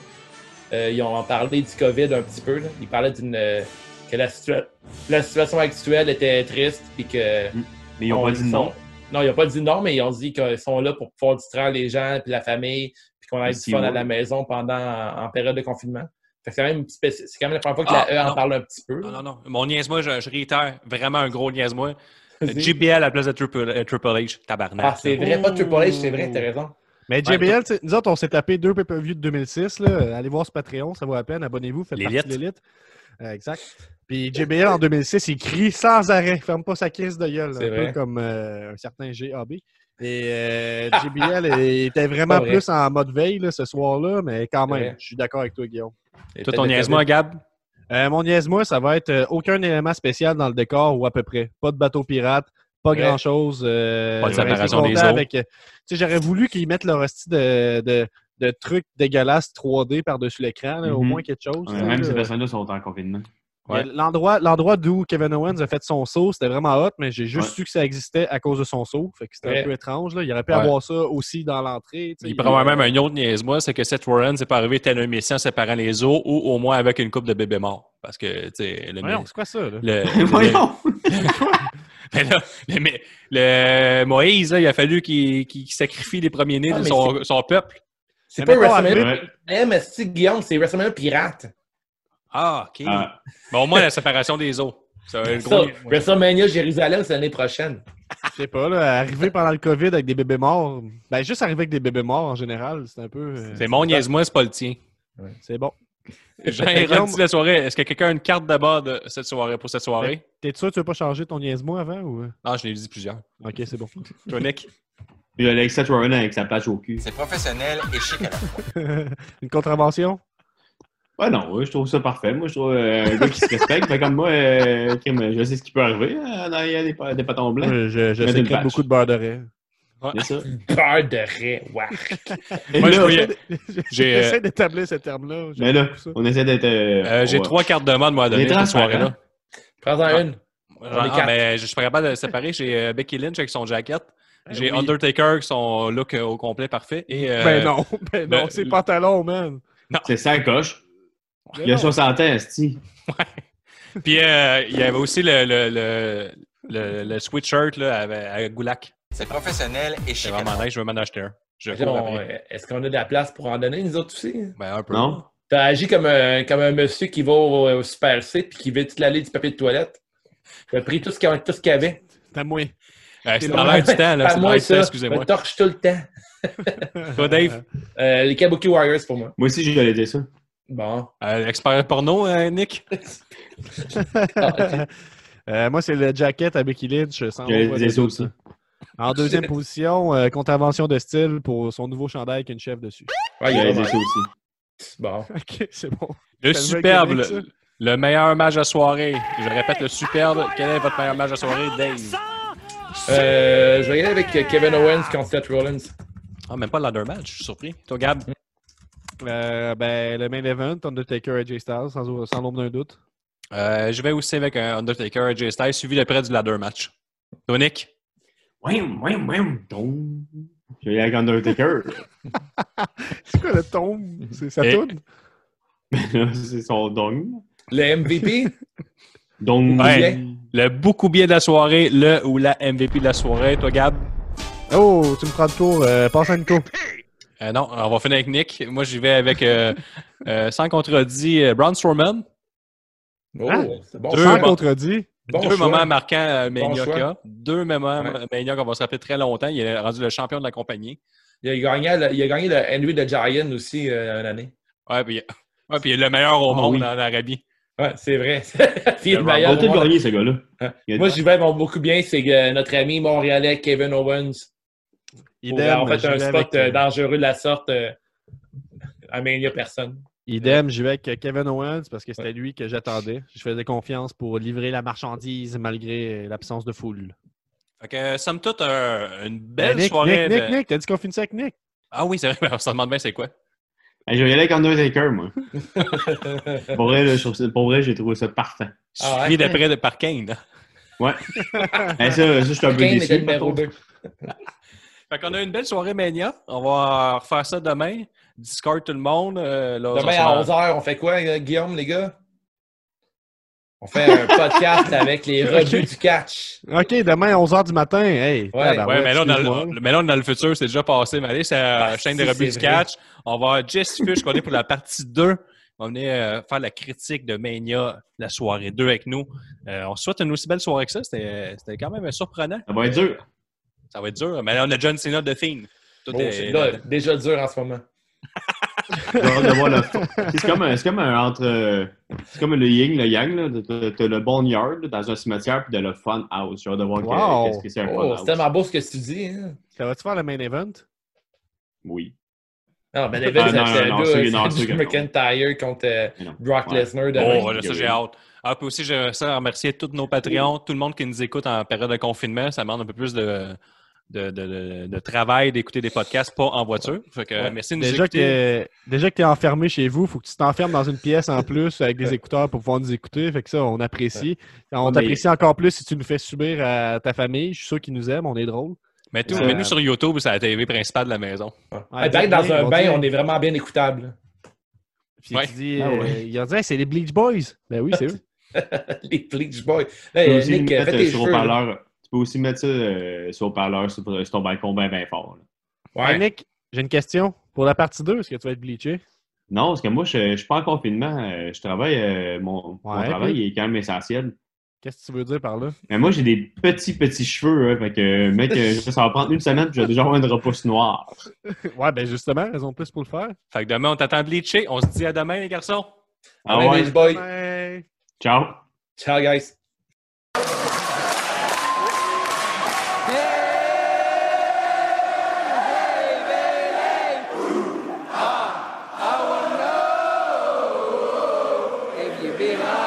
A: euh, ils ont parlé du COVID un petit peu. là. Ils parlaient d'une. euh, que la, situa- la situation actuelle était triste. Puis que.
F: Mais ils ont
A: on-
F: pas dit non.
A: sont- Non, ils n'ont pas dit non, mais ils ont dit qu'ils sont là pour pouvoir distraire les gens puis la famille, puis qu'on ait du
F: Aussi,
A: fun
F: ouais.
A: à la maison pendant en période de confinement. Fait que c'est quand même une petite spéc- c'est quand même la première fois que
E: Ah,
A: la E
E: non.
A: en parle un petit peu.
E: Non, non, non. Mon niaise-moi, je, je réitère, vraiment un gros niaise-moi.
A: Vas-y.
E: JBL à la place de Triple, euh, Triple H, tabarnak.
A: Ah, c'est
E: là.
A: vrai, pas Triple H, c'est vrai, t'as raison.
D: Mais JBL, tu sais, nous autres, on s'est tapé deux pay-per-view de 2006. Là. Allez voir ce Patreon, ça vaut la peine. Abonnez-vous, faites partie de
E: L'élite.
D: l'élite. Euh, exact. Puis JBL, en 2006, il crie sans arrêt. Ferme pas sa crise de gueule.
A: C'est
D: Un peu
A: vrai.
D: comme euh, un certain GAB. Et euh, JBL était vraiment
A: Pas vrai.
D: plus en mode veille là, ce soir-là, mais quand
A: C'est
D: même,
A: vrai.
D: je suis d'accord avec toi, Guillaume.
E: Toi, ton niaise-moi, Gab?
D: Euh, mon niaise-moi, ça va être euh, aucun élément spécial dans le décor ou à peu près. Pas de bateau pirate, pas
A: Ouais.
D: grand-chose. euh,
E: Pas de
D: j'aurais été
E: séparation des
D: content
E: eaux.
D: avec, euh, tu sais, J'aurais voulu qu'ils mettent leur hostie de, de, de trucs dégueulasses 3D par-dessus l'écran, là, au
F: Mhm.
D: moins quelque chose.
F: Ouais,
D: là,
F: Même
D: là.
F: ces personnes-là sont en confinement.
D: Il y a L'endroit l'endroit d'où Kevin Owens a fait son saut, c'était vraiment hot, mais j'ai juste
F: Ouais.
D: su que ça existait à cause de son saut. Fait que c'était
A: Ouais.
D: un peu étrange. Là. Il aurait pu
E: Ouais.
D: avoir ça aussi dans l'entrée. tu sais.
E: Il prend même un autre niaise-moi, c'est que Seth Warren n'est pas arrivé tel un messie en séparant les eaux ou au moins avec une coupe de bébé mort. Parce que, tu sais, le,
D: Voyons, c'est quoi ça? Là?
E: le, le-
F: Eh, Voyons!
E: mais là, le- mais- le Moïse, là, il a fallu qu'il qu'il sacrifie les premiers-nés
A: Ah,
E: de
A: mais
E: son, son peuple.
A: C'est
D: Mais
A: pas
D: mettons,
A: WrestleMania
F: Ouais.
A: Eh, mais si Guillaume, c'est WrestleMania Pirate.
E: Ah, OK.
F: Ah,
E: Mais au moins, la séparation des eaux. C'est un
A: Ça,
E: gros niaise-moi.
A: WrestleMania Jérusalem, c'est l'année prochaine.
D: Je sais pas, là, arriver pendant le COVID avec des bébés morts. Ben, juste arriver avec des bébés morts en général, c'est un peu. euh,
E: C'est mon niaise-moi, c'est pas le tien.
D: C'est bon.
E: J'ai
D: Guillaume-
E: la soirée. Est-ce que quelqu'un a une carte d'abord de cette soirée pour cette soirée?
D: T'es sûr que tu veux pas changer ton niaise-moi avant ou. euh?
E: Non, je l'ai dit plusieurs.
D: Ok, c'est bon.
E: Toi, Nick?
F: Il y a Seth Rollins avec sa plage au cul.
G: C'est professionnel et chic à la fois.
D: Une contravention?
F: Ouais, non, ouais, je trouve ça parfait. Moi, je trouve euh, un gars qui se respecte. fait comme moi, euh, crime, je sais ce qui peut arriver. euh, dans- Il y a des, pa- des patons blancs.
D: Euh, Je, je
F: Mets
D: sais
F: une
D: qu'il y a
F: patch.
D: beaucoup de beurre de raie.
F: C'est ça.
A: Peur de ré. Wow.
F: Et
E: Moi, je
F: là,
E: voyais- J'ai, euh,
D: J'essaie d'établir ce terme-là. j'aime
F: mais là,
D: beaucoup ça.
F: on essaie d'être. euh,
E: Euh, J'ai
F: on-
E: trois cartes de demande, moi, à donner
F: Les
E: cette soirée-là.
A: Prends-en
E: Ah.
A: une.
E: Genre,
A: On est
E: ah,
A: quatre.
E: ben, je je suis pas capable de le séparer. J'ai euh, Becky Lynch avec son jacket. J'ai
D: oui.
E: Undertaker qui son look euh, au complet parfait. Et, euh,
D: Ben non, ben non,
E: le-
D: c'est
E: le-
D: pantalon, man.
F: C'est ça, coche.
D: Ben
F: Il a
D: non.
F: 60 ans, Esti.
E: Puis euh, il y avait aussi le, le, le, le, le sweatshirt là, avec- à, Goulak.
G: C'est professionnel et
E: C'est
G: chic. à la
E: vraiment nice, je vais m'en acheter un. Je
A: Fait que
E: cours
A: là,
E: après.
A: on- euh, Est-ce qu'on a de la place pour en donner, nous autres aussi?
E: Ben, un peu.
F: Non?
A: T'as agi comme un, comme un monsieur qui va au, au Super C puis qui veut toute l'allée du papier de toilette. T'as pris tout ce qu'il y a- tout ce qu'il y avait.
D: T'as moins.
E: Euh, c'est
D: C'est
E: dans
D: bon.
E: l'air du temps, là.
A: Pas
E: C'est dans
A: moi,
E: l'air du temps,
A: ça.
E: excusez-moi.
A: Me torche tout le temps.
E: Toi, Dave,
A: Euh, les Kabuki Warriors pour moi.
F: Moi aussi, j'allais dire ça.
A: Bon.
E: euh, expert porno, euh, Nick.
D: Euh, moi, c'est le jacket à Becky Lynch. sans
F: J'allais
D: voix de
F: dire ça
D: doute,
F: aussi.
D: ça. En deuxième position, euh, contravention de style pour son nouveau chandail avec une chef dessus.
A: Ouais, il est
F: J'allais dire
A: vraiment
F: ça aussi.
A: bon.
D: OK, c'est bon.
E: Le
D: Ça se voit
E: superbe,
D: Québec, ça.
E: le, le meilleur match à soirée. Je répète, le superbe. Quel est votre meilleur match à soirée, Dave?
A: Euh, je vais y aller avec Kevin Owens contre Seth Rollins.
E: Ah, même pas le ladder match, je suis surpris. Toi, Gab,
D: Euh, ben, le main event, Undertaker et Jay Styles, sans, sans l'ombre d'un doute.
E: euh, je vais aussi avec un Undertaker et Jay Styles, suivi de près du ladder match. Toi, Nick?
F: Ouim, ouim, ouim, dong. Je vais aller avec Undertaker.
D: C'est quoi le tombe? C'est ça
E: Et-
D: tourne?
F: Là, C'est son dong.
A: Le MVP,
F: Dong.
E: Ouais. Le beaucoup bien de la soirée, le ou la MVP de la soirée. Toi, Gab?
D: Oh, tu me prends de cours. Euh, passe à Nico.
E: Euh, non, on va finir avec Nick. Moi, j'y vais avec, euh, euh, sans contredit, euh, Braun Strowman.
A: Oh,
D: Hein?
A: c'est bon.
E: Deux
A: choix.
D: Sans contredit.
A: Bon
E: deux
A: choix.
E: moments marquants à Mania
A: choix.
E: qu'il y a. Deux moments
A: Ouais.
E: Mania qu'on va se rappeler très longtemps. Il est rendu le champion de la compagnie.
A: Il a gagné le, il a gagné le Henry de Giant aussi euh, une année.
E: Ouais, puis, ouais, puis il est le meilleur au
F: Ah
E: monde
F: oui.
E: en Arabie.
A: Ouais, c'est vrai. il est le
E: Le
A: meilleur
F: Il a
A: au
F: tout
A: monde.
F: gagné, ce gars-là.
E: Euh,
F: Il a-
A: Moi, j'y vais bon, beaucoup bien. C'est euh, notre ami montréalais Kevin Owens.
D: Idem,
A: Pour avoir fait
D: j'y
A: un
D: vais
A: spot
D: avec,
A: euh,
D: euh,
A: dangereux de la sorte euh, à Mania personne.
D: Idem, j'y vais avec euh, Kevin Owens parce que c'était lui que j'attendais. Je faisais confiance pour livrer la marchandise malgré euh, l'absence de foule.
E: Fait que, euh, somme toute, un- une belle
D: Ben, Nick,
E: soirée.
D: Nick,
E: de-
D: Nick, Nick, t'as dit qu'on finissait avec Nick.
E: Ah oui, c'est vrai, on se demande bien c'est quoi.
F: Hey, Je vais y aller avec Undertaker, moi. Pour vrai, là, je trouve ça- pour vrai, j'ai trouvé ça parfait.
A: Ah ouais?
E: Suivi d'après de par Kane.
F: Ouais. Hey, ça, ça, je suis un peu
A: Kane était
F: déçu. par
A: numéro
F: contre.
A: 2.
E: Fait qu'on a une belle soirée Mania. On va refaire ça demain. Discord tout le monde. euh, là,
A: Demain
E: on se-
A: à 11h, on fait quoi, euh, Guillaume, les gars? On fait un podcast avec les rebuts du catch.
D: OK, demain, 11h du matin. Hey,
E: Ouais,
D: tabarouette,
E: mais là, on a
D: excuse-moi.
E: le, mais là, on a le futur, c'est déjà passé. Mais allez, c'est la
A: Ah,
E: chaîne des
A: si,
E: rebuts
A: c'est
E: du
A: vrai.
E: catch. On va avoir Jess Fish qu'on est pour la partie 2. On va venir euh, faire la critique de Mania, la soirée 2 avec nous. Euh, on se souhaite une aussi belle soirée que ça. C'était c'était quand même surprenant.
F: Ça va être dur.
E: Ça va être dur. Mais là, on a John Cena de Fiend. Tout
A: Oh,
E: est-
A: c'est là, déjà dur en ce moment.
F: J'ai hâte de voir le- C'est comme, un- c'est comme un entre. euh, C'est comme le yin, le yang. là. T'as- T'as le bon yard là, dans un cimetière puis t'as le fun house. J'ai hâte de voir que-
D: Wow.
F: qu'est-ce que c'est un fun
A: Oh,
F: house.
A: c'est tellement beau ce que tu dis. Hein?
D: Ça va-tu faire le main event?
F: Oui.
A: Non, mais les
F: Ah,
A: Vince,
F: non,
A: c'était
F: non,
A: là,
F: non, c'est- non,
A: c'est
F: c'est-
A: Drew McIntyre contre euh,
F: Non.
A: Brock
F: Ouais.
A: Lesnar. demain.
E: Oh, là, ça, j'ai hâte. Ah, puis aussi, j'aimerais ça remercier tous nos Patreons, tout le monde qui nous écoute en période de confinement. Ça demande un peu plus de, de, de- de- de travail d'écouter des podcasts, pas en voiture. Fait que,
A: Ouais.
E: merci de nous
D: Déjà
E: écouter.
D: que, déjà que tu es enfermé chez vous, faut que tu t'enfermes dans une pièce en plus avec des écouteurs pour pouvoir nous écouter. Fait que ça, on apprécie. On
F: Ouais,
D: t'apprécie encore plus si tu nous fais subir à ta famille. Je suis sûr qu'ils nous aiment, on est drôle.
E: Mais tout,
F: Ça-
E: mets-nous sur YouTube, c'est la TV principale de la maison.
A: Hey, d'être dans un bain, on
D: est.
A: est vraiment bien écoutable.
D: Puis
E: Ouais.
D: tu dis,
F: Ah
D: euh,
F: ouais.
D: ils ont dit, Hey, c'est les Bleach Boys. Ben oui, c'est eux.
A: les Bleach Boys. Là,
F: Tu peux
A: euh,
F: aussi le
A: Nick, fais
F: mettre euh,
A: tes
F: sur
A: cheveux. là.
F: haut-parleur. Tu peux aussi mettre ça euh, sur haut-parleur sur, sur ton balcon bien, bien fort. là.
A: Ouais.
D: Hey, Nick, j'ai une question. Pour la partie 2, est-ce que tu vas être bleaché?
F: Non, parce que moi, je je suis pas en confinement. euh, Je travaille. euh, mon, mon
D: Ouais,
F: travail
D: puis-
F: est quand même essentiel.
D: Qu'est-ce que tu veux dire par là?
F: Mais moi, j'ai des petits, petits cheveux. hein, fait que, mec, euh, ça va prendre une semaine puis je vais déjà avoir une repousse noire.
D: Ouais, ben justement, raison de plus pour le faire.
E: Fait que demain, on t'attend bleacher. On se dit à demain, les garçons.
F: Ah
A: Bye,
F: ouais?
A: Bleach Boys.
D: Bye.
F: Ciao!
A: Ciao, guys.
H: If you belong.